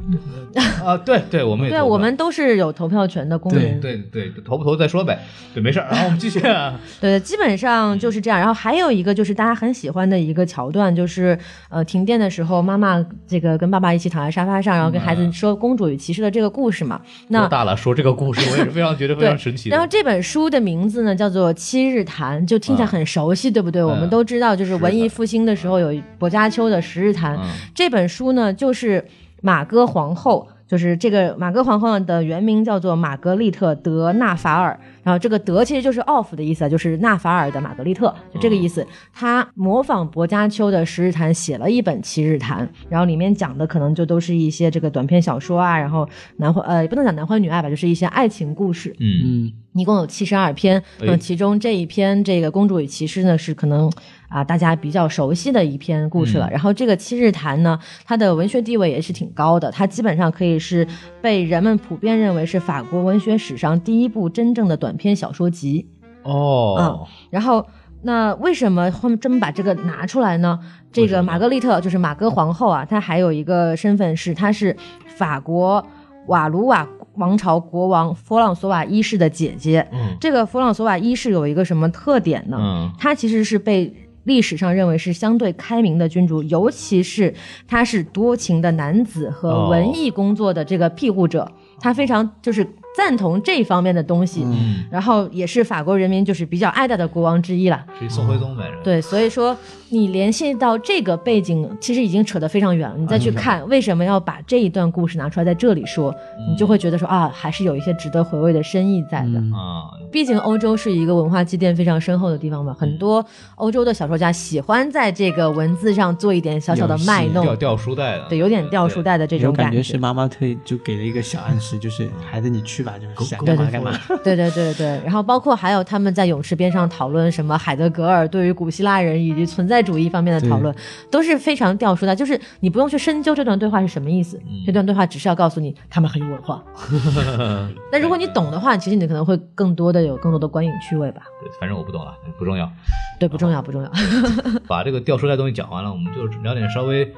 [SPEAKER 3] 啊，对对，我们也
[SPEAKER 1] 对，
[SPEAKER 3] 投票
[SPEAKER 1] 我们都是有投票权的公民。
[SPEAKER 3] 对对，投不投再说呗，对，没事儿。然后我们继续啊，
[SPEAKER 1] 对，基本上就是这样。然后还有一个就是大家很喜欢的一个桥段，就是呃停电的时候，妈妈这个跟爸爸一起躺在沙发上，然后跟孩子说《公主与骑士》的这个故事嘛。那
[SPEAKER 3] 多大了说这个故事，我也是非常觉得非常神奇的。
[SPEAKER 1] 然后这本书的名字呢叫做《七日谈》，就听起来很熟悉，对不对？我们都知道，啊嗯就是文艺复兴的时候有薄伽丘的《十日谈》
[SPEAKER 3] 嗯
[SPEAKER 1] 这本书呢，就是马哥皇后。就是这个马哥皇后的原名叫做玛格丽特·德纳法尔，然后这个德其实就是 off 的意思啊，就是纳法尔的玛格丽特，就这个意思。她模仿薄伽丘的《十日谈》，写了一本《七日谈》，然后里面讲的可能就都是一些这个短篇小说啊，然后男欢呃也不能讲男欢女爱吧，就是一些爱情故事。
[SPEAKER 3] 嗯，
[SPEAKER 4] 嗯，
[SPEAKER 1] 一共有七十二篇，
[SPEAKER 3] 哎
[SPEAKER 1] 那么其中这一篇《这个公主与骑士》呢，是可能啊大家比较熟悉的一篇故事了。然后这个《七日谈》呢，它的文学地位也是挺高的，它基本上可以是被人们普遍认为是法国文学史上第一部真正的短篇小说集。
[SPEAKER 3] 哦，
[SPEAKER 1] 然后，那为什么他们这么把这个拿出来呢？这
[SPEAKER 3] 为什
[SPEAKER 1] 个
[SPEAKER 3] 么
[SPEAKER 1] 玛格丽特就是马哥皇后啊，她还有一个身份是她是法国瓦卢瓦王朝国王弗朗索瓦一世的姐姐。
[SPEAKER 3] 嗯
[SPEAKER 1] 这个弗朗索瓦一世有一个什么特点呢？
[SPEAKER 3] 嗯
[SPEAKER 1] 他其实是被历史上认为是相对开明的君主，尤其是他是多情的男子和
[SPEAKER 3] 哦
[SPEAKER 1] 文艺工作的这个庇护者，他非常就是赞同这方面的东西。
[SPEAKER 3] 嗯，
[SPEAKER 1] 然后也是法国人民就是比较爱戴的国王之一了，
[SPEAKER 3] 是宋徽宗本人。，
[SPEAKER 1] 对，所以说你联系到这个背景，其实已经扯得非常远了。你再
[SPEAKER 3] 嗯
[SPEAKER 1] 去看为什么要把这一段故事拿出来在这里说，
[SPEAKER 3] 嗯
[SPEAKER 1] 你就会觉得说啊，还是有一些值得回味的深意在的。
[SPEAKER 4] 嗯
[SPEAKER 3] 啊，
[SPEAKER 1] 毕竟欧洲是一个文化积淀非常深厚的地方嘛，很
[SPEAKER 4] 嗯
[SPEAKER 1] 多欧洲的小说家喜欢在这个文字上做一点小小的卖
[SPEAKER 3] 掉
[SPEAKER 1] 弄，
[SPEAKER 3] 掉书袋的，
[SPEAKER 1] 对，有点掉书袋的这
[SPEAKER 4] 有
[SPEAKER 1] 种
[SPEAKER 4] 感
[SPEAKER 1] 觉。
[SPEAKER 4] 觉是妈妈特意就给了一个小暗示，就是孩子你去吧，就是想干
[SPEAKER 1] 对对
[SPEAKER 4] 嘛 干嘛。
[SPEAKER 1] 对对对对，然后包括还有他们在泳池边上讨论什么海德格尔对于古希腊人以及存在主义方面的讨论，都是非常掉书袋，就是你不用去深究这段对话是什么意思，
[SPEAKER 4] 嗯
[SPEAKER 1] 这段对话只是要告诉你他们很有文化。 那如果你懂的话，其实你可能会更多的有更多的观影趣味吧。
[SPEAKER 3] 对，反正我不懂了，不重要。
[SPEAKER 1] 对，不重要，不重要。
[SPEAKER 3] 把这个掉书袋东西讲完了，我们就聊点稍微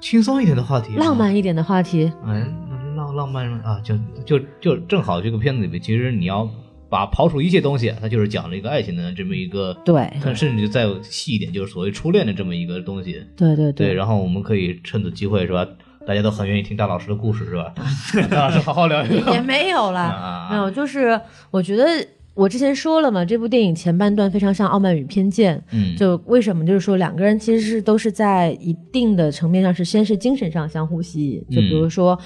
[SPEAKER 3] 轻松一点的话题，
[SPEAKER 1] 浪漫一点的话题，
[SPEAKER 3] 嗯，浪浪漫啊，就就就正好这个片子里面，其实你要把刨除一切东西，它就是讲了一个爱情的这么一个，
[SPEAKER 1] 对
[SPEAKER 3] 看甚至再细一点，就是所谓初恋的这么一个东西。
[SPEAKER 1] 对对
[SPEAKER 3] 对，然后我们可以趁此机会是吧？大家都很愿意听大老师的故事是吧？ 大老师好好聊一
[SPEAKER 1] 也
[SPEAKER 3] 聊。
[SPEAKER 1] 没有啦
[SPEAKER 3] 啊，
[SPEAKER 1] 没有，就是我觉得我之前说了嘛，这部电影前半段非常像《傲慢与偏见》，
[SPEAKER 3] 嗯
[SPEAKER 1] 就为什么就是说两个人其实是都是在一定的层面上是先是精神上相互吸引，就比如说，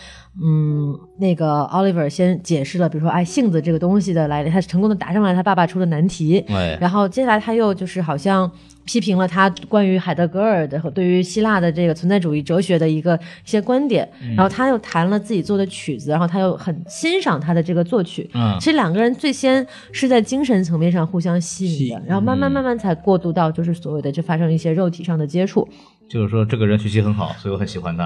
[SPEAKER 1] 嗯，那个 Oliver 先解释了，比如说哎性子这个东西的来历，他成功的答上来他爸爸出的难题，
[SPEAKER 3] 哎，
[SPEAKER 1] 然后接下来他又就是好像批评了他关于海德格尔的和对于希腊的这个存在主义哲学的一个一些观点，然后他又弹了自己做的曲子，然后他又很欣赏他的这个作曲。
[SPEAKER 3] 嗯
[SPEAKER 1] 其实两个人最先是在精神层面上互相吸引的，然后慢慢慢慢才过渡到就是所谓的就发生一些肉体上的接触。
[SPEAKER 3] 就是说这个人学习很好，所以我很喜 欢他。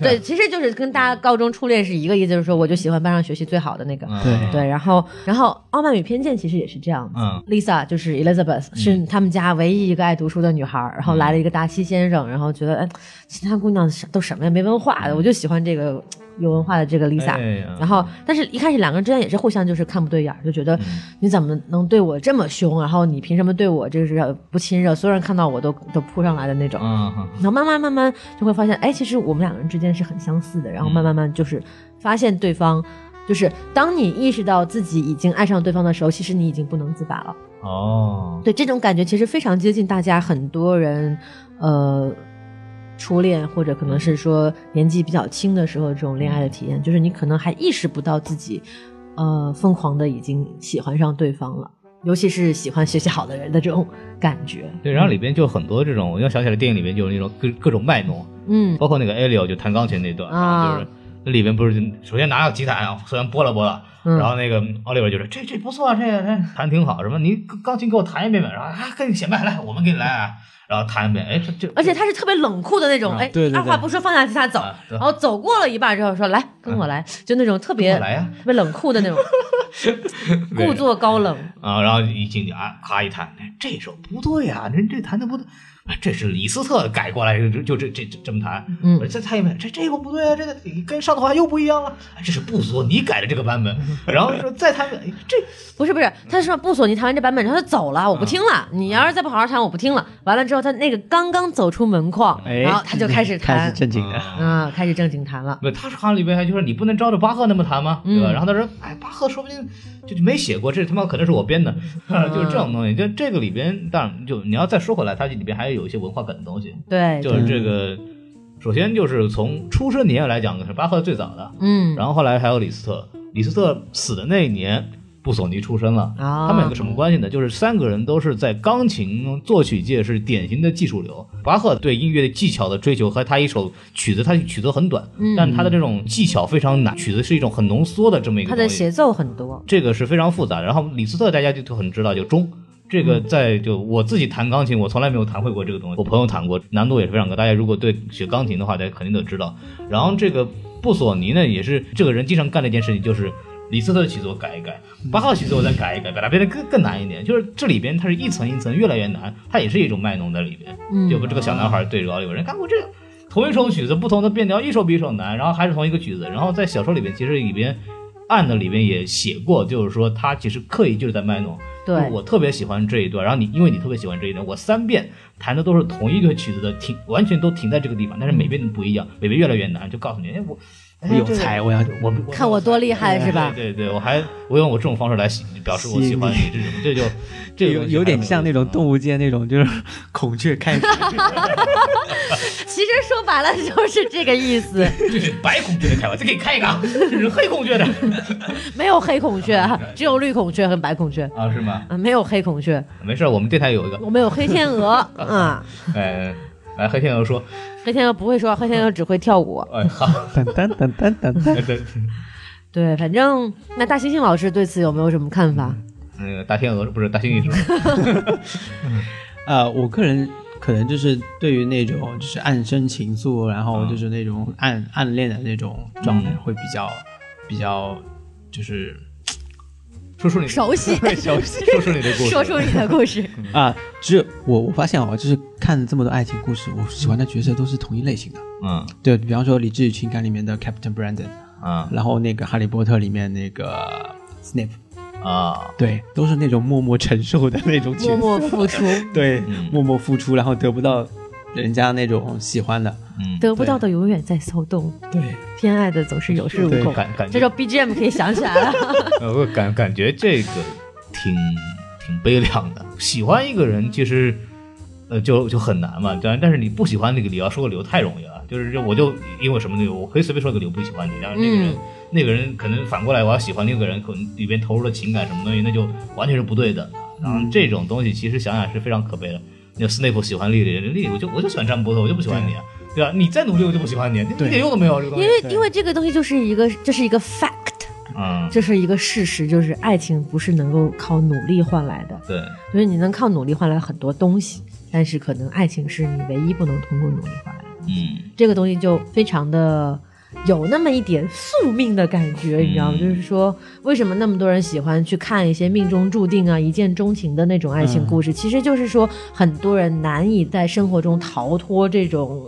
[SPEAKER 1] 对，其实就是跟大家高中初恋是一个意思，就是说我就喜欢班上学习最好的那个。
[SPEAKER 3] 嗯
[SPEAKER 4] 对
[SPEAKER 1] 对，然后，然后《傲慢与偏见》其实也是这样子。
[SPEAKER 3] 嗯
[SPEAKER 1] Lisa 就是 Elizabeth，是他们家唯一一个爱读书的女孩儿。然
[SPEAKER 3] 嗯
[SPEAKER 1] 后来了一个达西先生，然后觉得，哎，其他姑娘都什么呀，没文化的，我就喜欢这个有文化的这个 Lisa。
[SPEAKER 3] 嗯哎呀
[SPEAKER 1] 然后，但是一开始两个人之间也是互相就是看不对眼儿，就觉得
[SPEAKER 3] 嗯
[SPEAKER 1] 你怎么能对我这么凶？然后你凭什么对我就是不亲热？所有人看到我都都扑上来的那种。
[SPEAKER 3] 嗯嗯
[SPEAKER 1] 然后慢慢慢慢就会发现，哎，其实我们两个人之间是很相似的。然后慢慢慢就是发现对方，就是当你意识到自己已经爱上对方的时候，其实你已经不能自拔了。
[SPEAKER 3] 哦，
[SPEAKER 1] 对，这种感觉其实非常接近大家很多人，呃，初恋或者可能是说年纪比较轻的时候这种恋爱的体验，就是你可能还意识不到自己，呃，疯狂的已经喜欢上对方了，尤其是喜欢学习好的人的这种感觉。
[SPEAKER 3] 对，然后里边就很多这种，我就想起来电影里边就是那种各各种卖弄，
[SPEAKER 1] 嗯，
[SPEAKER 3] 包括那个 Elio 就弹钢琴那段，
[SPEAKER 1] 啊
[SPEAKER 3] 然后就是那里边不是首先拿到吉他，然后虽然拨了拨了，
[SPEAKER 1] 嗯
[SPEAKER 3] 然后那个奥利弗就说这这不错，啊这个这弹挺好，什么你钢琴给我弹一遍呗，然后啊跟你显摆来，我们给你来啊，然后弹一遍，哎这这
[SPEAKER 1] 而且他是特别冷酷的那种，
[SPEAKER 3] 啊
[SPEAKER 1] 哎，
[SPEAKER 4] 对对
[SPEAKER 1] 二话不说放下吉他走，
[SPEAKER 3] 啊对
[SPEAKER 1] 然后走过了一半之后说来跟我来，就那种特别
[SPEAKER 3] 跟我来呀
[SPEAKER 1] 特别冷酷的那 种，故作高冷。
[SPEAKER 3] 啊，然后一进去啊，咔一弹，哎这首不对呀、啊，人这弹的不对，这是李斯特改过来，就就这这这这么弹。
[SPEAKER 1] 嗯
[SPEAKER 3] 这他也没这这个不对啊，这个跟上头还又不一样了，哎这是布索尼改的这个版 本。然后说再弹哎这
[SPEAKER 1] 不是不是，他说布索尼弹完这版本，然后他走了，我
[SPEAKER 3] 啊
[SPEAKER 1] 不听了。你要是再不好好弹，我不听了。完了之后，他那个刚刚走出门框，
[SPEAKER 4] 哎
[SPEAKER 1] 然后他就开 始
[SPEAKER 4] 开
[SPEAKER 1] 弹
[SPEAKER 4] 始，正经的，
[SPEAKER 3] 啊
[SPEAKER 1] 啊，开始正经弹了。
[SPEAKER 3] 不，他说里边还就说你不能照着巴赫那么弹吗？对吧？
[SPEAKER 1] 嗯
[SPEAKER 3] 然后他说，哎，巴赫说不定就就没写过，这他妈可能是我编的，
[SPEAKER 1] 嗯
[SPEAKER 3] 就是这种东西。就这个里边，当然就你要再说回来，它这里边还有一些文化梗的东西，
[SPEAKER 1] 对，
[SPEAKER 3] 嗯就是这个，首先就是从出生年来讲，是巴赫最早的，
[SPEAKER 1] 嗯，
[SPEAKER 3] 然后后来还有李斯特，李斯特死的那一年。布索尼出生了，
[SPEAKER 1] 啊
[SPEAKER 3] 他们有个什么关系呢？就是三个人都是在钢琴作曲界是典型的技术流。巴赫对音乐技巧的追求和他一首曲子，他曲子很短，
[SPEAKER 1] 嗯
[SPEAKER 3] 但他的这种技巧非常难，曲子是一种很浓缩的这么一个
[SPEAKER 1] 他的
[SPEAKER 3] 东西
[SPEAKER 1] 协。奏很多，
[SPEAKER 3] 这个是非常复杂的。然后李斯特大家就就很知道，就钟。这个在就我自己弹钢琴，我从来没有弹会过这个东西，我朋友弹过，难度也是非常高。大家如果对学钢琴的话，大家肯定都知道。然后这个布索尼呢，也是这个人经常干的一件事情，就是李斯特的曲子我改一改，巴赫曲子我再改一改，把它变得更更难一点。就是这里边它是一层一层越来越难，它也是一种卖弄在里边。
[SPEAKER 1] 嗯
[SPEAKER 3] 就不这个小男孩对着有人看我这个同一首曲子，不同的变调，一首比一首难，然后还是同一个曲子。然后在小说里边，其实里边暗的里边也写过，就是说他其实刻意就是在卖弄。
[SPEAKER 1] 对
[SPEAKER 3] 我特别喜欢这一段，然后你因为你特别喜欢这一段，我三遍弹的都是同一个曲子的，停完全都停在这个地方，但是每遍不一样，每遍越来越难，就告诉你，哎我。哎
[SPEAKER 1] 嗯
[SPEAKER 4] 我有
[SPEAKER 3] 这个
[SPEAKER 4] 才，我要我
[SPEAKER 3] 我
[SPEAKER 1] 看我多厉害是吧？
[SPEAKER 3] 对对对，我还我用我这种方式来喜表示我喜欢你这种，这就这个
[SPEAKER 4] 有
[SPEAKER 3] 东西
[SPEAKER 4] 有点
[SPEAKER 3] 还是
[SPEAKER 4] 像那种
[SPEAKER 3] 嗯
[SPEAKER 4] 动物界那种，就是孔雀 开屏，
[SPEAKER 1] 其实说白了就是这个意 思，
[SPEAKER 3] 就是白孔雀的开完，再给你看一个啊，这是黑孔雀的
[SPEAKER 1] 没有黑孔雀，
[SPEAKER 3] 啊
[SPEAKER 1] 只有绿孔雀和白孔雀。
[SPEAKER 3] 啊，是吗？
[SPEAKER 1] 啊，没有黑孔雀，
[SPEAKER 3] 没事儿，我们电台有一个，
[SPEAKER 1] 我们有黑天鹅啊，
[SPEAKER 3] 哎，来黑天鹅说，
[SPEAKER 1] 黑天鹅不会说，话，黑天鹅只会跳舞。
[SPEAKER 3] 哎，好，
[SPEAKER 4] 噔噔噔噔噔噔。
[SPEAKER 3] 对对，
[SPEAKER 1] 对，反正那大猩猩老师对此有没有什么看法？
[SPEAKER 3] 那个大天鹅不是大猩猩说，
[SPEAKER 4] 呃，我个人可能就是对于那种就是暗生情愫，然
[SPEAKER 1] 嗯
[SPEAKER 4] 后就是那种暗暗恋的那种状态，会比较比较就是
[SPEAKER 3] 说出你的
[SPEAKER 1] 熟悉，
[SPEAKER 3] 熟悉，说出你的故事，
[SPEAKER 1] 嗯说出你的故事。
[SPEAKER 4] 啊、只有我我发现哦，就是看这么多爱情故事，我喜欢的角色都是同一类型的。
[SPEAKER 3] 嗯
[SPEAKER 4] 对比方说《理智与情感》里面的 Captain Brandon，
[SPEAKER 3] 啊
[SPEAKER 4] 然后那个《哈利波特》里面那个 Snape，
[SPEAKER 3] 啊，
[SPEAKER 4] 对，都是那种默默承受的那种角色，
[SPEAKER 1] 默默付出，
[SPEAKER 4] 对，
[SPEAKER 3] 嗯
[SPEAKER 4] 默默付出，然后得不到人家那种喜欢的，
[SPEAKER 3] 嗯，
[SPEAKER 1] 得不到的永远在骚动，
[SPEAKER 4] 对，
[SPEAKER 1] 偏爱的总是有恃无
[SPEAKER 4] 对
[SPEAKER 1] 恐。
[SPEAKER 3] 感感
[SPEAKER 1] 这
[SPEAKER 3] 觉
[SPEAKER 1] 首 BGM 可以想起来了。
[SPEAKER 3] 呃，我感感觉这个挺挺悲凉的。喜欢一个人其实，呃，就就很难嘛。但但是你不喜欢那个理要说个理由太容易了。就是这我就因为什么理由，我可以随便说个理由不喜欢你。但是那个人，
[SPEAKER 1] 嗯
[SPEAKER 3] 那个人可能反过来，我要喜欢另一个人，可能里边投入了情感什么东西，那就完全是不对等的。然
[SPEAKER 1] 嗯
[SPEAKER 3] 后这种东西其实想想是非常可悲的。那斯内普喜欢莉莉，莉莉我就我就喜欢詹姆斯，我就不喜欢你啊，对吧、你再努力我就不喜欢你，你一点用都没有这个东
[SPEAKER 1] 因
[SPEAKER 3] 西。
[SPEAKER 1] 为
[SPEAKER 4] 对
[SPEAKER 1] 因为这个东西就是一个，这是一个 fact，
[SPEAKER 3] 嗯，
[SPEAKER 1] 这是一个事实，就是爱情不是能够靠努力换来的，
[SPEAKER 3] 对，
[SPEAKER 1] 就是你能靠努力换来很多东西，但是可能爱情是你唯一不能通过努力换来的。
[SPEAKER 3] 嗯
[SPEAKER 1] 这个东西就非常的有那么一点宿命的感觉，你知道吗？
[SPEAKER 3] 嗯
[SPEAKER 1] 就是说，为什么那么多人喜欢去看一些命中注定啊、一见钟情的那种爱情故事？其实就是说，很多人难以在生活中逃脱这种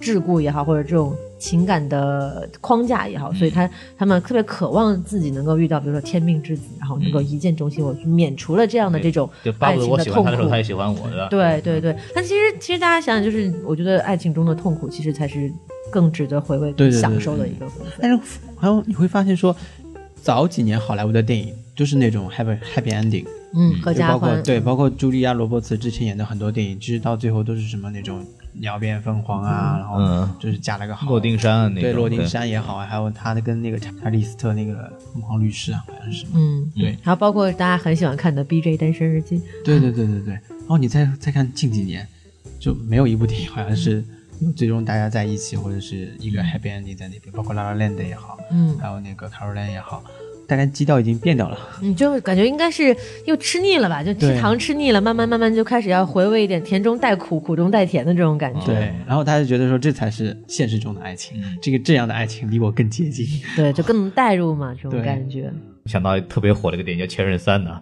[SPEAKER 1] 桎梏也好，或者这种。情感的框架也好，所以他他们特别渴望自己能够遇到，比如说天命之子，然后能够一见钟情，我免除了这样的这种
[SPEAKER 3] 就巴
[SPEAKER 1] 爱
[SPEAKER 3] 不得
[SPEAKER 1] 情
[SPEAKER 3] 我
[SPEAKER 1] 的
[SPEAKER 3] 喜欢
[SPEAKER 1] 痛
[SPEAKER 3] 他的时
[SPEAKER 1] 苦
[SPEAKER 3] 候，他。也喜欢我，对吧？
[SPEAKER 4] 嗯
[SPEAKER 1] 对对对，但其实其实大家想想，就是我觉得爱情中的痛苦，其实才是更值得回味、
[SPEAKER 4] 对对嗯对
[SPEAKER 1] 享受的一个部分。
[SPEAKER 4] 但是还有你会发现说，早几年好莱坞的电影就是那种 happy happy ending，
[SPEAKER 1] 嗯，合
[SPEAKER 4] 就
[SPEAKER 1] 家
[SPEAKER 4] 包括
[SPEAKER 1] 欢，
[SPEAKER 4] 对，包括茱莉亚·罗伯茨之前演的很多电影，其实到最后都是什么那种鸟变凤凰啊，然
[SPEAKER 3] 嗯
[SPEAKER 4] 后就是嫁了个好
[SPEAKER 3] 诺丁山啊那种
[SPEAKER 4] 对诺丁山也好，还有他的跟那个查理斯特那个疯狂律师啊，好像是，
[SPEAKER 1] 嗯，
[SPEAKER 4] 对
[SPEAKER 1] 还有包括大家很喜欢看的《BJ 单身日记》，
[SPEAKER 4] 对对对对对。然后你再再看近几年，就没有一部电影好像是有最终大家在一起或者是一个 happy ending 在那边，包括《La La Land》也好，
[SPEAKER 1] 嗯
[SPEAKER 4] 还有那个《Caroline》也好，大家基调已经变掉了。
[SPEAKER 1] 你就感觉应该是又吃腻了吧，就吃
[SPEAKER 4] 对
[SPEAKER 1] 糖吃腻了，慢慢慢慢就开始要回味一点甜中带苦、苦中带甜的这种感觉。
[SPEAKER 4] 对，然后他就觉得说这才是现实中的爱情，
[SPEAKER 3] 嗯
[SPEAKER 4] 这个这样的爱情离我更接近。
[SPEAKER 1] 对，就更能代入嘛，这种
[SPEAKER 4] 对
[SPEAKER 1] 感觉。
[SPEAKER 3] 想到特别火的一个电影叫《前任三》呢，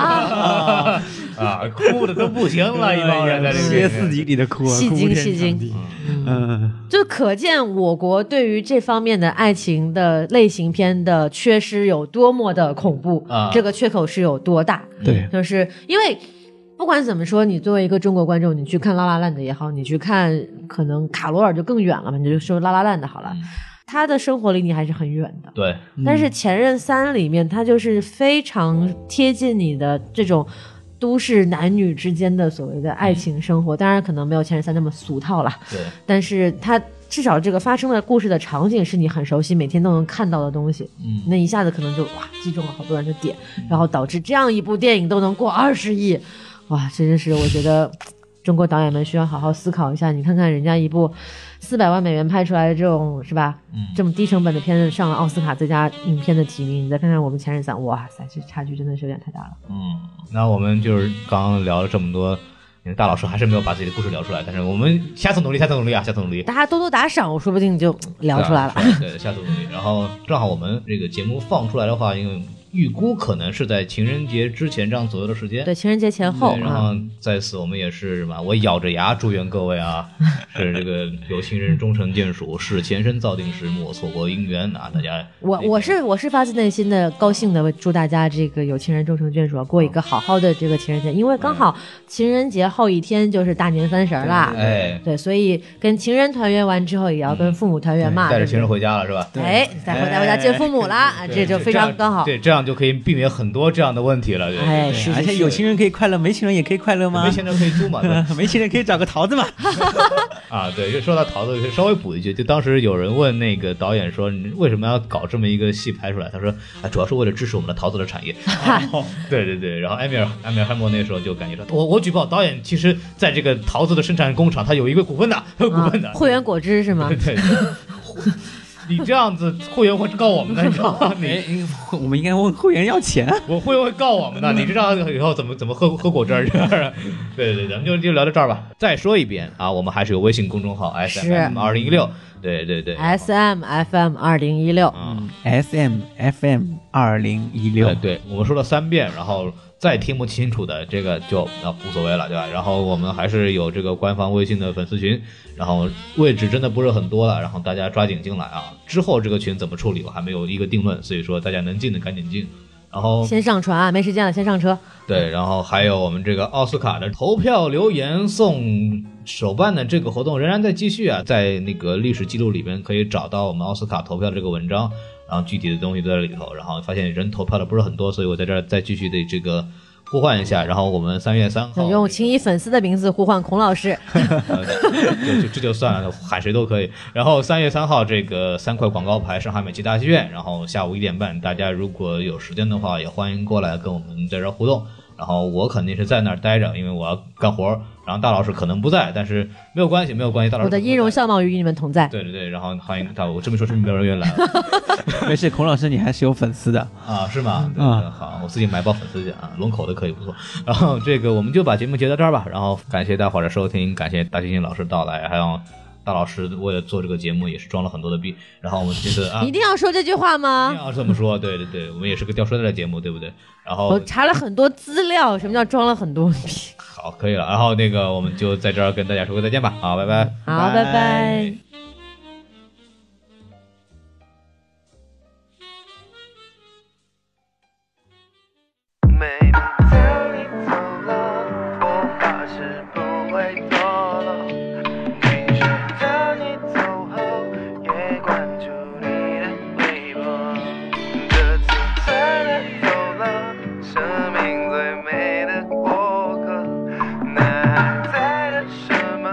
[SPEAKER 3] 啊，哭的都不行 了，一帮人在这个
[SPEAKER 4] 歇
[SPEAKER 3] 电
[SPEAKER 4] 斯
[SPEAKER 3] 影
[SPEAKER 4] 底
[SPEAKER 3] 院。
[SPEAKER 4] 里的哭啊，
[SPEAKER 1] 戏
[SPEAKER 4] 哭
[SPEAKER 1] 精
[SPEAKER 4] 天
[SPEAKER 1] 戏
[SPEAKER 4] 抢
[SPEAKER 1] 精
[SPEAKER 4] 地，嗯，
[SPEAKER 1] 就可见我国对于这方面的爱情的类型片的缺失有多么的恐怖，
[SPEAKER 3] 啊
[SPEAKER 1] 这个缺口是有多大。
[SPEAKER 4] 对，
[SPEAKER 1] 就是因为不管怎么说，你作为一个中国观众，你去看《拉拉烂的也好，你去看可能卡罗尔就更远了嘛，你就说《拉拉烂的好了，他的生活离你还是很远的。
[SPEAKER 3] 对，
[SPEAKER 1] 但是《前任三》里面，它就是非常贴近你的这种都市男女之间的所谓的爱情生活，当然可能没有《前任三》那么俗套了，
[SPEAKER 3] 对，
[SPEAKER 1] 但是它至少这个发生的故事的场景是你很熟悉，每天都能看到的东西，
[SPEAKER 3] 嗯
[SPEAKER 1] 那一下子可能就哇击中了好多人的点，然后导致这样一部电影都能过 二十亿，哇，真的是我觉得中国导演们需要好好思考一下，你看看人家一部。四百万美元拍出来的这种是吧？
[SPEAKER 3] 嗯
[SPEAKER 1] 这么低成本的片子上了奥斯卡最佳影片的提名，你再看看我们前任三，哇塞，这差距真的是有点太大了。
[SPEAKER 3] 嗯，那我们就是刚刚聊了这么多，嗯大老师还是没有把自己的故事聊出来，但是我们下次努力，下次努力啊，下次努力。
[SPEAKER 1] 大家多多打赏，我说不定就嗯聊出来了。
[SPEAKER 3] 对啊，对，下次努力。然后正好我们这个节目放出来的话，因为预估可能是在情人节之前这样左右的时间。
[SPEAKER 1] 对，情人节前后
[SPEAKER 3] 对然
[SPEAKER 1] 啊，
[SPEAKER 3] 后在此我们也是什么？我咬着牙祝愿各位啊， 是这个有情人终成眷属，是前生造定时，莫错过姻缘啊！大家
[SPEAKER 1] 我我是我是发自内心的高兴的祝大家这个有情人终成眷属啊，过一
[SPEAKER 3] 嗯
[SPEAKER 1] 个好好的这个情人节，因为刚好情人节后一天就是大年三十儿啦。
[SPEAKER 3] 哎，
[SPEAKER 1] 对，所以跟情人团圆完之后，也要跟父母团圆嘛。
[SPEAKER 3] 嗯带着
[SPEAKER 1] 对
[SPEAKER 3] 情人
[SPEAKER 1] 不
[SPEAKER 3] 回家了是吧？
[SPEAKER 1] 对哎，再回再回家见父母啦，啊这就非
[SPEAKER 3] 这
[SPEAKER 1] 常
[SPEAKER 3] 样
[SPEAKER 1] 刚好。
[SPEAKER 3] 对，这样就可以避免很多这样的问题了。对对
[SPEAKER 1] 哎，是
[SPEAKER 4] 而
[SPEAKER 1] 是
[SPEAKER 4] 且
[SPEAKER 1] 是
[SPEAKER 4] 有情人可以快乐，没情人也可以快乐吗
[SPEAKER 3] 没？钱就可以租嘛。对
[SPEAKER 4] 没情人可以找个桃子嘛？
[SPEAKER 3] 啊，对，就说到桃子，稍微补一句，就当时有人问那个导演说，你为什么要搞这么一个戏拍出来？他说，啊，主要是为了支持我们的桃子的产 业。哦对对对，然后埃米尔埃米尔汉默那时候就感觉说，我我举报导演，其实在这个桃子的生产工厂，他有一个股份的，他有股
[SPEAKER 1] 啊
[SPEAKER 3] 份的。
[SPEAKER 1] 会员果汁是吗
[SPEAKER 3] 对？对对，你这样子会员会告我们的，你知道吗？你
[SPEAKER 4] 哎， 我们应该问会员要钱啊。
[SPEAKER 3] 我会会告我们 的，你知道以后怎么怎么喝喝果汁儿？ 是不是对对对，咱们就就聊到这儿吧。再说一遍啊，我们还是有微信公众号 S
[SPEAKER 1] 是哎
[SPEAKER 3] M 二零一六，对对对
[SPEAKER 1] S M F M 二零一六，
[SPEAKER 3] 啊，
[SPEAKER 4] S M F M 二零一
[SPEAKER 3] 对
[SPEAKER 1] 啊
[SPEAKER 4] 六，
[SPEAKER 3] 对，我们说了三遍，然后再听不清楚的这个就啊无所谓了，对吧？然后我们还是有这个官方微信的粉丝群，然后位置真的不是很多了，然后大家抓紧进来啊。之后这个群怎么处理，我还没有一个定论，所以说大家能进的赶紧进。然后
[SPEAKER 1] 先上船啊，没时间了，先上车。
[SPEAKER 3] 对，然后还有我们这个奥斯卡的投票留言送手办的这个活动仍然在继续啊，在那个历史记录里边可以找到我们奥斯卡投票的这个文章，然后具体的东西都在里头，然后发现人投票的不是很多，所以我在这儿再继续的这个呼唤一下，然后我们三月三号
[SPEAKER 1] 用啊情以粉丝的名字呼唤孔老师，
[SPEAKER 3] 呃 就就这就算了，喊谁都可以。然后三月三号这个三块广告牌，上海美琪大剧院，然后下午一点半，大家如果有时间的话，也欢迎过来跟我们在这儿互动。然后我肯定是在那儿待着，因为我要干活儿。然后大老师可能不在，但是没有关系，没有关系，大老师
[SPEAKER 1] 我的
[SPEAKER 3] 可能
[SPEAKER 1] 音
[SPEAKER 3] 会
[SPEAKER 1] 容
[SPEAKER 3] 在。
[SPEAKER 1] 笑貌与你们同在。
[SPEAKER 3] 对对对，然后欢迎大，我这么说是不是没有人愿意来了
[SPEAKER 4] 没事，孔老师你还是有粉丝的。
[SPEAKER 3] 啊？是吗？对
[SPEAKER 4] 啊
[SPEAKER 3] 好，我自己买包粉丝去啊，龙口的可以不错。 然后这个我们就把节目截到这儿吧，然后感谢大伙儿的收听，感谢大猩猩老师的到来，还有大老师为了做这个节目也是装了很多的逼。然后我们这次啊，
[SPEAKER 1] 一定要说这句话
[SPEAKER 3] 一定
[SPEAKER 1] 吗？
[SPEAKER 3] 要这么说，对对对，我们也是个掉书袋的节目，对不对？然后
[SPEAKER 1] 我查了很多资料，什么叫装了很多逼？
[SPEAKER 3] 好，可以了，然后那个我们就在这儿跟大家说个再见吧，好，拜拜。
[SPEAKER 1] 好，
[SPEAKER 4] 拜
[SPEAKER 1] 拜拜
[SPEAKER 2] 每次在你走了，我发誓不会堕落。你说在你走后也关注你的微博。这次虽然走了，生命最美的过客，那还在等什么？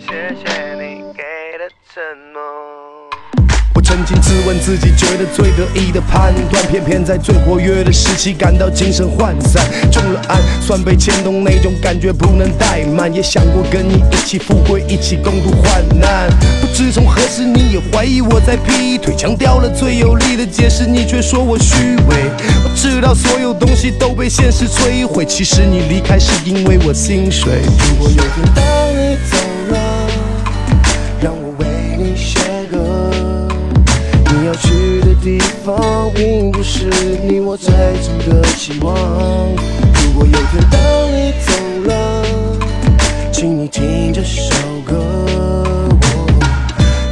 [SPEAKER 2] 谢谢你给的承诺。
[SPEAKER 5] 我曾经自问自己，觉得最得意的判断，偏偏在最活跃的时期感到精神涣散，中了案算被牵动，那种感觉不能怠慢。也想过跟你一起富贵，一起共度患难。不知从何时，你也怀疑我在劈腿，强调了最有力的解释，你却说我虚伪。我知道所有东西都被现实摧毁，其实你离开是因为我心碎。如果有天当你走了。让我为你写歌。你要去的地方，并不是你我最初的期望。如果有天当你走了，请你听这首歌。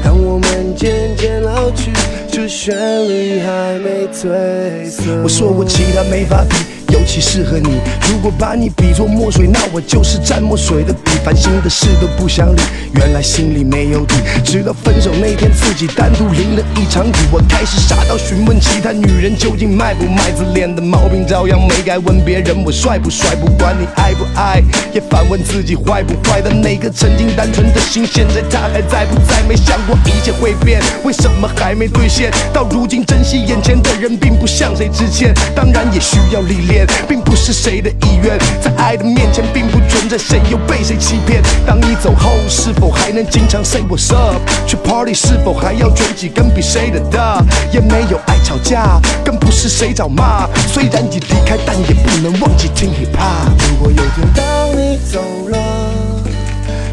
[SPEAKER 5] 当我们渐渐老去，这旋律还没褪色。我说我其他没法比。尤其适合你。如果把你比作墨水，那我就是蘸墨水的笔，烦心的事都不想理。原来心里没有底，直到分手那天，自己单独淋了一场雨。我开始傻到询问其他女人究竟卖不卖，自恋的毛病照样没改。问别人我帅不帅，不管你爱不爱，也反问自己坏不坏。但那个曾经单纯的心，现在它还在不在？没想过一切会变，为什么还没兑现？到如今珍惜眼前的人，并不向谁致歉，当然也需要历练，并不是谁的意愿，在爱的面前并不存在谁又被谁欺骗。当你走后，是否还能经常 say what's up？去 party 是否还要追几根比谁的大？也没有爱吵架，更不是谁找骂。虽然已离开，但也不能忘记听 hip hop。如果有天当你走了，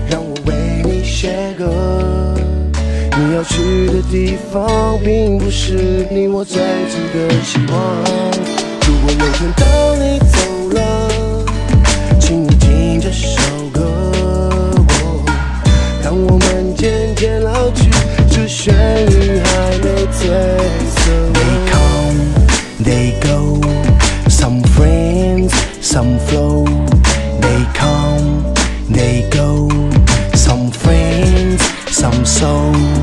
[SPEAKER 5] 让我为你写歌。你要去的地方，并不是你我最初的希望。如果有天当你走了，请你听这首歌。哦当我们渐渐老去，这旋律还没褪色。They come, they go, some friends, some flow. They come, they go, some friends, some soul.